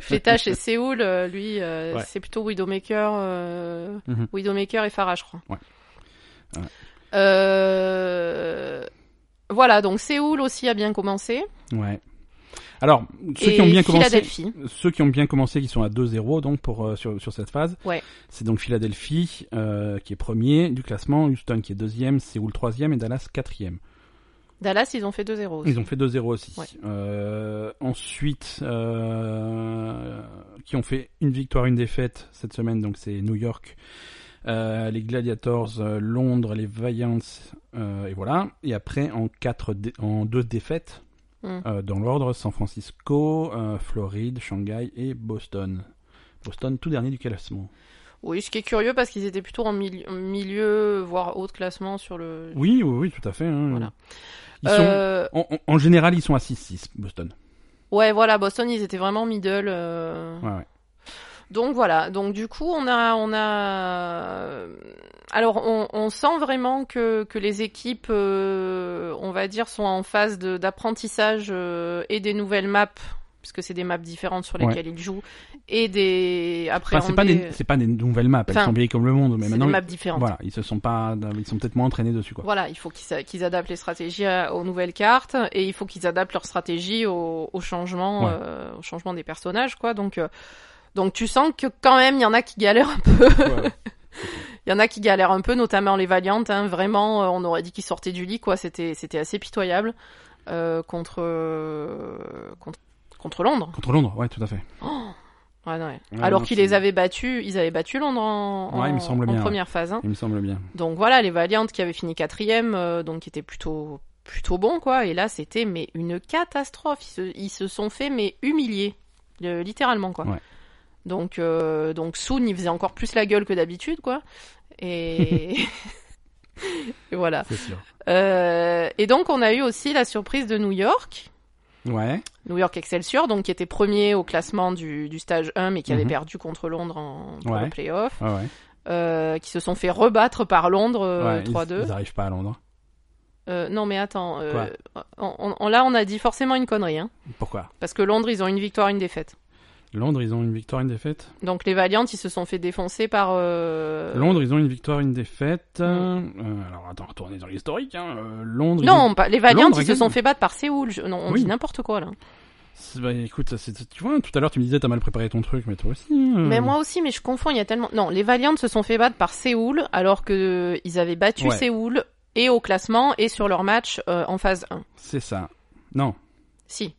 Speaker 2: Fleta chez Séoul, euh, lui, euh,
Speaker 1: Ouais.
Speaker 2: c'est plutôt Widowmaker, euh,
Speaker 1: Mhm.
Speaker 2: Widowmaker et Farah, je crois.
Speaker 1: Ouais. Ouais.
Speaker 2: Euh, Voilà, donc Séoul aussi a bien commencé.
Speaker 1: Ouais. Alors, ceux
Speaker 2: et
Speaker 1: qui ont bien commencé,
Speaker 2: Philadelphie.
Speaker 1: ceux qui ont bien commencé, qui sont à 2-0 donc pour euh, sur, sur cette phase.
Speaker 2: Ouais.
Speaker 1: C'est donc Philadelphie euh, qui est premier du classement, Houston qui est deuxième, Séoul troisième et Dallas quatrième.
Speaker 2: Dallas, ils ont fait 2-0. aussi.
Speaker 1: Ils ont fait 2-0 aussi.
Speaker 2: Ouais.
Speaker 1: Euh, ensuite, euh, qui ont fait une victoire, une défaite cette semaine, donc c'est New York, euh, les Gladiators, euh, Londres, les Giants, euh, et voilà. Et après, en, quatre dé- en deux défaites,
Speaker 2: Mm.
Speaker 1: euh, dans l'ordre, San Francisco, euh, Floride, Shanghai et Boston. Boston, tout dernier du classement.
Speaker 2: Oui, ce qui est curieux parce qu'ils étaient plutôt en mili- milieu, voire haut de classement sur le.
Speaker 1: Oui, oui, oui, tout à fait. hein.
Speaker 2: Voilà.
Speaker 1: Ils sont-
Speaker 2: Euh,
Speaker 1: en, en- en général, ils sont à 6-6, Boston.
Speaker 2: Ouais, voilà, Boston, ils étaient vraiment middle. euh,
Speaker 1: Ouais, ouais.
Speaker 2: Donc voilà, donc du coup on a on a alors on, on sent vraiment que, que les équipes euh, on va dire sont en phase de- d'apprentissage euh, et des nouvelles maps puisque c'est des maps différentes sur lesquelles ils jouent et des après
Speaker 1: Enfin, c'est pas, des... c'est pas des nouvelles maps, elles
Speaker 2: Enfin,
Speaker 1: sont vieilles comme le monde, mais
Speaker 2: des
Speaker 1: maintenant
Speaker 2: maps différentes.
Speaker 1: Voilà, ils se sont pas, ils sont peut-être moins entraînés dessus quoi.
Speaker 2: Voilà, il faut qu'ils a- qu'ils adaptent les stratégies à- aux nouvelles cartes et il faut qu'ils adaptent leurs stratégies au, au changement,
Speaker 1: Ouais.
Speaker 2: euh, au changement des personnages, quoi. Donc, euh, donc tu sens que quand même il y en a qui galèrent *laughs* un peu.
Speaker 1: Ouais.
Speaker 2: Il y en a qui galèrent un peu, notamment les Valiantes. Hein, vraiment, euh, on aurait dit qu'ils sortaient du lit, quoi. C'était, c'était assez pitoyable euh, contre, euh, contre contre Londres.
Speaker 1: Contre Londres, ouais, tout à fait.
Speaker 2: Ouais, non, ouais.
Speaker 1: Ouais,
Speaker 2: Alors
Speaker 1: non,
Speaker 2: qu'ils
Speaker 1: c'est-
Speaker 2: les avaient battus, ils avaient battu Londres en,
Speaker 1: Ouais, il me
Speaker 2: en-
Speaker 1: semble
Speaker 2: en
Speaker 1: bien, ouais.
Speaker 2: première phase. hein.
Speaker 1: Il me semble bien.
Speaker 2: Donc voilà, les Valiantes qui avaient fini quatrième, euh, donc qui étaient plutôt plutôt bons quoi. Et là, c'était mais une catastrophe. Ils se, ils se sont fait mais humiliés, euh, littéralement quoi.
Speaker 1: Ouais.
Speaker 2: Donc euh, donc Soon, il faisait encore plus la gueule que d'habitude quoi.
Speaker 1: *laughs*
Speaker 2: Et, *laughs* et voilà.
Speaker 1: C'est sûr.
Speaker 2: Euh, et donc on a eu aussi la surprise de New York.
Speaker 1: Ouais.
Speaker 2: New York Excelsior, donc qui était premier au classement du, du stage 1, mais qui avait
Speaker 1: Mhm.
Speaker 2: perdu contre Londres en pour
Speaker 1: Ouais.
Speaker 2: le playoff,
Speaker 1: Ouais, ouais.
Speaker 2: euh, qui se sont fait rebattre par Londres euh,
Speaker 1: Ouais, ils-
Speaker 2: 3-2.
Speaker 1: Ils, arrivent pas à Londres.
Speaker 2: Euh, non, mais attends. euh, on- on- là, on a dit forcément une connerie. Hein,
Speaker 1: Pourquoi
Speaker 2: parce que Londres, ils ont une victoire, une défaite.
Speaker 1: Londres, ils ont une victoire, une défaite.
Speaker 2: Donc les Valiants, ils se sont fait défoncer par. euh,
Speaker 1: Londres, ils ont une victoire, une défaite. Euh, alors attends, retournez dans l'historique. Hein. Euh, Londres. ils ont-
Speaker 2: Non, pas- les Valiants,
Speaker 1: Londres
Speaker 2: ils se
Speaker 1: gagne.
Speaker 2: sont fait battre par Séoul. Je- Non, on
Speaker 1: Oui.
Speaker 2: dit n'importe quoi là.
Speaker 1: C'est- Bah, écoute, c'est- tu vois, tout à l'heure tu me disais t'as mal préparé ton truc, mais toi aussi. euh,
Speaker 2: Mais moi aussi, mais je confonds, il y a tellement. Non, les Valiants se sont fait battre par Séoul, alors que euh, ils avaient battu
Speaker 1: Ouais.
Speaker 2: Séoul, et au classement, et sur leur match euh, en phase 1.
Speaker 1: C'est ça. Non.
Speaker 2: Si.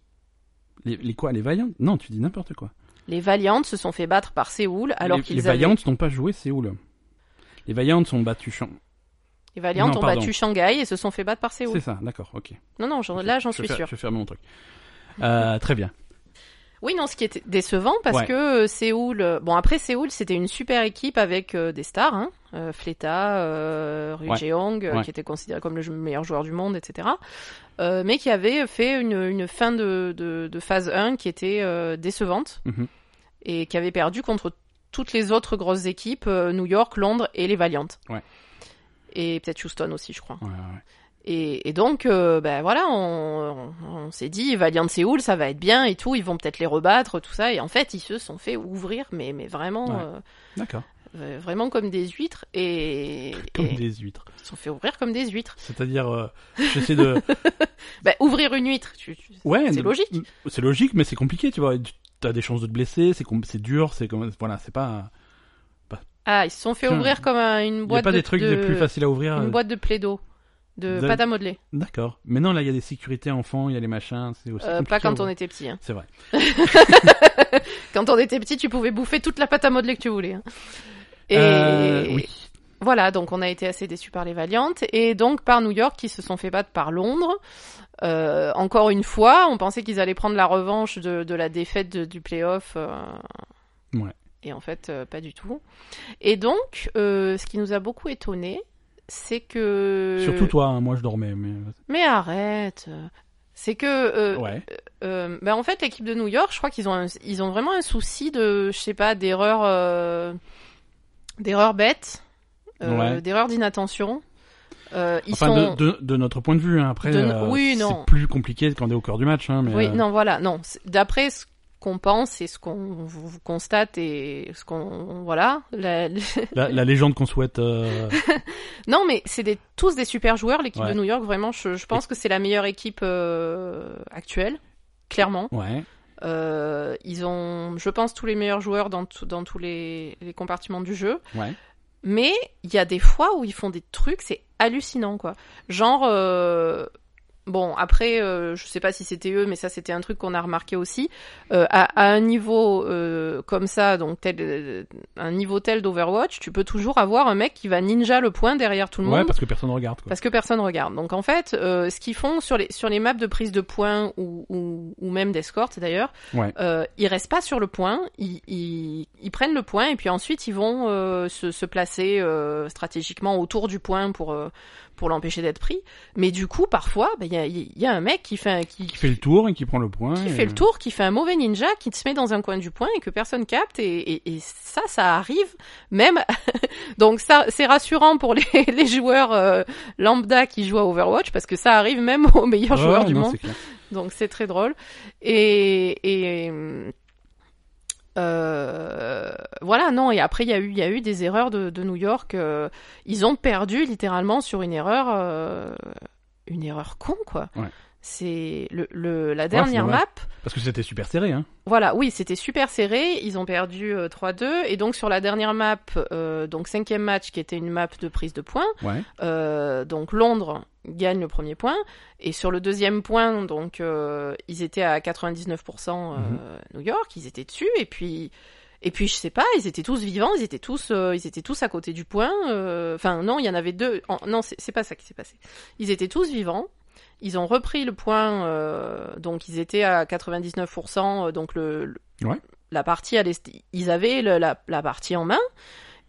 Speaker 1: Les, les quoi Les vaillants Non, tu dis n'importe quoi.
Speaker 2: Les Valiantes se sont fait battre par Séoul alors
Speaker 1: les,
Speaker 2: qu'ils
Speaker 1: les
Speaker 2: avaient...
Speaker 1: Valiantes n'ont pas joué Séoul. Les Valiantes ont battu Shang.
Speaker 2: Les Valiantes
Speaker 1: Non,
Speaker 2: ont
Speaker 1: pardon.
Speaker 2: battu Shanghai et se sont fait battre par Séoul.
Speaker 1: C'est ça, d'accord, ok.
Speaker 2: Non, non, j'en- là j'en
Speaker 1: Je
Speaker 2: suis
Speaker 1: vais faire-
Speaker 2: sûre.
Speaker 1: Je vais fermer mon truc. Euh, très bien.
Speaker 2: Oui, non, ce qui était décevant parce
Speaker 1: Ouais.
Speaker 2: que euh, Séoul. euh, Bon, après Séoul, c'était une super équipe avec euh, des stars, hein, euh, Fleta, euh, Ryu
Speaker 1: Ouais.
Speaker 2: Jeong, euh,
Speaker 1: Ouais.
Speaker 2: qui était considéré comme le jou- meilleur joueur du monde, etc. Euh, mais qui avait fait une, une fin de, de, de phase 1 qui était euh, décevante
Speaker 1: Mhm.
Speaker 2: et qui avait perdu contre toutes les autres grosses équipes, euh, New York, Londres et les Valiantes.
Speaker 1: Ouais.
Speaker 2: Et peut-être Houston aussi, je crois.
Speaker 1: Ouais, ouais, ouais.
Speaker 2: Et, et donc, euh, ben voilà, on, on- on s'est dit, Valiant Séoul, ça va être bien et tout, ils vont peut-être les rebattre, tout ça. Et en fait, ils se sont fait ouvrir, mais, mais vraiment,
Speaker 1: Ouais.
Speaker 2: euh,
Speaker 1: D'accord.
Speaker 2: euh, vraiment comme des huîtres. Et,
Speaker 1: Comme
Speaker 2: et
Speaker 1: des huîtres.
Speaker 2: ils se sont fait ouvrir comme des huîtres.
Speaker 1: C'est-à-dire, euh, j'essaie de.
Speaker 2: *laughs* Ben, ouvrir une huître, tu- tu-
Speaker 1: Ouais.
Speaker 2: c'est
Speaker 1: de-
Speaker 2: logique.
Speaker 1: C'est logique, mais c'est compliqué, tu vois. Tu as des chances de te blesser, c'est com- c'est dur, c'est comme. Voilà, c'est pas.
Speaker 2: Ah, ils se sont fait
Speaker 1: Tiens,
Speaker 2: ouvrir comme un- une
Speaker 1: Il n'y a
Speaker 2: boîte
Speaker 1: pas
Speaker 2: de,
Speaker 1: des trucs
Speaker 2: de-
Speaker 1: les plus faciles à ouvrir.
Speaker 2: une boîte de plaido, de
Speaker 1: De-
Speaker 2: pâte à modeler.
Speaker 1: D'accord. Mais non, là, il y a des sécurités enfants, il y a les machins. c'est aussi
Speaker 2: Euh,
Speaker 1: compliqué,
Speaker 2: pas quand
Speaker 1: ouais.
Speaker 2: on était petit. hein.
Speaker 1: C'est vrai.
Speaker 2: Quand on était petit, tu pouvais bouffer toute la pâte à modeler que tu voulais. hein. Et
Speaker 1: Euh, oui.
Speaker 2: Voilà, donc on a été assez déçus par les Valiantes et donc par New York qui se sont fait battre par Londres. Euh, encore une fois, on pensait qu'ils allaient prendre la revanche de, de la défaite de- du playoff. euh,
Speaker 1: Ouais.
Speaker 2: Et en fait, euh, pas du tout. Et donc, euh, ce qui nous a beaucoup étonné, c'est que.
Speaker 1: Surtout toi, hein, moi je dormais. Mais...
Speaker 2: Mais arrête. C'est que euh,
Speaker 1: ouais.
Speaker 2: euh, ben en fait, l'équipe de New York, je crois qu'ils ont, un- ils ont vraiment un souci de, je sais pas, d'erreur, euh, d'erreur bête, euh,
Speaker 1: Ouais.
Speaker 2: d'erreur d'inattention. Euh, ils
Speaker 1: Enfin,
Speaker 2: sont.
Speaker 1: de, de, de notre point de vue, hein. après,
Speaker 2: De-
Speaker 1: euh,
Speaker 2: oui, non.
Speaker 1: c'est plus compliqué quand on est au cœur du match. Hein, mais,
Speaker 2: Oui,
Speaker 1: euh,
Speaker 2: non, voilà, non. c'est- D'après ce qu'on pense et ce qu'on vous- vous constate et ce qu'on voilà. la- *laughs*
Speaker 1: La, la légende qu'on souhaite. euh,
Speaker 2: Non, mais c'est des, tous des super joueurs. L'équipe
Speaker 1: Ouais.
Speaker 2: de New York, vraiment, je, je pense que c'est la meilleure équipe euh, actuelle, clairement.
Speaker 1: Ouais.
Speaker 2: Euh, ils ont, je pense, tous les meilleurs joueurs dans, tout- dans tous les, les compartiments du jeu.
Speaker 1: Ouais.
Speaker 2: Mais il y a des fois où ils font des trucs, c'est hallucinant, quoi. Genre, euh, bon, après, euh, je sais pas si c'était eux, mais ça, c'était un truc qu'on a remarqué aussi. Euh, à, à un niveau euh, comme ça, donc tel, euh, un niveau tel d'Overwatch, tu peux toujours avoir un mec qui va ninja le point derrière tout le
Speaker 1: ouais,
Speaker 2: monde.
Speaker 1: parce que personne ne regarde. Quoi.
Speaker 2: Parce que personne regarde. Donc en fait, euh, ce qu'ils font sur les sur les maps de prise de points ou ou, ou même d'escorte d'ailleurs,
Speaker 1: Ouais.
Speaker 2: euh, ils restent pas sur le point, ils, ils ils prennent le point et puis ensuite ils vont euh, se se placer euh, stratégiquement autour du point pour euh, pour l'empêcher d'être pris. Mais du coup, parfois, bah, il y a il y a un mec qui fait un, qui
Speaker 1: Qui fait le tour et qui prend le point.
Speaker 2: qui
Speaker 1: et-
Speaker 2: fait le tour, qui fait un mauvais ninja, qui se met dans un coin du point et que personne capte. Et, et- et ça, ça arrive même. *laughs* Donc ça, c'est rassurant pour les, *laughs* les joueurs euh, lambda qui jouent à Overwatch parce que ça arrive même aux
Speaker 1: Ouais,
Speaker 2: meilleurs joueurs
Speaker 1: ouais,
Speaker 2: du
Speaker 1: non,
Speaker 2: monde.
Speaker 1: c'est clair.
Speaker 2: Donc c'est très drôle. Et, et euh, voilà, non. Et après, il y a eu, il y a eu des erreurs de, de New York. euh, ils ont perdu littéralement sur une erreur, euh, une erreur con quoi.
Speaker 1: Ouais.
Speaker 2: C'est le, le- la
Speaker 1: c'est
Speaker 2: dernière
Speaker 1: dommage.
Speaker 2: map.
Speaker 1: Parce que c'était super serré. Hein.
Speaker 2: Voilà, oui, c'était super serré. Ils ont perdu euh, 3-2. Et donc, sur la dernière map, euh, donc cinquième match, qui était une map de prise de points,
Speaker 1: Ouais.
Speaker 2: euh, donc Londres gagne le premier point. Et sur le deuxième point, donc, euh, ils étaient à 99% euh,
Speaker 1: Mhm.
Speaker 2: New York, ils étaient dessus. Et puis, et puis, je sais pas, ils étaient tous vivants, ils étaient tous, euh, ils étaient tous à côté du point. euh, Enfin, non, il y en avait deux. En- non, c'est c'est pas ça qui s'est passé. Ils étaient tous vivants. Ils ont repris le point, euh, donc ils étaient à 99%, euh, donc le, le-
Speaker 1: Ouais.
Speaker 2: la partie, à l'est- ils avaient le- la, la partie en main.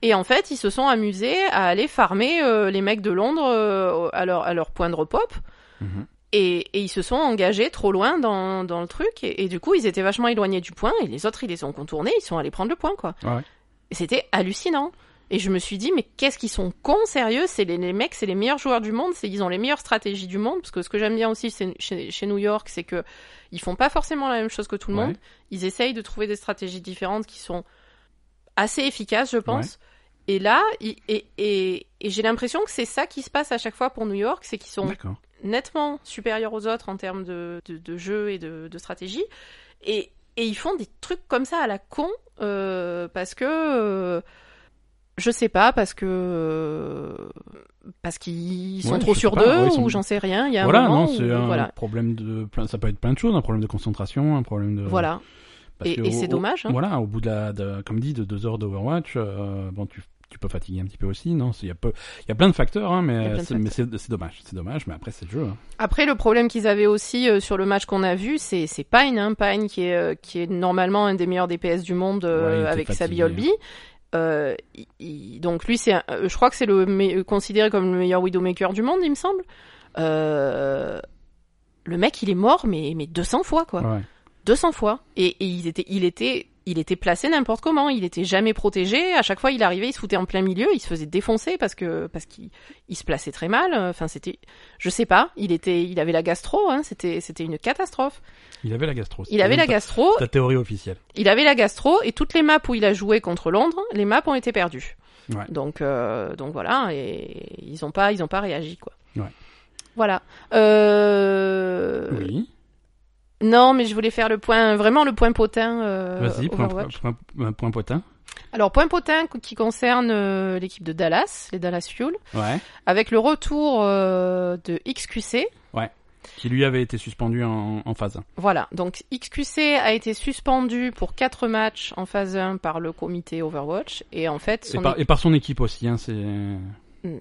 Speaker 2: Et en fait, ils se sont amusés à aller farmer euh, les mecs de Londres euh, à, leur, à leur point de repop.
Speaker 1: Mhm.
Speaker 2: Et, et ils se sont engagés trop loin dans, dans le truc. Et, et du coup, ils étaient vachement éloignés du point. Et les autres, ils les ont contournés. Ils sont allés prendre le point, quoi.
Speaker 1: Ouais, ouais.
Speaker 2: Et c'était hallucinant. Et je me suis dit, mais qu'est-ce qu'ils sont cons, sérieux C'est les, les mecs, c'est les meilleurs joueurs du monde. C'est ils ont les meilleures stratégies du monde. Parce que ce que j'aime bien aussi c'est- chez, chez New York, c'est que ils font pas forcément la même chose que tout le
Speaker 1: Ouais.
Speaker 2: monde. Ils essayent de trouver des stratégies différentes qui sont assez efficaces, je pense. Et là, ils- et, et, et j'ai l'impression que c'est ça qui se passe à chaque fois pour New York, c'est qu'ils sont
Speaker 1: D'accord.
Speaker 2: nettement supérieurs aux autres en termes de, de, de jeu et de, de stratégie. Et, et ils font des trucs comme ça à la con euh, parce que. euh, je sais pas, parce que. euh, parce qu'ils sont
Speaker 1: Ouais,
Speaker 2: trop
Speaker 1: je sais
Speaker 2: sûrs
Speaker 1: pas,
Speaker 2: d'eux
Speaker 1: ouais, ils sont-
Speaker 2: ou j'en sais rien. Il y a
Speaker 1: Voilà,
Speaker 2: un moment
Speaker 1: non, c'est
Speaker 2: où-
Speaker 1: un
Speaker 2: voilà.
Speaker 1: problème de. plein- Ça peut être plein de choses. Un problème de concentration, un problème de.
Speaker 2: Voilà. et,
Speaker 1: Euh, que
Speaker 2: et
Speaker 1: au-
Speaker 2: c'est
Speaker 1: au-
Speaker 2: dommage. hein.
Speaker 1: Voilà, au bout de la, de- comme dit, de deux heures d'Overwatch, euh, bon, tu, tu peux fatiguer un petit peu aussi, non C'est- Il y, a peu- il y a plein de facteurs, hein,
Speaker 2: Il y a
Speaker 1: mais,
Speaker 2: plein de
Speaker 1: c'est- mais c'est c'est dommage, c'est dommage, mais après c'est le jeu. hein.
Speaker 2: Après, le problème qu'ils avaient aussi euh, sur le match qu'on a vu, c'est c'est Pine, hein, Pine qui est, euh, qui est normalement un des meilleurs DPS du monde euh,
Speaker 1: Ouais, il était
Speaker 2: avec Sabi
Speaker 1: fatigué. hein.
Speaker 2: Holby. Euh, il- il- donc lui, c'est, un- euh, je crois que c'est le me- considéré comme le meilleur Widowmaker du monde, il me semble. Euh, le mec, il est mort, mais, mais 200 fois, quoi.
Speaker 1: Ouais.
Speaker 2: 200 fois. Et, et il était, il était, il était placé n'importe comment. Il était jamais protégé. À chaque fois, il arrivait, il se foutait en plein milieu, il se faisait défoncer parce que, parce qu'il, il se plaçait très mal. Enfin, c'était, je sais pas. Il était, il avait la gastro. Hein, c'était, c'était une catastrophe.
Speaker 1: Il avait la gastro.
Speaker 2: Il avait la
Speaker 1: Ta-
Speaker 2: gastro.
Speaker 1: Ta théorie officielle.
Speaker 2: Il avait la gastro et toutes les maps où il a joué contre Londres, les maps ont été perdues.
Speaker 1: Ouais.
Speaker 2: Donc, euh, donc voilà, et ils ont pas, ils ont pas réagi quoi.
Speaker 1: Ouais.
Speaker 2: Voilà. Euh...
Speaker 1: oui.
Speaker 2: Non, mais je voulais faire le point, vraiment le point potin. Euh,
Speaker 1: Vas-y, point,
Speaker 2: Overwatch.
Speaker 1: point- point- point potin.
Speaker 2: Alors, point potin co- qui concerne euh, l'équipe de Dallas, les Dallas Fuel,
Speaker 1: Ouais.
Speaker 2: avec le retour euh, de XQC.
Speaker 1: Qui lui avait été suspendu en, en phase 1.
Speaker 2: Voilà, donc XQC a été suspendu pour quatre matchs en phase 1 par le comité Overwatch. Et en fait,
Speaker 1: Et
Speaker 2: son
Speaker 1: par,
Speaker 2: équipe-
Speaker 1: et par son équipe aussi, hein, c'est.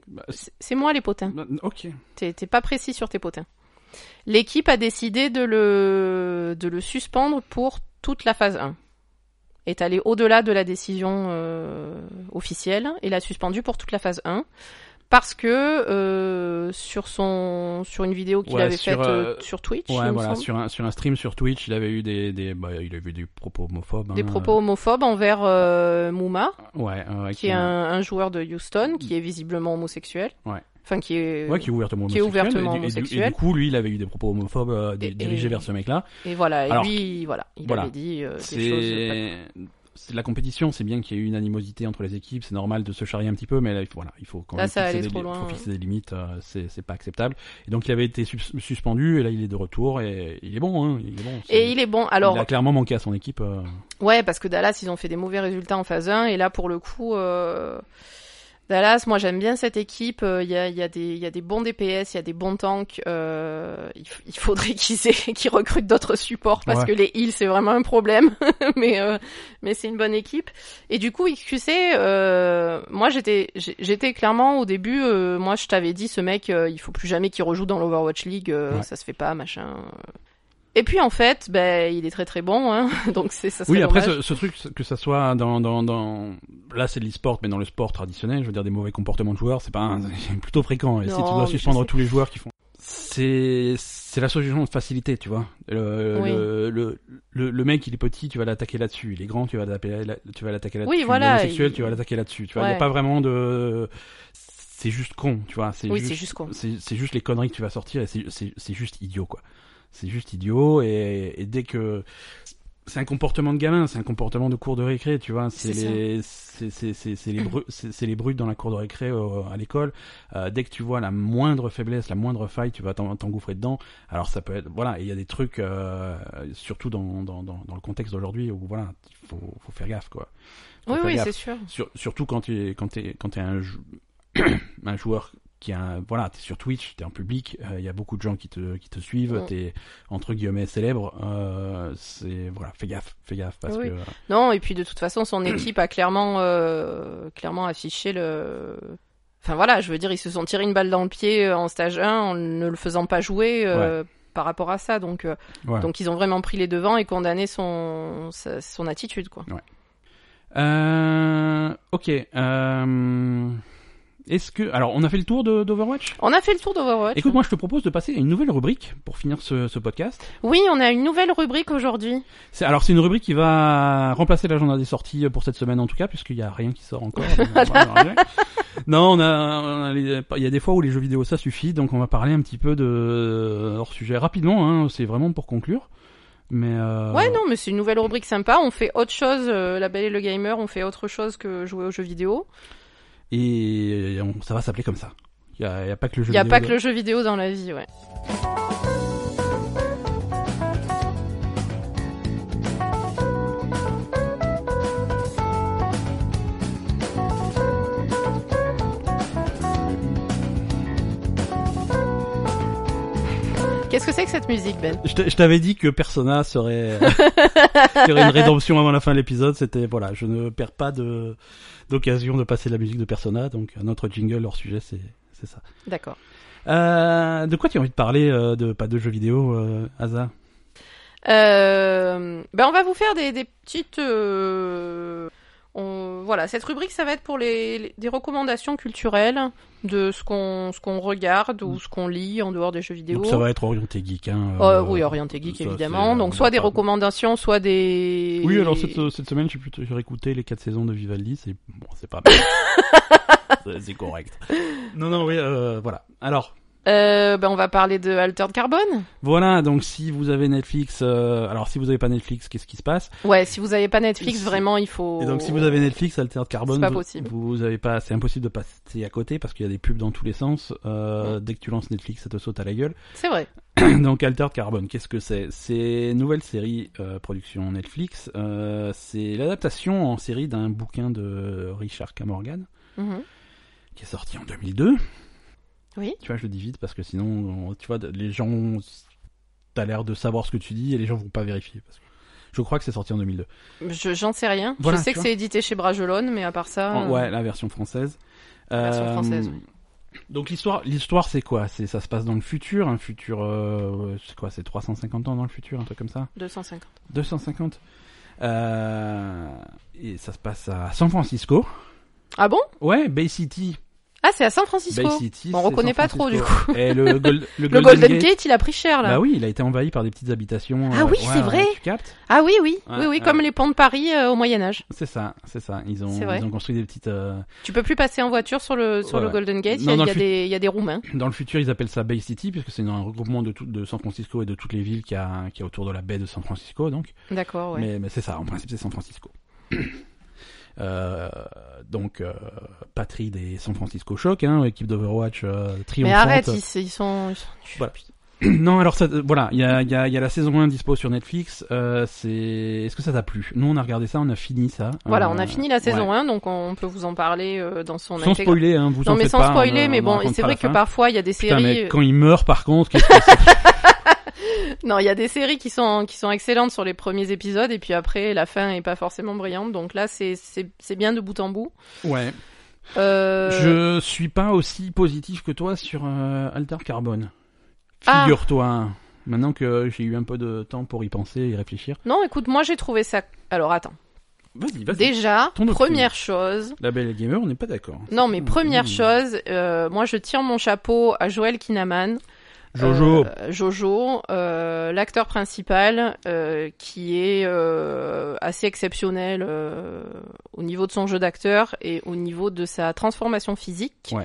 Speaker 1: Bah, c'est-
Speaker 2: c'est- c'est moi les potins.
Speaker 1: bah, Ok.
Speaker 2: T'es t'es pas précis sur tes potins. L'équipe a décidé de le, de le suspendre pour toute la phase 1. Est allée au-delà de la décision euh, officielle et l'a suspendu pour toute la phase 1. Parce que euh, sur son sur une vidéo qu'il
Speaker 1: Ouais,
Speaker 2: avait
Speaker 1: sur,
Speaker 2: faite
Speaker 1: euh,
Speaker 2: euh, sur Twitch, il
Speaker 1: Ouais,
Speaker 2: me
Speaker 1: voilà.
Speaker 2: semble,
Speaker 1: Sur un, sur un stream sur Twitch, il avait eu des, des, bah, il avait eu des propos homophobes.
Speaker 2: des
Speaker 1: hein,
Speaker 2: propos homophobes envers euh, Mouma,
Speaker 1: euh, ouais, ouais,
Speaker 2: qui est un, un joueur de Houston, qui est visiblement homosexuel.
Speaker 1: Mm. Ouais.
Speaker 2: Enfin, qui est,
Speaker 1: Ouais, qui est ouvertement
Speaker 2: qui est
Speaker 1: homosexuel.
Speaker 2: ouvertement
Speaker 1: et, du- et du- et du,
Speaker 2: homosexuel.
Speaker 1: coup, lui, il avait eu des propos homophobes euh, di-
Speaker 2: Et- et-
Speaker 1: dirigés vers ce mec-là.
Speaker 2: Et voilà, et
Speaker 1: Alors,
Speaker 2: lui, voilà, il
Speaker 1: voilà.
Speaker 2: avait dit euh, des choses pas
Speaker 1: C'est c'est de la compétition, c'est bien qu'il y ait eu une animosité entre les équipes, c'est normal de se charrier un petit peu, mais là, il faut, voilà, il faut quand
Speaker 2: Là,
Speaker 1: même
Speaker 2: ça
Speaker 1: fixer,
Speaker 2: allait
Speaker 1: des,
Speaker 2: trop
Speaker 1: li-
Speaker 2: loin,
Speaker 1: faut
Speaker 2: ouais.
Speaker 1: fixer des limites, euh, c'est c'est pas acceptable. Et donc, il avait été sus- suspendu, et là, il est de retour, et il est bon, hein, il est bon. c'est-
Speaker 2: Et il est bon. Alors,
Speaker 1: il a clairement manqué à son équipe. euh,
Speaker 2: ouais, parce que Dallas, ils ont fait des mauvais résultats en phase 1. Et là, pour le coup, euh, Dallas, moi, j'aime bien cette équipe. euh, Il y, a, il y, a des- il y a des bons DPS, il y a des bons tanks. euh, il, f- il faudrait *laughs* qu'ils aient- qu'ils recrutent d'autres supports parce
Speaker 1: Ouais.
Speaker 2: que les heals, c'est vraiment un problème. *laughs* mais euh, mais c'est une bonne équipe. Et du coup, XQC, euh, moi, j'étais j'ai- j'étais clairement au début, euh, moi, je t'avais dit, ce mec, euh, il faut plus jamais qu'il rejoue dans l'Overwatch League. euh,
Speaker 1: Ouais.
Speaker 2: Ça se fait pas, machin. Et puis en fait, ben il est très très bon, hein. *laughs* donc c'est ça. serait
Speaker 1: Oui, après ce,
Speaker 2: dommage.
Speaker 1: ce truc, que ça soit dans, dans, dans... là c'est de l'e-sport, mais dans le sport traditionnel, je veux dire des mauvais comportements de joueurs, c'est pas un- *laughs* c'est plutôt fréquent. Et si tu
Speaker 2: Non, mais
Speaker 1: dois
Speaker 2: je
Speaker 1: suspendre
Speaker 2: sais.
Speaker 1: tous les joueurs qui font, c'est c'est la solution de facilité, tu vois. Le,
Speaker 2: Oui.
Speaker 1: le, le, le, le mec il est petit, tu vas l'attaquer là-dessus. Il est grand, tu vas l'attaquer là- tu vas l'attaquer là-dessus.
Speaker 2: Oui, voilà,
Speaker 1: Il est homosexuel,
Speaker 2: il-
Speaker 1: tu vas l'attaquer là-dessus. Tu vois, il y
Speaker 2: Ouais.
Speaker 1: a pas vraiment de, c'est juste con, tu vois. C'est
Speaker 2: Oui,
Speaker 1: juste-
Speaker 2: c'est juste con.
Speaker 1: c'est c'est juste les conneries que tu vas sortir et c'est- c'est c'est juste idiot quoi. C'est juste idiot et, et dès que c'est un comportement de gamin, c'est un comportement de cours de récré, tu vois. C'est
Speaker 2: C'est
Speaker 1: les c'est c'est- c'est- c'est les bru- c'est c'est les brutes dans la cour de récré euh, à l'école. Euh, dès que tu vois la moindre faiblesse, la moindre faille, tu vas t'en- t'engouffrer dedans. Alors ça peut être voilà, et il y a des trucs euh, surtout dans dans dans, dans le contexte d'aujourd'hui où voilà, il faut faut faire gaffe quoi. Faut
Speaker 2: Oui,
Speaker 1: faire
Speaker 2: oui,
Speaker 1: gaffe.
Speaker 2: c'est sûr.
Speaker 1: Sur- surtout quand tu es quand t'es- quand t'es un jou- *coughs* un joueur qui a un, voilà t'es sur Twitch t'es en public euh, il y a beaucoup de gens qui te qui te suivent
Speaker 2: Mm.
Speaker 1: t'es entre guillemets célèbre euh, c'est voilà fais gaffe fais gaffe parce
Speaker 2: Oui.
Speaker 1: que
Speaker 2: Non, et puis de toute façon,
Speaker 1: *clears throat*
Speaker 2: son équipe a clairement, euh, clairement affiché le. Enfin voilà, je veux dire, ils se sont tirés une balle dans le pied euh, en stage 1 en ne le faisant pas jouer euh, par rapport à ça. Donc, euh,
Speaker 1: voilà.
Speaker 2: donc ils ont vraiment pris les devants et condamné son, sa- son attitude, quoi.
Speaker 1: Euh, ok euh, est-ce que alors on a fait le tour de- d'Overwatch
Speaker 2: On a fait le tour d'Overwatch.
Speaker 1: écoute moi je te propose de passer à une nouvelle rubrique pour finir ce, ce podcast
Speaker 2: Oui, on a une nouvelle rubrique aujourd'hui.
Speaker 1: c'est alors c'est une rubrique qui va remplacer l'agenda des sorties euh, pour cette semaine en tout cas puisqu'il y a rien qui sort
Speaker 2: *laughs*
Speaker 1: encore Donc, on va parler. non on a, on a les- il y a des fois où les jeux vidéo ça suffit donc on va parler un petit peu de hors sujet rapidement hein, c'est vraiment pour conclure mais euh,
Speaker 2: Ouais, non, mais c'est une nouvelle rubrique sympa. On fait autre chose, euh, La Belle et le Gamer, on fait autre chose que jouer aux jeux vidéo.
Speaker 1: et on- ça va s'appeler comme ça il y a, il y a pas que le jeu
Speaker 2: Il n'y a
Speaker 1: vidéo
Speaker 2: pas que le jeu vidéo dans la vie, ouais. Qu'est-ce Qu'est-ce que c'est que cette musique, Ben
Speaker 1: Je t'a- je t'avais dit que Persona
Speaker 2: *laughs*
Speaker 1: serait, qu'il y aurait une rédemption avant la fin de l'épisode. C'était voilà, je ne perds pas de d'occasion de passer la musique de Persona. Donc notre jingle hors sujet, c'est c'est ça.
Speaker 2: D'accord.
Speaker 1: Euh, de quoi tu as envie de parler euh, de pas de jeux vidéo, euh, Asa
Speaker 2: Euh, ben on va vous faire des, des petites. euh, on- voilà, cette rubrique, ça va être pour les, les- des recommandations culturelles de ce qu'on ce qu'on regarde ou ce qu'on lit en dehors des jeux vidéo.
Speaker 1: Mm. Donc ça va être orienté geek. Hein,
Speaker 2: Euh,
Speaker 1: euh,
Speaker 2: oui, orienté geek
Speaker 1: ça,
Speaker 2: évidemment.
Speaker 1: c'est-
Speaker 2: Donc
Speaker 1: on
Speaker 2: soit
Speaker 1: va
Speaker 2: des
Speaker 1: pas-
Speaker 2: recommandations, soit des.
Speaker 1: Oui, alors euh, cette, cette semaine, j'ai plutôt j'ai réécouté les 4 saisons de Vivaldi, c'est bon, c'est
Speaker 2: *laughs*
Speaker 1: pas mal. C'est- c'est correct. Non, non, oui, euh, voilà. Alors,
Speaker 2: Euh, ben on va parler de Altered Carbone.
Speaker 1: voilà, donc si vous avez Netflix, euh, alors si vous avez pas Netflix, qu'est-ce qui se passe
Speaker 2: Ouais, si vous n'avez pas Netflix,
Speaker 1: Si-
Speaker 2: vraiment il faut.
Speaker 1: Et donc si vous avez Netflix, Altered Carbone,
Speaker 2: C'est pas
Speaker 1: vous-
Speaker 2: possible.
Speaker 1: Vous, avez pas, c'est impossible de passer à côté parce qu'il y a des pubs dans tous les sens. Euh, Dès que tu lances Netflix, ça te saute à la gueule.
Speaker 2: C'est vrai. *clears throat*
Speaker 1: donc Altered Carbone, qu'est-ce que c'est C'est une nouvelle série euh, production Netflix. Euh, c'est l'adaptation en série d'un bouquin de Richard K. Morgan.
Speaker 2: Mhm.
Speaker 1: qui est sorti en 2002.
Speaker 2: Oui.
Speaker 1: Tu vois, je le dis vite parce que sinon, on- tu vois, les gens, ont- t'as l'air de savoir ce que tu dis et les gens vont pas vérifier. Parce que je crois que c'est sorti en 2002.
Speaker 2: Je j'en sais rien.
Speaker 1: Voilà,
Speaker 2: je sais
Speaker 1: tu
Speaker 2: que
Speaker 1: vois.
Speaker 2: c'est édité chez Bragelonne, mais à part ça.
Speaker 1: En-
Speaker 2: euh,
Speaker 1: ouais, hum. la version française. Euh,
Speaker 2: version française,
Speaker 1: Donc l'histoire, l'histoire c'est quoi C'est ça se passe dans le futur, un futur, euh, c'est quoi C'est 350 ans dans le futur, un truc comme ça
Speaker 2: 250.
Speaker 1: 250. Euh, et ça se passe à San Francisco.
Speaker 2: Ah bon
Speaker 1: Ouais, Bay City.
Speaker 2: Ah, c'est à San Francisco.
Speaker 1: Bay City.
Speaker 2: Bon, on
Speaker 1: c'est
Speaker 2: reconnaît
Speaker 1: San
Speaker 2: pas trop, du
Speaker 1: Francisco. Et le,
Speaker 2: *laughs*
Speaker 1: Gold- le
Speaker 2: Le Golden, Gate. il a pris cher là.
Speaker 1: Bah oui, il a été envahi par des petites habitations. euh,
Speaker 2: Ah oui, c'est vrai.
Speaker 1: Tu captes
Speaker 2: Ah oui, oui,
Speaker 1: Ouais,
Speaker 2: oui, oui,
Speaker 1: ouais.
Speaker 2: comme les ponts de Paris euh, au Moyen Âge.
Speaker 1: C'est ça, c'est ça. Ils ont,
Speaker 2: C'est vrai.
Speaker 1: ils ont construit des petites. euh,
Speaker 2: Tu peux plus passer en voiture sur le sur
Speaker 1: Ouais,
Speaker 2: le
Speaker 1: ouais.
Speaker 2: Golden Gate. Il y
Speaker 1: Non,
Speaker 2: a-
Speaker 1: dans
Speaker 2: il y,
Speaker 1: le
Speaker 2: a
Speaker 1: fut-
Speaker 2: des il y a des Roumains.
Speaker 1: Dans le futur, ils appellent ça Bay City puisque c'est un regroupement de tout, de San Francisco et de toutes les villes qu'il y a, qu'il y a autour de la baie de San Francisco, donc.
Speaker 2: D'accord, ouais.
Speaker 1: Mais, mais c'est ça. En principe, c'est San Francisco. *clears throat* Euh, donc, euh, patrie des San Francisco Shock, hein, équipe d'Overwatch euh,
Speaker 2: Mais,
Speaker 1: triomphante.
Speaker 2: arrête, ils, ils sont. ils sont nuls.
Speaker 1: Voilà. *clears throat* Non, alors ça, euh, voilà, il y a, il y a- il y a la saison 1 dispo sur Netflix. Euh, c'est, est-ce que ça t'a plu Nous, on a regardé ça, on a fini ça.
Speaker 2: Voilà,
Speaker 1: Euh,
Speaker 2: on a fini la
Speaker 1: ouais.
Speaker 2: saison 1, donc on peut vous en parler euh, dans son
Speaker 1: Sans
Speaker 2: intégralité.
Speaker 1: spoiler, hein, vous en
Speaker 2: Non, mais
Speaker 1: faites
Speaker 2: sans
Speaker 1: pas, on-
Speaker 2: spoiler, mais
Speaker 1: on
Speaker 2: bon,
Speaker 1: raconte
Speaker 2: c'est
Speaker 1: pas
Speaker 2: vrai
Speaker 1: la
Speaker 2: que euh,
Speaker 1: fin.
Speaker 2: parfois il y a des
Speaker 1: Putain,
Speaker 2: séries.
Speaker 1: mais quand il meurt, par contre, qu'est-ce
Speaker 2: *laughs*
Speaker 1: que c'est
Speaker 2: Non, il y a des séries qui sont qui sont excellentes sur les premiers épisodes et puis après la fin est pas forcément brillante. Donc là, c'est c'est c'est bien de bout en bout.
Speaker 1: Ouais.
Speaker 2: Euh,
Speaker 1: Je suis pas aussi positif que toi sur euh, Alter Carbone.
Speaker 2: Ah.
Speaker 1: Figure-toi. hein. Maintenant que j'ai eu un peu de temps pour y penser et y réfléchir.
Speaker 2: Non, écoute, moi j'ai trouvé ça. Alors attends.
Speaker 1: Vas-y, vas-y.
Speaker 2: Déjà,
Speaker 1: Ton doctrine.
Speaker 2: première chose.
Speaker 1: La belle gamer, on n'est pas d'accord.
Speaker 2: Non, mais première
Speaker 1: Mmh.
Speaker 2: chose, euh, moi je tire mon chapeau à Joël Kinaman.
Speaker 1: Jojo.
Speaker 2: Euh, Jojo, euh, l'acteur principal euh, qui est euh, assez exceptionnel euh, au niveau de son jeu d'acteur et au niveau de sa transformation physique.
Speaker 1: Ouais.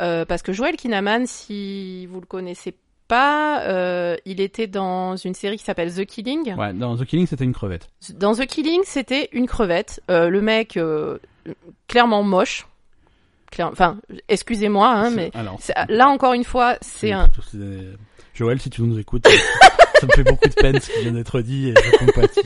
Speaker 2: Euh, parce que Joël Kinaman, si vous le connaissez pas, euh, il était dans une série qui s'appelle The Killing.
Speaker 1: Ouais, dans The Killing, c'était une crevette.
Speaker 2: Dans The Killing, c'était une crevette. Euh, le mec, euh, clairement moche. Claire- Enfin, excusez-moi, hein, mais
Speaker 1: Alors,
Speaker 2: c'est- là encore une fois, c'est un,
Speaker 1: tous les- Joël, si tu nous écoutes, euh,
Speaker 2: *laughs*
Speaker 1: ça me fait beaucoup de peine ce qui vient d'être dit et je compatis.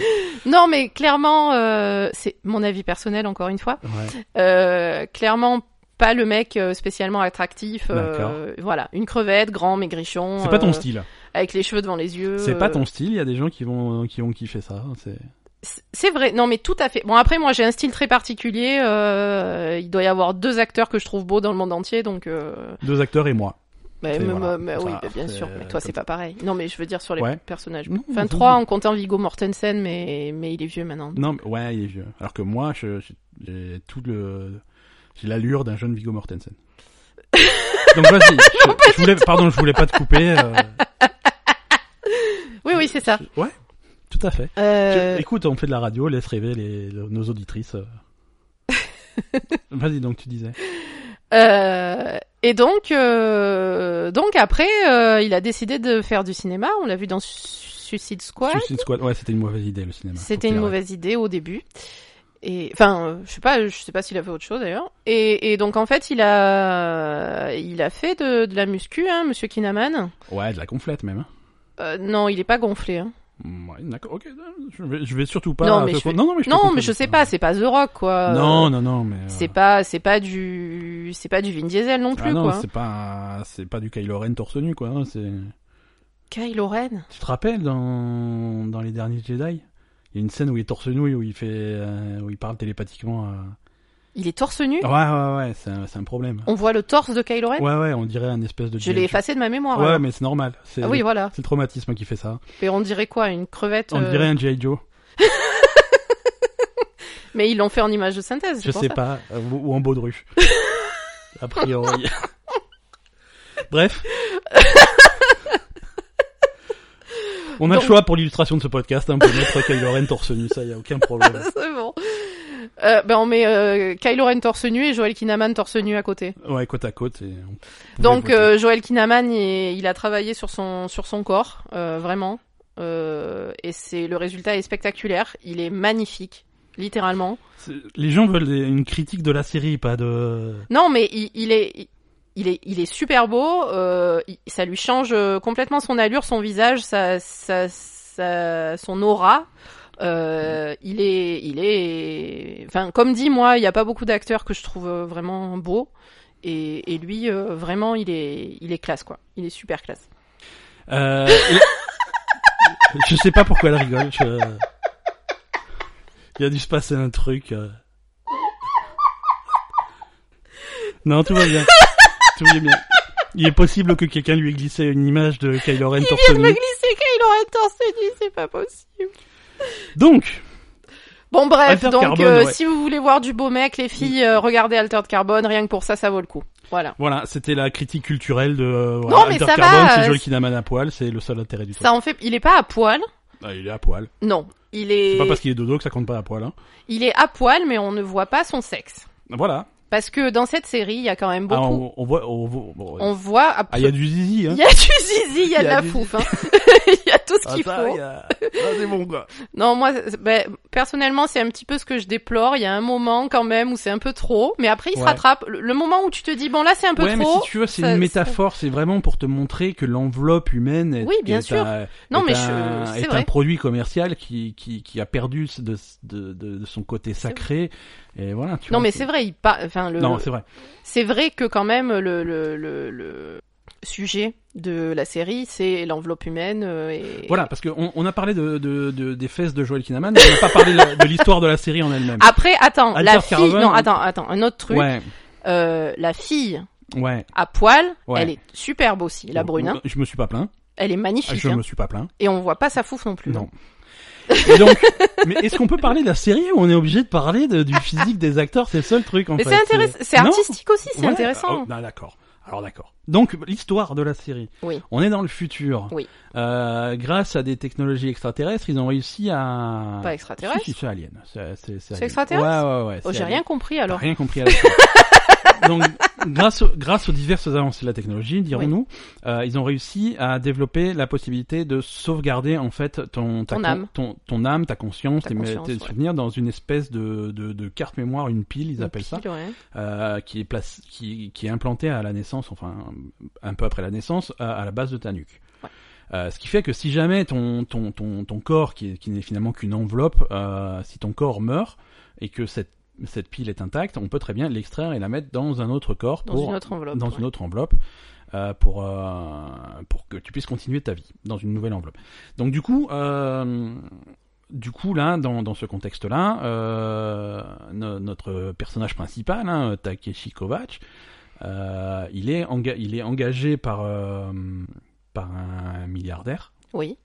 Speaker 2: Non, mais clairement, euh, c'est mon avis personnel encore une fois.
Speaker 1: Ouais.
Speaker 2: Euh, clairement, pas le mec euh, spécialement attractif. euh,
Speaker 1: D'accord.
Speaker 2: voilà, une crevette, grand, maigrichon.
Speaker 1: C'est pas ton
Speaker 2: euh,
Speaker 1: style.
Speaker 2: Avec les cheveux devant les yeux.
Speaker 1: C'est pas
Speaker 2: euh,
Speaker 1: ton style. Il y a des gens qui vont qui vont kiffer ça. C'est
Speaker 2: C'est- C'est vrai, non mais tout à fait. Bon après moi j'ai un style très particulier, euh, il doit y avoir deux acteurs que je trouve beaux dans le monde entier donc... Euh,
Speaker 1: deux acteurs et moi.
Speaker 2: mais,
Speaker 1: C'est-
Speaker 2: Bah, mais-
Speaker 1: voilà,
Speaker 2: mais-
Speaker 1: ça,
Speaker 2: oui mais bien
Speaker 1: c'est
Speaker 2: sûr, mais toi
Speaker 1: comme
Speaker 2: c'est pas pareil. Non mais je veux dire sur les
Speaker 1: Ouais.
Speaker 2: personnages.
Speaker 1: Non,
Speaker 2: Enfin
Speaker 1: non,
Speaker 2: trois
Speaker 1: non.
Speaker 2: en comptant Viggo Mortensen mais, mais il est vieux maintenant.
Speaker 1: Non, mais ouais, il est vieux. Alors que moi, je- j'ai j'ai tout le, j'ai l'allure d'un jeune Viggo
Speaker 2: *laughs*
Speaker 1: Mortensen. Donc vas-y. je- je, voulais, pardon, je voulais pas te couper. euh,
Speaker 2: Oui oui c'est ça.
Speaker 1: Ouais, tout à fait. Je-
Speaker 2: Euh,
Speaker 1: Écoute, on fait de la radio, laisse rêver les, le- nos auditrices.
Speaker 2: *laughs*
Speaker 1: euh. vas-y, donc tu disais.
Speaker 2: Euh, et donc, euh, donc après, euh, il a décidé de faire du cinéma. On l'a vu dans Su- Suicide Squad.
Speaker 1: Suicide Squad. Ouais, c'était une mauvaise idée le cinéma.
Speaker 2: C'était
Speaker 1: Faut
Speaker 2: une
Speaker 1: que
Speaker 2: mauvaise idée au début. Et enfin, euh, je sais pas, je sais pas s'il a fait autre chose d'ailleurs. Et, et donc en fait, il a, il a fait de, de la muscu, hein, Monsieur Kinaman.
Speaker 1: t'arrêtes. Ouais, de la conflette même. hein.
Speaker 2: Euh, non, il est pas gonflé. hein.
Speaker 1: Mm, Ouais, d'accord. Ok, je vais, je vais surtout pas.
Speaker 2: Non, mais
Speaker 1: te-
Speaker 2: je vais-
Speaker 1: non, non, mais je, te
Speaker 2: non, mais
Speaker 1: contredis
Speaker 2: je sais pas, c'est pas The Rock quoi.
Speaker 1: Non,
Speaker 2: Euh,
Speaker 1: non, non, mais. euh,
Speaker 2: C'est pas, c'est pas du, c'est pas du Vin Diesel non
Speaker 1: ah
Speaker 2: plus
Speaker 1: non,
Speaker 2: quoi.
Speaker 1: c'est pas, c'est pas du Kylo Ren torse nu quoi. hein, C'est.
Speaker 2: Kylo Ren
Speaker 1: Tu te rappelles dans, dans les derniers Jedi Il y a une scène où il est torse nouille, où il fait, euh, où il parle télépathiquement. à-
Speaker 2: Il est torse nu
Speaker 1: Ouais, ouais, ouais, c'est un, c'est un problème.
Speaker 2: On voit le torse de Kylo Ren
Speaker 1: Ah. Ouais, ouais, on dirait un espèce de.
Speaker 2: Je l'ai
Speaker 1: G.I. Joe.
Speaker 2: effacé de ma mémoire.
Speaker 1: Ouais,
Speaker 2: alors.
Speaker 1: mais c'est normal. C'est
Speaker 2: Ah oui, voilà.
Speaker 1: c'est le traumatisme qui fait ça.
Speaker 2: Et on dirait quoi Une crevette
Speaker 1: On
Speaker 2: euh,
Speaker 1: dirait un G.I. Joe.
Speaker 2: Mais ils l'ont fait en image de synthèse.
Speaker 1: Je
Speaker 2: c'est pour
Speaker 1: sais
Speaker 2: ça.
Speaker 1: pas, euh, ou, ou en
Speaker 2: *laughs*
Speaker 1: baudruche. A priori.
Speaker 2: *laughs*
Speaker 1: Bref. On a
Speaker 2: Donc-
Speaker 1: le choix pour l'illustration de ce podcast, hein, pour mettre Kylo Ren torse nu, ça y a aucun problème.
Speaker 2: *laughs* C'est bon. Euh, ben on met euh, Kylo Ren torse nu et Joel Kinnaman torse nu à côté.
Speaker 1: Ouais, côte à côte. et on pouvait
Speaker 2: Donc
Speaker 1: voter.
Speaker 2: euh, Joel Kinnaman, il, il a travaillé sur son sur son corps, euh, vraiment. Euh, et c'est le résultat est spectaculaire. Il est magnifique, littéralement.
Speaker 1: C'est- les gens veulent des- une critique de la série, pas de.
Speaker 2: Non, mais il, il est il- il est il est super beau. euh, il- ça lui change euh, complètement son allure, son visage, sa, sa, sa- son aura. Euh, il est il est enfin comme dit moi, il n'y a pas beaucoup d'acteurs que je trouve euh, vraiment beaux. Et, et lui, euh, vraiment, il est, il est classe, quoi. Il est super classe.
Speaker 1: Euh, et-
Speaker 2: *laughs*
Speaker 1: je sais pas pourquoi elle rigole. je- Il y a dû se passer un truc. euh. Non, tout va bien. Tout va bien. Il est possible que quelqu'un lui ait glissé une image de Kylo Ren torse nu.
Speaker 2: glisser Kylo Ren torse nu, c'est pas possible.
Speaker 1: Donc,
Speaker 2: Bon bref,
Speaker 1: Altered
Speaker 2: donc
Speaker 1: Carbone,
Speaker 2: euh,
Speaker 1: ouais.
Speaker 2: si vous voulez voir du beau mec, les filles, euh, regardez Altered Carbone, rien que pour ça, ça vaut le coup. Voilà.
Speaker 1: voilà, c'était la critique culturelle de euh,
Speaker 2: Non,
Speaker 1: voilà,
Speaker 2: mais
Speaker 1: Hunter
Speaker 2: ça va,
Speaker 1: Carbone,
Speaker 2: euh,
Speaker 1: c'est Joel
Speaker 2: c'est-
Speaker 1: Kinnaman à poil, c'est le seul intérêt du truc.
Speaker 2: Ça en fait, il est pas à poil,
Speaker 1: Ah, il est à poil.
Speaker 2: non. Il
Speaker 1: C'est
Speaker 2: est,
Speaker 1: pas parce qu'il est dodo que ça compte pas à poil. Hein.
Speaker 2: il est à poil, mais on ne voit pas son sexe.
Speaker 1: Voilà.
Speaker 2: Parce que dans cette série, il y a quand même
Speaker 1: Ah,
Speaker 2: beaucoup.
Speaker 1: on, on voit... On, voit- bon, ouais.
Speaker 2: on... voit. à-
Speaker 1: Ah, il y a du zizi, hein.
Speaker 2: *laughs* Il y a du zizi, il y a de la
Speaker 1: du zizi.
Speaker 2: fouf, hein. *laughs* il y a tout ce qu'il
Speaker 1: Ah, ça,
Speaker 2: faut.
Speaker 1: il y a- Ah, c'est bon, quoi.
Speaker 2: Non, moi, c'est- ben, personnellement, c'est un petit peu ce que je déplore. Il y a un moment quand même où c'est un peu trop, mais après il se
Speaker 1: Ouais.
Speaker 2: rattrape. Le, le moment où tu te dis bon là c'est *laughs* un peu
Speaker 1: ouais,
Speaker 2: trop.
Speaker 1: mais si tu veux, c'est
Speaker 2: ça-
Speaker 1: une métaphore, c'est vraiment pour te montrer que l'enveloppe humaine est,
Speaker 2: Oui, bien
Speaker 1: est
Speaker 2: sûr.
Speaker 1: un,
Speaker 2: Non,
Speaker 1: est
Speaker 2: mais
Speaker 1: un-
Speaker 2: je- c'est
Speaker 1: est
Speaker 2: vrai.
Speaker 1: un produit commercial qui, qui, qui a perdu de, de, de, de son côté sacré. Et voilà, tu
Speaker 2: Non,
Speaker 1: vois,
Speaker 2: mais c'est vrai. Il pas. Enfin le.
Speaker 1: Non, c'est vrai.
Speaker 2: C'est vrai que quand même le le le, le sujet de la série c'est l'enveloppe humaine euh, et.
Speaker 1: Voilà, parce qu'on on a parlé de, de, de- des fesses de Joel Kinnaman, mais on n'a pas parlé de la- de l'histoire de la série en elle-même.
Speaker 2: Après attends
Speaker 1: Alter
Speaker 2: la fille.
Speaker 1: Carbone-
Speaker 2: Non attends attends un autre Ah, truc.
Speaker 1: ouais,
Speaker 2: Euh, la fille
Speaker 1: ouais.
Speaker 2: à poil,
Speaker 1: Ouais.
Speaker 2: elle est superbe aussi. La brune, hein.
Speaker 1: Je me suis pas plaint.
Speaker 2: elle est magnifique.
Speaker 1: Ah, Je
Speaker 2: hein.
Speaker 1: me suis pas plaint.
Speaker 2: Et on voit pas sa fouf non plus. hein.
Speaker 1: Non. Et donc, *laughs* mais est-ce qu'on peut parler de la série ou on est obligé de parler de- du physique des acteurs C'est le seul truc en
Speaker 2: Mais
Speaker 1: fait.
Speaker 2: c'est intéressant. C'est
Speaker 1: Non.
Speaker 2: artistique aussi. C'est
Speaker 1: Ouais,
Speaker 2: intéressant.
Speaker 1: oh, non, d'accord. Alors d'accord. Donc l'histoire de la série.
Speaker 2: Oui.
Speaker 1: On est dans le futur.
Speaker 2: Oui.
Speaker 1: Euh, grâce à des technologies extraterrestres, ils ont réussi à.
Speaker 2: Pas extraterrestre.
Speaker 1: Si, si, c'est alien. C'est, c'est, c'est, alien.
Speaker 2: extraterrestre
Speaker 1: Ouais, ouais, ouais.
Speaker 2: Oh,
Speaker 1: c'est Bah,
Speaker 2: j'ai
Speaker 1: alien.
Speaker 2: rien compris
Speaker 1: T'as
Speaker 2: alors.
Speaker 1: rien compris. À la fin.
Speaker 2: *laughs*
Speaker 1: Donc grâce aux, grâce aux diverses avancées de la technologie, dirons-nous, euh, ils ont réussi à développer la possibilité de sauvegarder en fait ton ta
Speaker 2: Ton
Speaker 1: con-
Speaker 2: âme.
Speaker 1: ton, ton âme, ta conscience,
Speaker 2: Ta
Speaker 1: tes, mé-
Speaker 2: conscience,
Speaker 1: tes
Speaker 2: ouais.
Speaker 1: souvenirs dans une espèce de, de, de carte mémoire, une pile, ils
Speaker 2: Une
Speaker 1: appellent ça
Speaker 2: pile, ouais.
Speaker 1: euh, qui est place, qui, qui est implanté à la naissance, enfin un peu après la naissance, à, à la base de ta nuque.
Speaker 2: Ouais.
Speaker 1: Euh, ce qui fait que si jamais ton ton ton, ton corps qui, est- qui n'est finalement qu'une enveloppe, euh, si ton corps meurt et que cette cette pile est intacte, on peut très bien l'extraire et la mettre dans un autre corps
Speaker 2: Dans
Speaker 1: pour
Speaker 2: une autre enveloppe.
Speaker 1: dans
Speaker 2: ouais.
Speaker 1: une autre enveloppe euh, pour euh, pour que tu puisses continuer ta vie dans une nouvelle enveloppe. Donc du coup euh, du coup là dans, dans ce contexte là notre personnage principal hein, Takeshi Kovacs euh, il est enga- il est engagé par euh, par un milliardaire
Speaker 2: Oui.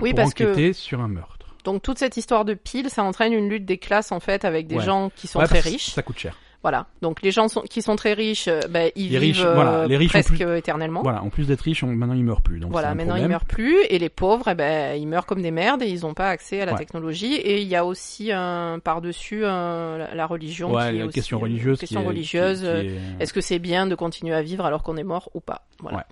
Speaker 2: Oui,
Speaker 1: pour
Speaker 2: parce que
Speaker 1: enquêter sur un meurtre.
Speaker 2: donc toute cette histoire de pile, ça entraîne une lutte des classes en fait avec des
Speaker 1: Ouais.
Speaker 2: gens qui sont
Speaker 1: Ouais,
Speaker 2: très
Speaker 1: parce que
Speaker 2: riches.
Speaker 1: Ça coûte cher.
Speaker 2: Voilà. Donc les gens sont- qui sont très riches, euh, ben, ils
Speaker 1: Les
Speaker 2: vivent
Speaker 1: riches, voilà,
Speaker 2: euh,
Speaker 1: les riches en
Speaker 2: presque
Speaker 1: plus-
Speaker 2: euh, éternellement.
Speaker 1: Voilà, en plus d'être riche, on- maintenant il meurt plus. Donc
Speaker 2: Voilà,
Speaker 1: c'est un
Speaker 2: maintenant ils
Speaker 1: problème.
Speaker 2: meurent plus et les pauvres, eh ben, ils meurent comme des merdes et ils n'ont pas accès à la
Speaker 1: Ouais.
Speaker 2: technologie. Et il y a aussi un par-dessus un- la, la religion.
Speaker 1: Ouais,
Speaker 2: qui est
Speaker 1: la
Speaker 2: aussi- euh,
Speaker 1: question religieuse.
Speaker 2: Question
Speaker 1: qui est- qui-
Speaker 2: religieuse.
Speaker 1: qui
Speaker 2: euh,
Speaker 1: est-
Speaker 2: Est-ce que c'est bien de continuer à vivre alors qu'on est mort ou pas Voilà.
Speaker 1: Ouais.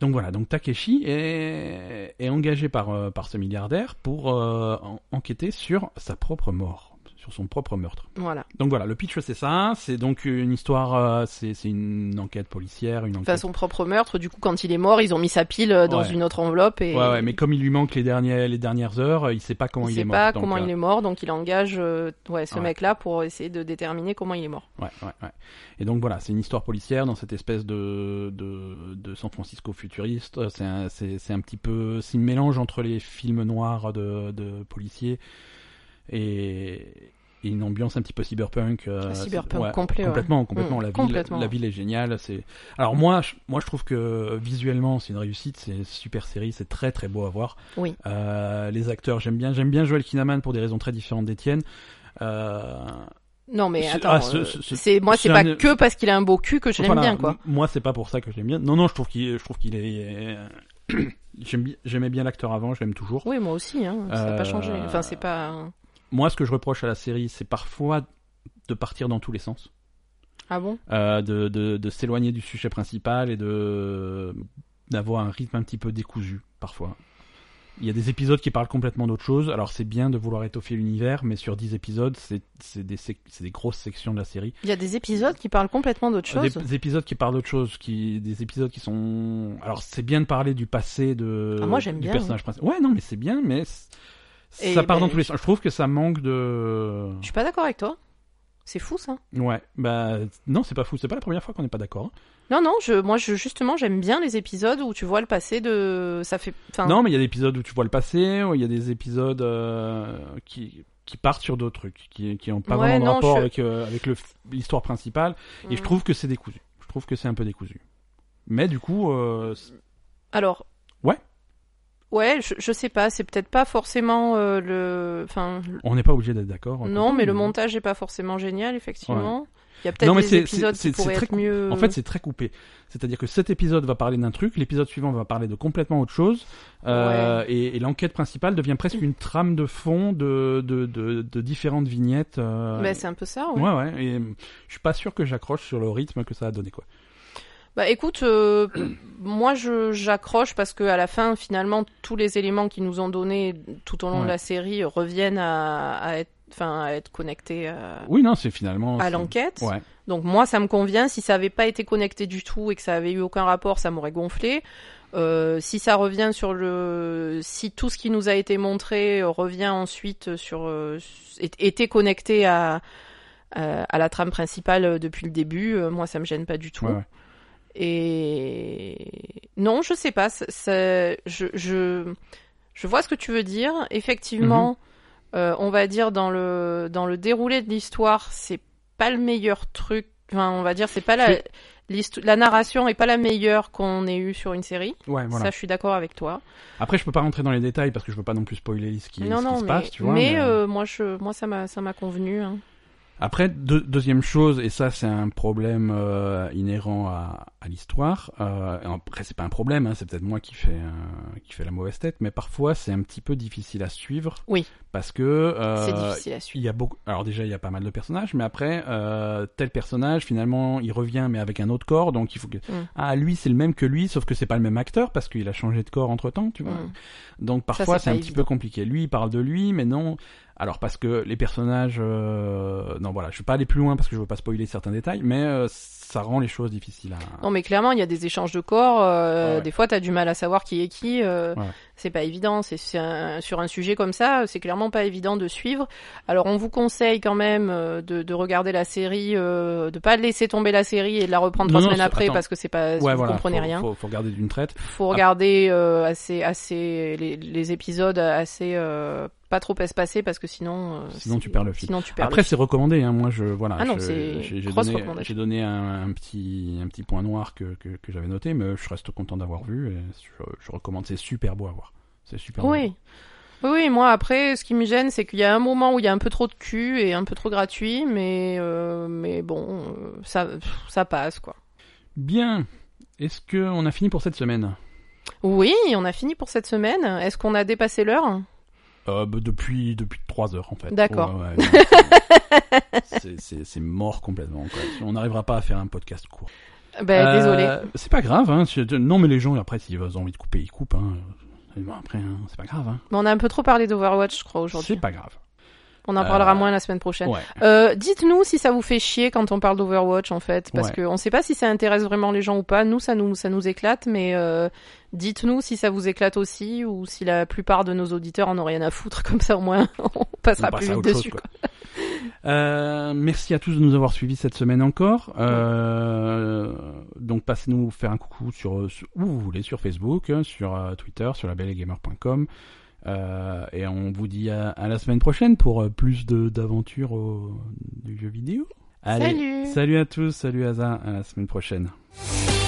Speaker 1: Donc voilà, donc Takeshi est, est engagé par, euh, par ce milliardaire pour euh, en- enquêter sur sa propre mort, sur son propre meurtre.
Speaker 2: Voilà.
Speaker 1: Donc voilà, le pitch c'est ça, c'est donc une histoire, euh, c'est c'est une enquête policière, une enquête...
Speaker 2: Enfin, son propre meurtre, du coup, quand il est mort, ils ont mis sa pile euh, dans
Speaker 1: Ouais.
Speaker 2: une autre enveloppe et
Speaker 1: Ouais, ouais, mais comme il lui manque les, derniers, les dernières heures, euh, il sait pas comment
Speaker 2: il
Speaker 1: il,
Speaker 2: sait
Speaker 1: est mort.
Speaker 2: pas
Speaker 1: donc,
Speaker 2: comment
Speaker 1: euh,
Speaker 2: il est mort, donc il engage euh, ouais, ce
Speaker 1: Ouais.
Speaker 2: mec-là pour essayer de déterminer comment il est mort.
Speaker 1: Ouais, ouais, ouais. Et donc voilà, c'est une histoire policière dans cette espèce de, de, de San Francisco futuriste. Euh, C'est un, c'est, c'est un petit peu. C'est un mélange entre les films noirs de, de policiers et, et une ambiance un petit peu cyberpunk. euh,
Speaker 2: Cyberpunk
Speaker 1: c'est- ouais,
Speaker 2: complet, ouais.
Speaker 1: Complètement, complètement.
Speaker 2: Mm,
Speaker 1: la, ville,
Speaker 2: complètement.
Speaker 1: la ville est géniale. C'est... Alors moi, je, moi, je trouve que visuellement, c'est une réussite. C'est une super série. C'est très, très beau à voir.
Speaker 2: Oui.
Speaker 1: Euh, les acteurs, j'aime bien. J'aime bien Joel Kinnaman pour des raisons très différentes d'Étienne. Euh,
Speaker 2: Non, mais
Speaker 1: C'est-
Speaker 2: attends,
Speaker 1: ah, ce-
Speaker 2: euh,
Speaker 1: ce- ce-
Speaker 2: c'est moi,
Speaker 1: c'est
Speaker 2: c'est pas
Speaker 1: un-
Speaker 2: que parce qu'il a un beau cul que je l'aime
Speaker 1: Enfin,
Speaker 2: bien,
Speaker 1: là,
Speaker 2: quoi.
Speaker 1: m- Moi, c'est pas pour ça que je l'aime bien. Non, non, je trouve qu'il, je trouve qu'il est. *coughs* j'aime bi- J'aimais bien l'acteur avant, je l'aime toujours.
Speaker 2: Oui, moi aussi, hein, ça n'a
Speaker 1: Euh,
Speaker 2: pas changé. Enfin, c'est pas.
Speaker 1: Moi, ce que je reproche à la série, c'est parfois de partir dans tous les sens,
Speaker 2: Ah bon
Speaker 1: Euh, de, de, de s'éloigner du sujet principal et de d'avoir un rythme un petit peu décousu parfois. Il y a des épisodes qui parlent complètement d'autre chose. Alors c'est bien de vouloir étoffer l'univers, mais sur 10 épisodes, c'est c'est des, sec- c'est des grosses sections de la série.
Speaker 2: Il y a des épisodes qui parlent complètement d'autre
Speaker 1: Des,
Speaker 2: chose.
Speaker 1: des épisodes qui parlent d'autre chose, qui des épisodes qui sont. Alors c'est bien de parler du passé de.
Speaker 2: Ah, moi, j'aime
Speaker 1: du
Speaker 2: bien,
Speaker 1: personnage principal. Ouais non mais c'est bien mais c-
Speaker 2: Et
Speaker 1: ça part
Speaker 2: ben,
Speaker 1: dans tous les sens. Je trouve que ça manque de.
Speaker 2: Je suis pas d'accord avec toi. C'est fou, ça.
Speaker 1: Ouais bah non c'est pas fou c'est pas la première fois qu'on n'est pas d'accord. hein.
Speaker 2: Non, non, je, moi, je, justement, j'aime bien les épisodes où tu vois le passé de. Ça fait. Enfin,
Speaker 1: Non mais il y a des épisodes où tu vois le passé, où il y a des épisodes euh, qui qui partent sur d'autres trucs, qui qui ont pas
Speaker 2: Ouais,
Speaker 1: vraiment de
Speaker 2: non,
Speaker 1: rapport
Speaker 2: je-
Speaker 1: avec euh, avec le f- l'histoire principale. Et je
Speaker 2: hmm.
Speaker 1: trouve que c'est décousu. Je trouve que c'est un peu décousu. Mais du coup euh, c'est-
Speaker 2: Alors.
Speaker 1: Ouais.
Speaker 2: Ouais, je, je sais pas, c'est peut-être pas forcément euh, le. Enfin, le-
Speaker 1: on n'est pas obligé d'être d'accord.
Speaker 2: non, mais le montage est pas forcément génial, effectivement. Il y a
Speaker 1: Non,
Speaker 2: peut-être
Speaker 1: mais
Speaker 2: des
Speaker 1: c'est-
Speaker 2: épisodes
Speaker 1: c'est-
Speaker 2: qui
Speaker 1: c'est- c'est
Speaker 2: pourraient
Speaker 1: très
Speaker 2: être
Speaker 1: cou-
Speaker 2: mieux.
Speaker 1: En fait, c'est très coupé. C'est-à-dire que cet épisode va parler d'un truc, l'épisode suivant va parler de complètement autre chose, euh, et, et l'enquête principale devient presque une trame de fond de, de, de, de différentes vignettes. euh,
Speaker 2: Bah, c'est un peu ça, ouais.
Speaker 1: ouais. ouais, Et euh, je suis pas sûr que j'accroche sur le rythme que ça a donné, quoi.
Speaker 2: Bah écoute, euh, *clears throat* moi je j'accroche parce que à la fin finalement tous les éléments qu'ils nous ont donnés tout au long
Speaker 1: Ouais.
Speaker 2: de la série euh, reviennent à, à être enfin à être connectés à,
Speaker 1: Oui, non, c'est finalement.
Speaker 2: à
Speaker 1: c'est-
Speaker 2: l'enquête.
Speaker 1: Ouais.
Speaker 2: Donc moi ça me convient. Si ça avait pas été connecté du tout et que ça avait eu aucun rapport, ça m'aurait gonflé. Euh, si ça revient sur le, si tout ce qui nous a été montré euh, revient ensuite sur euh, est- était connecté à euh, à à la trame principale euh, depuis le début, euh, moi ça me gêne pas du tout.
Speaker 1: ouais, ouais.
Speaker 2: Et non, je sais pas. ça- ça- je, je, je vois ce que tu veux dire. Effectivement,
Speaker 1: Mhm.
Speaker 2: euh, on va dire dans le dans le déroulé de l'histoire, c'est pas le meilleur truc. Enfin, on va dire c'est pas la
Speaker 1: Je-
Speaker 2: l'histo- la narration est pas la meilleure qu'on ait eue sur une série.
Speaker 1: Ouais, voilà.
Speaker 2: Ça, je suis d'accord avec toi.
Speaker 1: Après, je peux pas rentrer dans les détails parce que je veux pas non plus spoiler ce qui,
Speaker 2: non,
Speaker 1: ce qui
Speaker 2: non,
Speaker 1: se
Speaker 2: mais,
Speaker 1: passe, tu vois.
Speaker 2: mais,
Speaker 1: mais, euh,
Speaker 2: euh, moi, je, moi, ça m'a ça m'a convenu. hein.
Speaker 1: Après, deux- deuxième chose, et ça c'est un problème euh, inhérent à, à l'histoire. euh, et après, c'est pas un problème, hein, c'est peut-être moi qui fais euh, qui fait la mauvaise tête, mais parfois c'est un petit peu difficile à suivre.
Speaker 2: Oui.
Speaker 1: Parce que euh,
Speaker 2: c'est difficile à suivre.
Speaker 1: il y a beaucoup. Alors déjà, il y a pas mal de personnages, mais après, euh, tel personnage, finalement, il revient, mais avec un autre corps, donc il faut que
Speaker 2: Mm.
Speaker 1: ah lui, c'est le même que lui, sauf que c'est pas le même acteur parce qu'il a changé de corps entre temps, tu vois.
Speaker 2: Mm.
Speaker 1: Donc
Speaker 2: Ça,
Speaker 1: parfois
Speaker 2: c'est
Speaker 1: c'est un
Speaker 2: pas
Speaker 1: petit
Speaker 2: évident.
Speaker 1: peu compliqué. Lui il parle de lui, mais non. Alors parce que les personnages, euh, non voilà, je vais pas aller plus loin parce que je veux pas spoiler certains détails, mais euh, ça rend les choses difficiles à.
Speaker 2: Non mais clairement il y a des échanges de corps. euh,
Speaker 1: Ouais, ouais.
Speaker 2: Des fois t'as du mal à savoir qui est qui. euh,
Speaker 1: Ouais.
Speaker 2: C'est pas évident. C'est c'est un- sur un sujet comme ça, c'est clairement pas évident de suivre. Alors on vous conseille quand même euh, de, de regarder la série, euh, de pas laisser tomber la série et de la reprendre
Speaker 1: Non,
Speaker 2: trois
Speaker 1: non,
Speaker 2: semaines
Speaker 1: c'est-
Speaker 2: après
Speaker 1: attends.
Speaker 2: parce que c'est pas euh, vous comprenez
Speaker 1: faut,
Speaker 2: rien. Faut,
Speaker 1: Faut, faut regarder d'une traite.
Speaker 2: regarder euh, assez assez les, les épisodes assez euh, pas trop espacés parce que sinon euh,
Speaker 1: Sinon,
Speaker 2: c'est-
Speaker 1: tu perds le fil.
Speaker 2: Sinon tu perds.
Speaker 1: Après
Speaker 2: le fil.
Speaker 1: c'est recommandé, hein. moi je voilà.
Speaker 2: Ah non,
Speaker 1: je-
Speaker 2: c'est
Speaker 1: j'ai- j'ai
Speaker 2: grosse
Speaker 1: donné,
Speaker 2: recommandation.
Speaker 1: j'ai donné un, un petit un petit point noir que, que, que j'avais noté, mais je reste content d'avoir vu. Et je, je recommande, c'est super beau à voir. C'est super. beau.
Speaker 2: Oui. Oui, oui, moi après, ce qui me gêne, c'est qu'il y a un moment où il y a un peu trop de cul et un peu trop gratuit, mais euh, mais bon, euh, ça pff, ça passe quoi.
Speaker 1: Bien. Est-ce que on a fini pour cette semaine
Speaker 2: Oui, on a fini pour cette semaine. Est-ce qu'on a dépassé l'heure
Speaker 1: Euh, bah, depuis depuis trois heures en fait.
Speaker 2: D'accord.
Speaker 1: Ouais, ouais, non, *laughs* c'est- c'est c'est mort complètement. quoi. On n'arrivera pas à faire un podcast court.
Speaker 2: Ben
Speaker 1: Euh,
Speaker 2: désolé.
Speaker 1: C'est pas grave. Hein. c'est- Non mais les gens après s'ils ont envie de couper ils coupent. Hein. Et bon, Après hein, c'est pas grave. Hein.
Speaker 2: Mais on a un peu trop parlé d'Overwatch, je crois
Speaker 1: C'est
Speaker 2: aujourd'hui.
Speaker 1: pas grave.
Speaker 2: On en parlera
Speaker 1: Euh,
Speaker 2: moins la semaine prochaine.
Speaker 1: Ouais.
Speaker 2: Euh, Dites-nous si ça vous fait chier quand on parle d'Overwatch en fait, parce
Speaker 1: Ouais.
Speaker 2: que on sait pas si ça intéresse vraiment les gens ou pas. Nous, ça nous ça nous éclate, mais euh, dites-nous si ça vous éclate aussi ou si la plupart de nos auditeurs en ont rien à foutre. *laughs* Comme ça, au moins, on
Speaker 1: On
Speaker 2: passera
Speaker 1: passe
Speaker 2: plus
Speaker 1: à
Speaker 2: vite
Speaker 1: autre chose,
Speaker 2: dessus.
Speaker 1: quoi. *laughs* Euh, merci à tous de nous avoir suivis cette semaine encore. Euh, donc passez-nous faire un coucou sur, euh, sur- où vous voulez, sur Facebook, euh, sur euh, Twitter, sur labellegamer.com. Euh, et on vous dit à, à la semaine prochaine pour euh, plus de- d'aventures au- du jeu vidéo. Allez,
Speaker 2: Salut.
Speaker 1: salut à tous, salut Asa, à la semaine prochaine.
Speaker 2: quoi.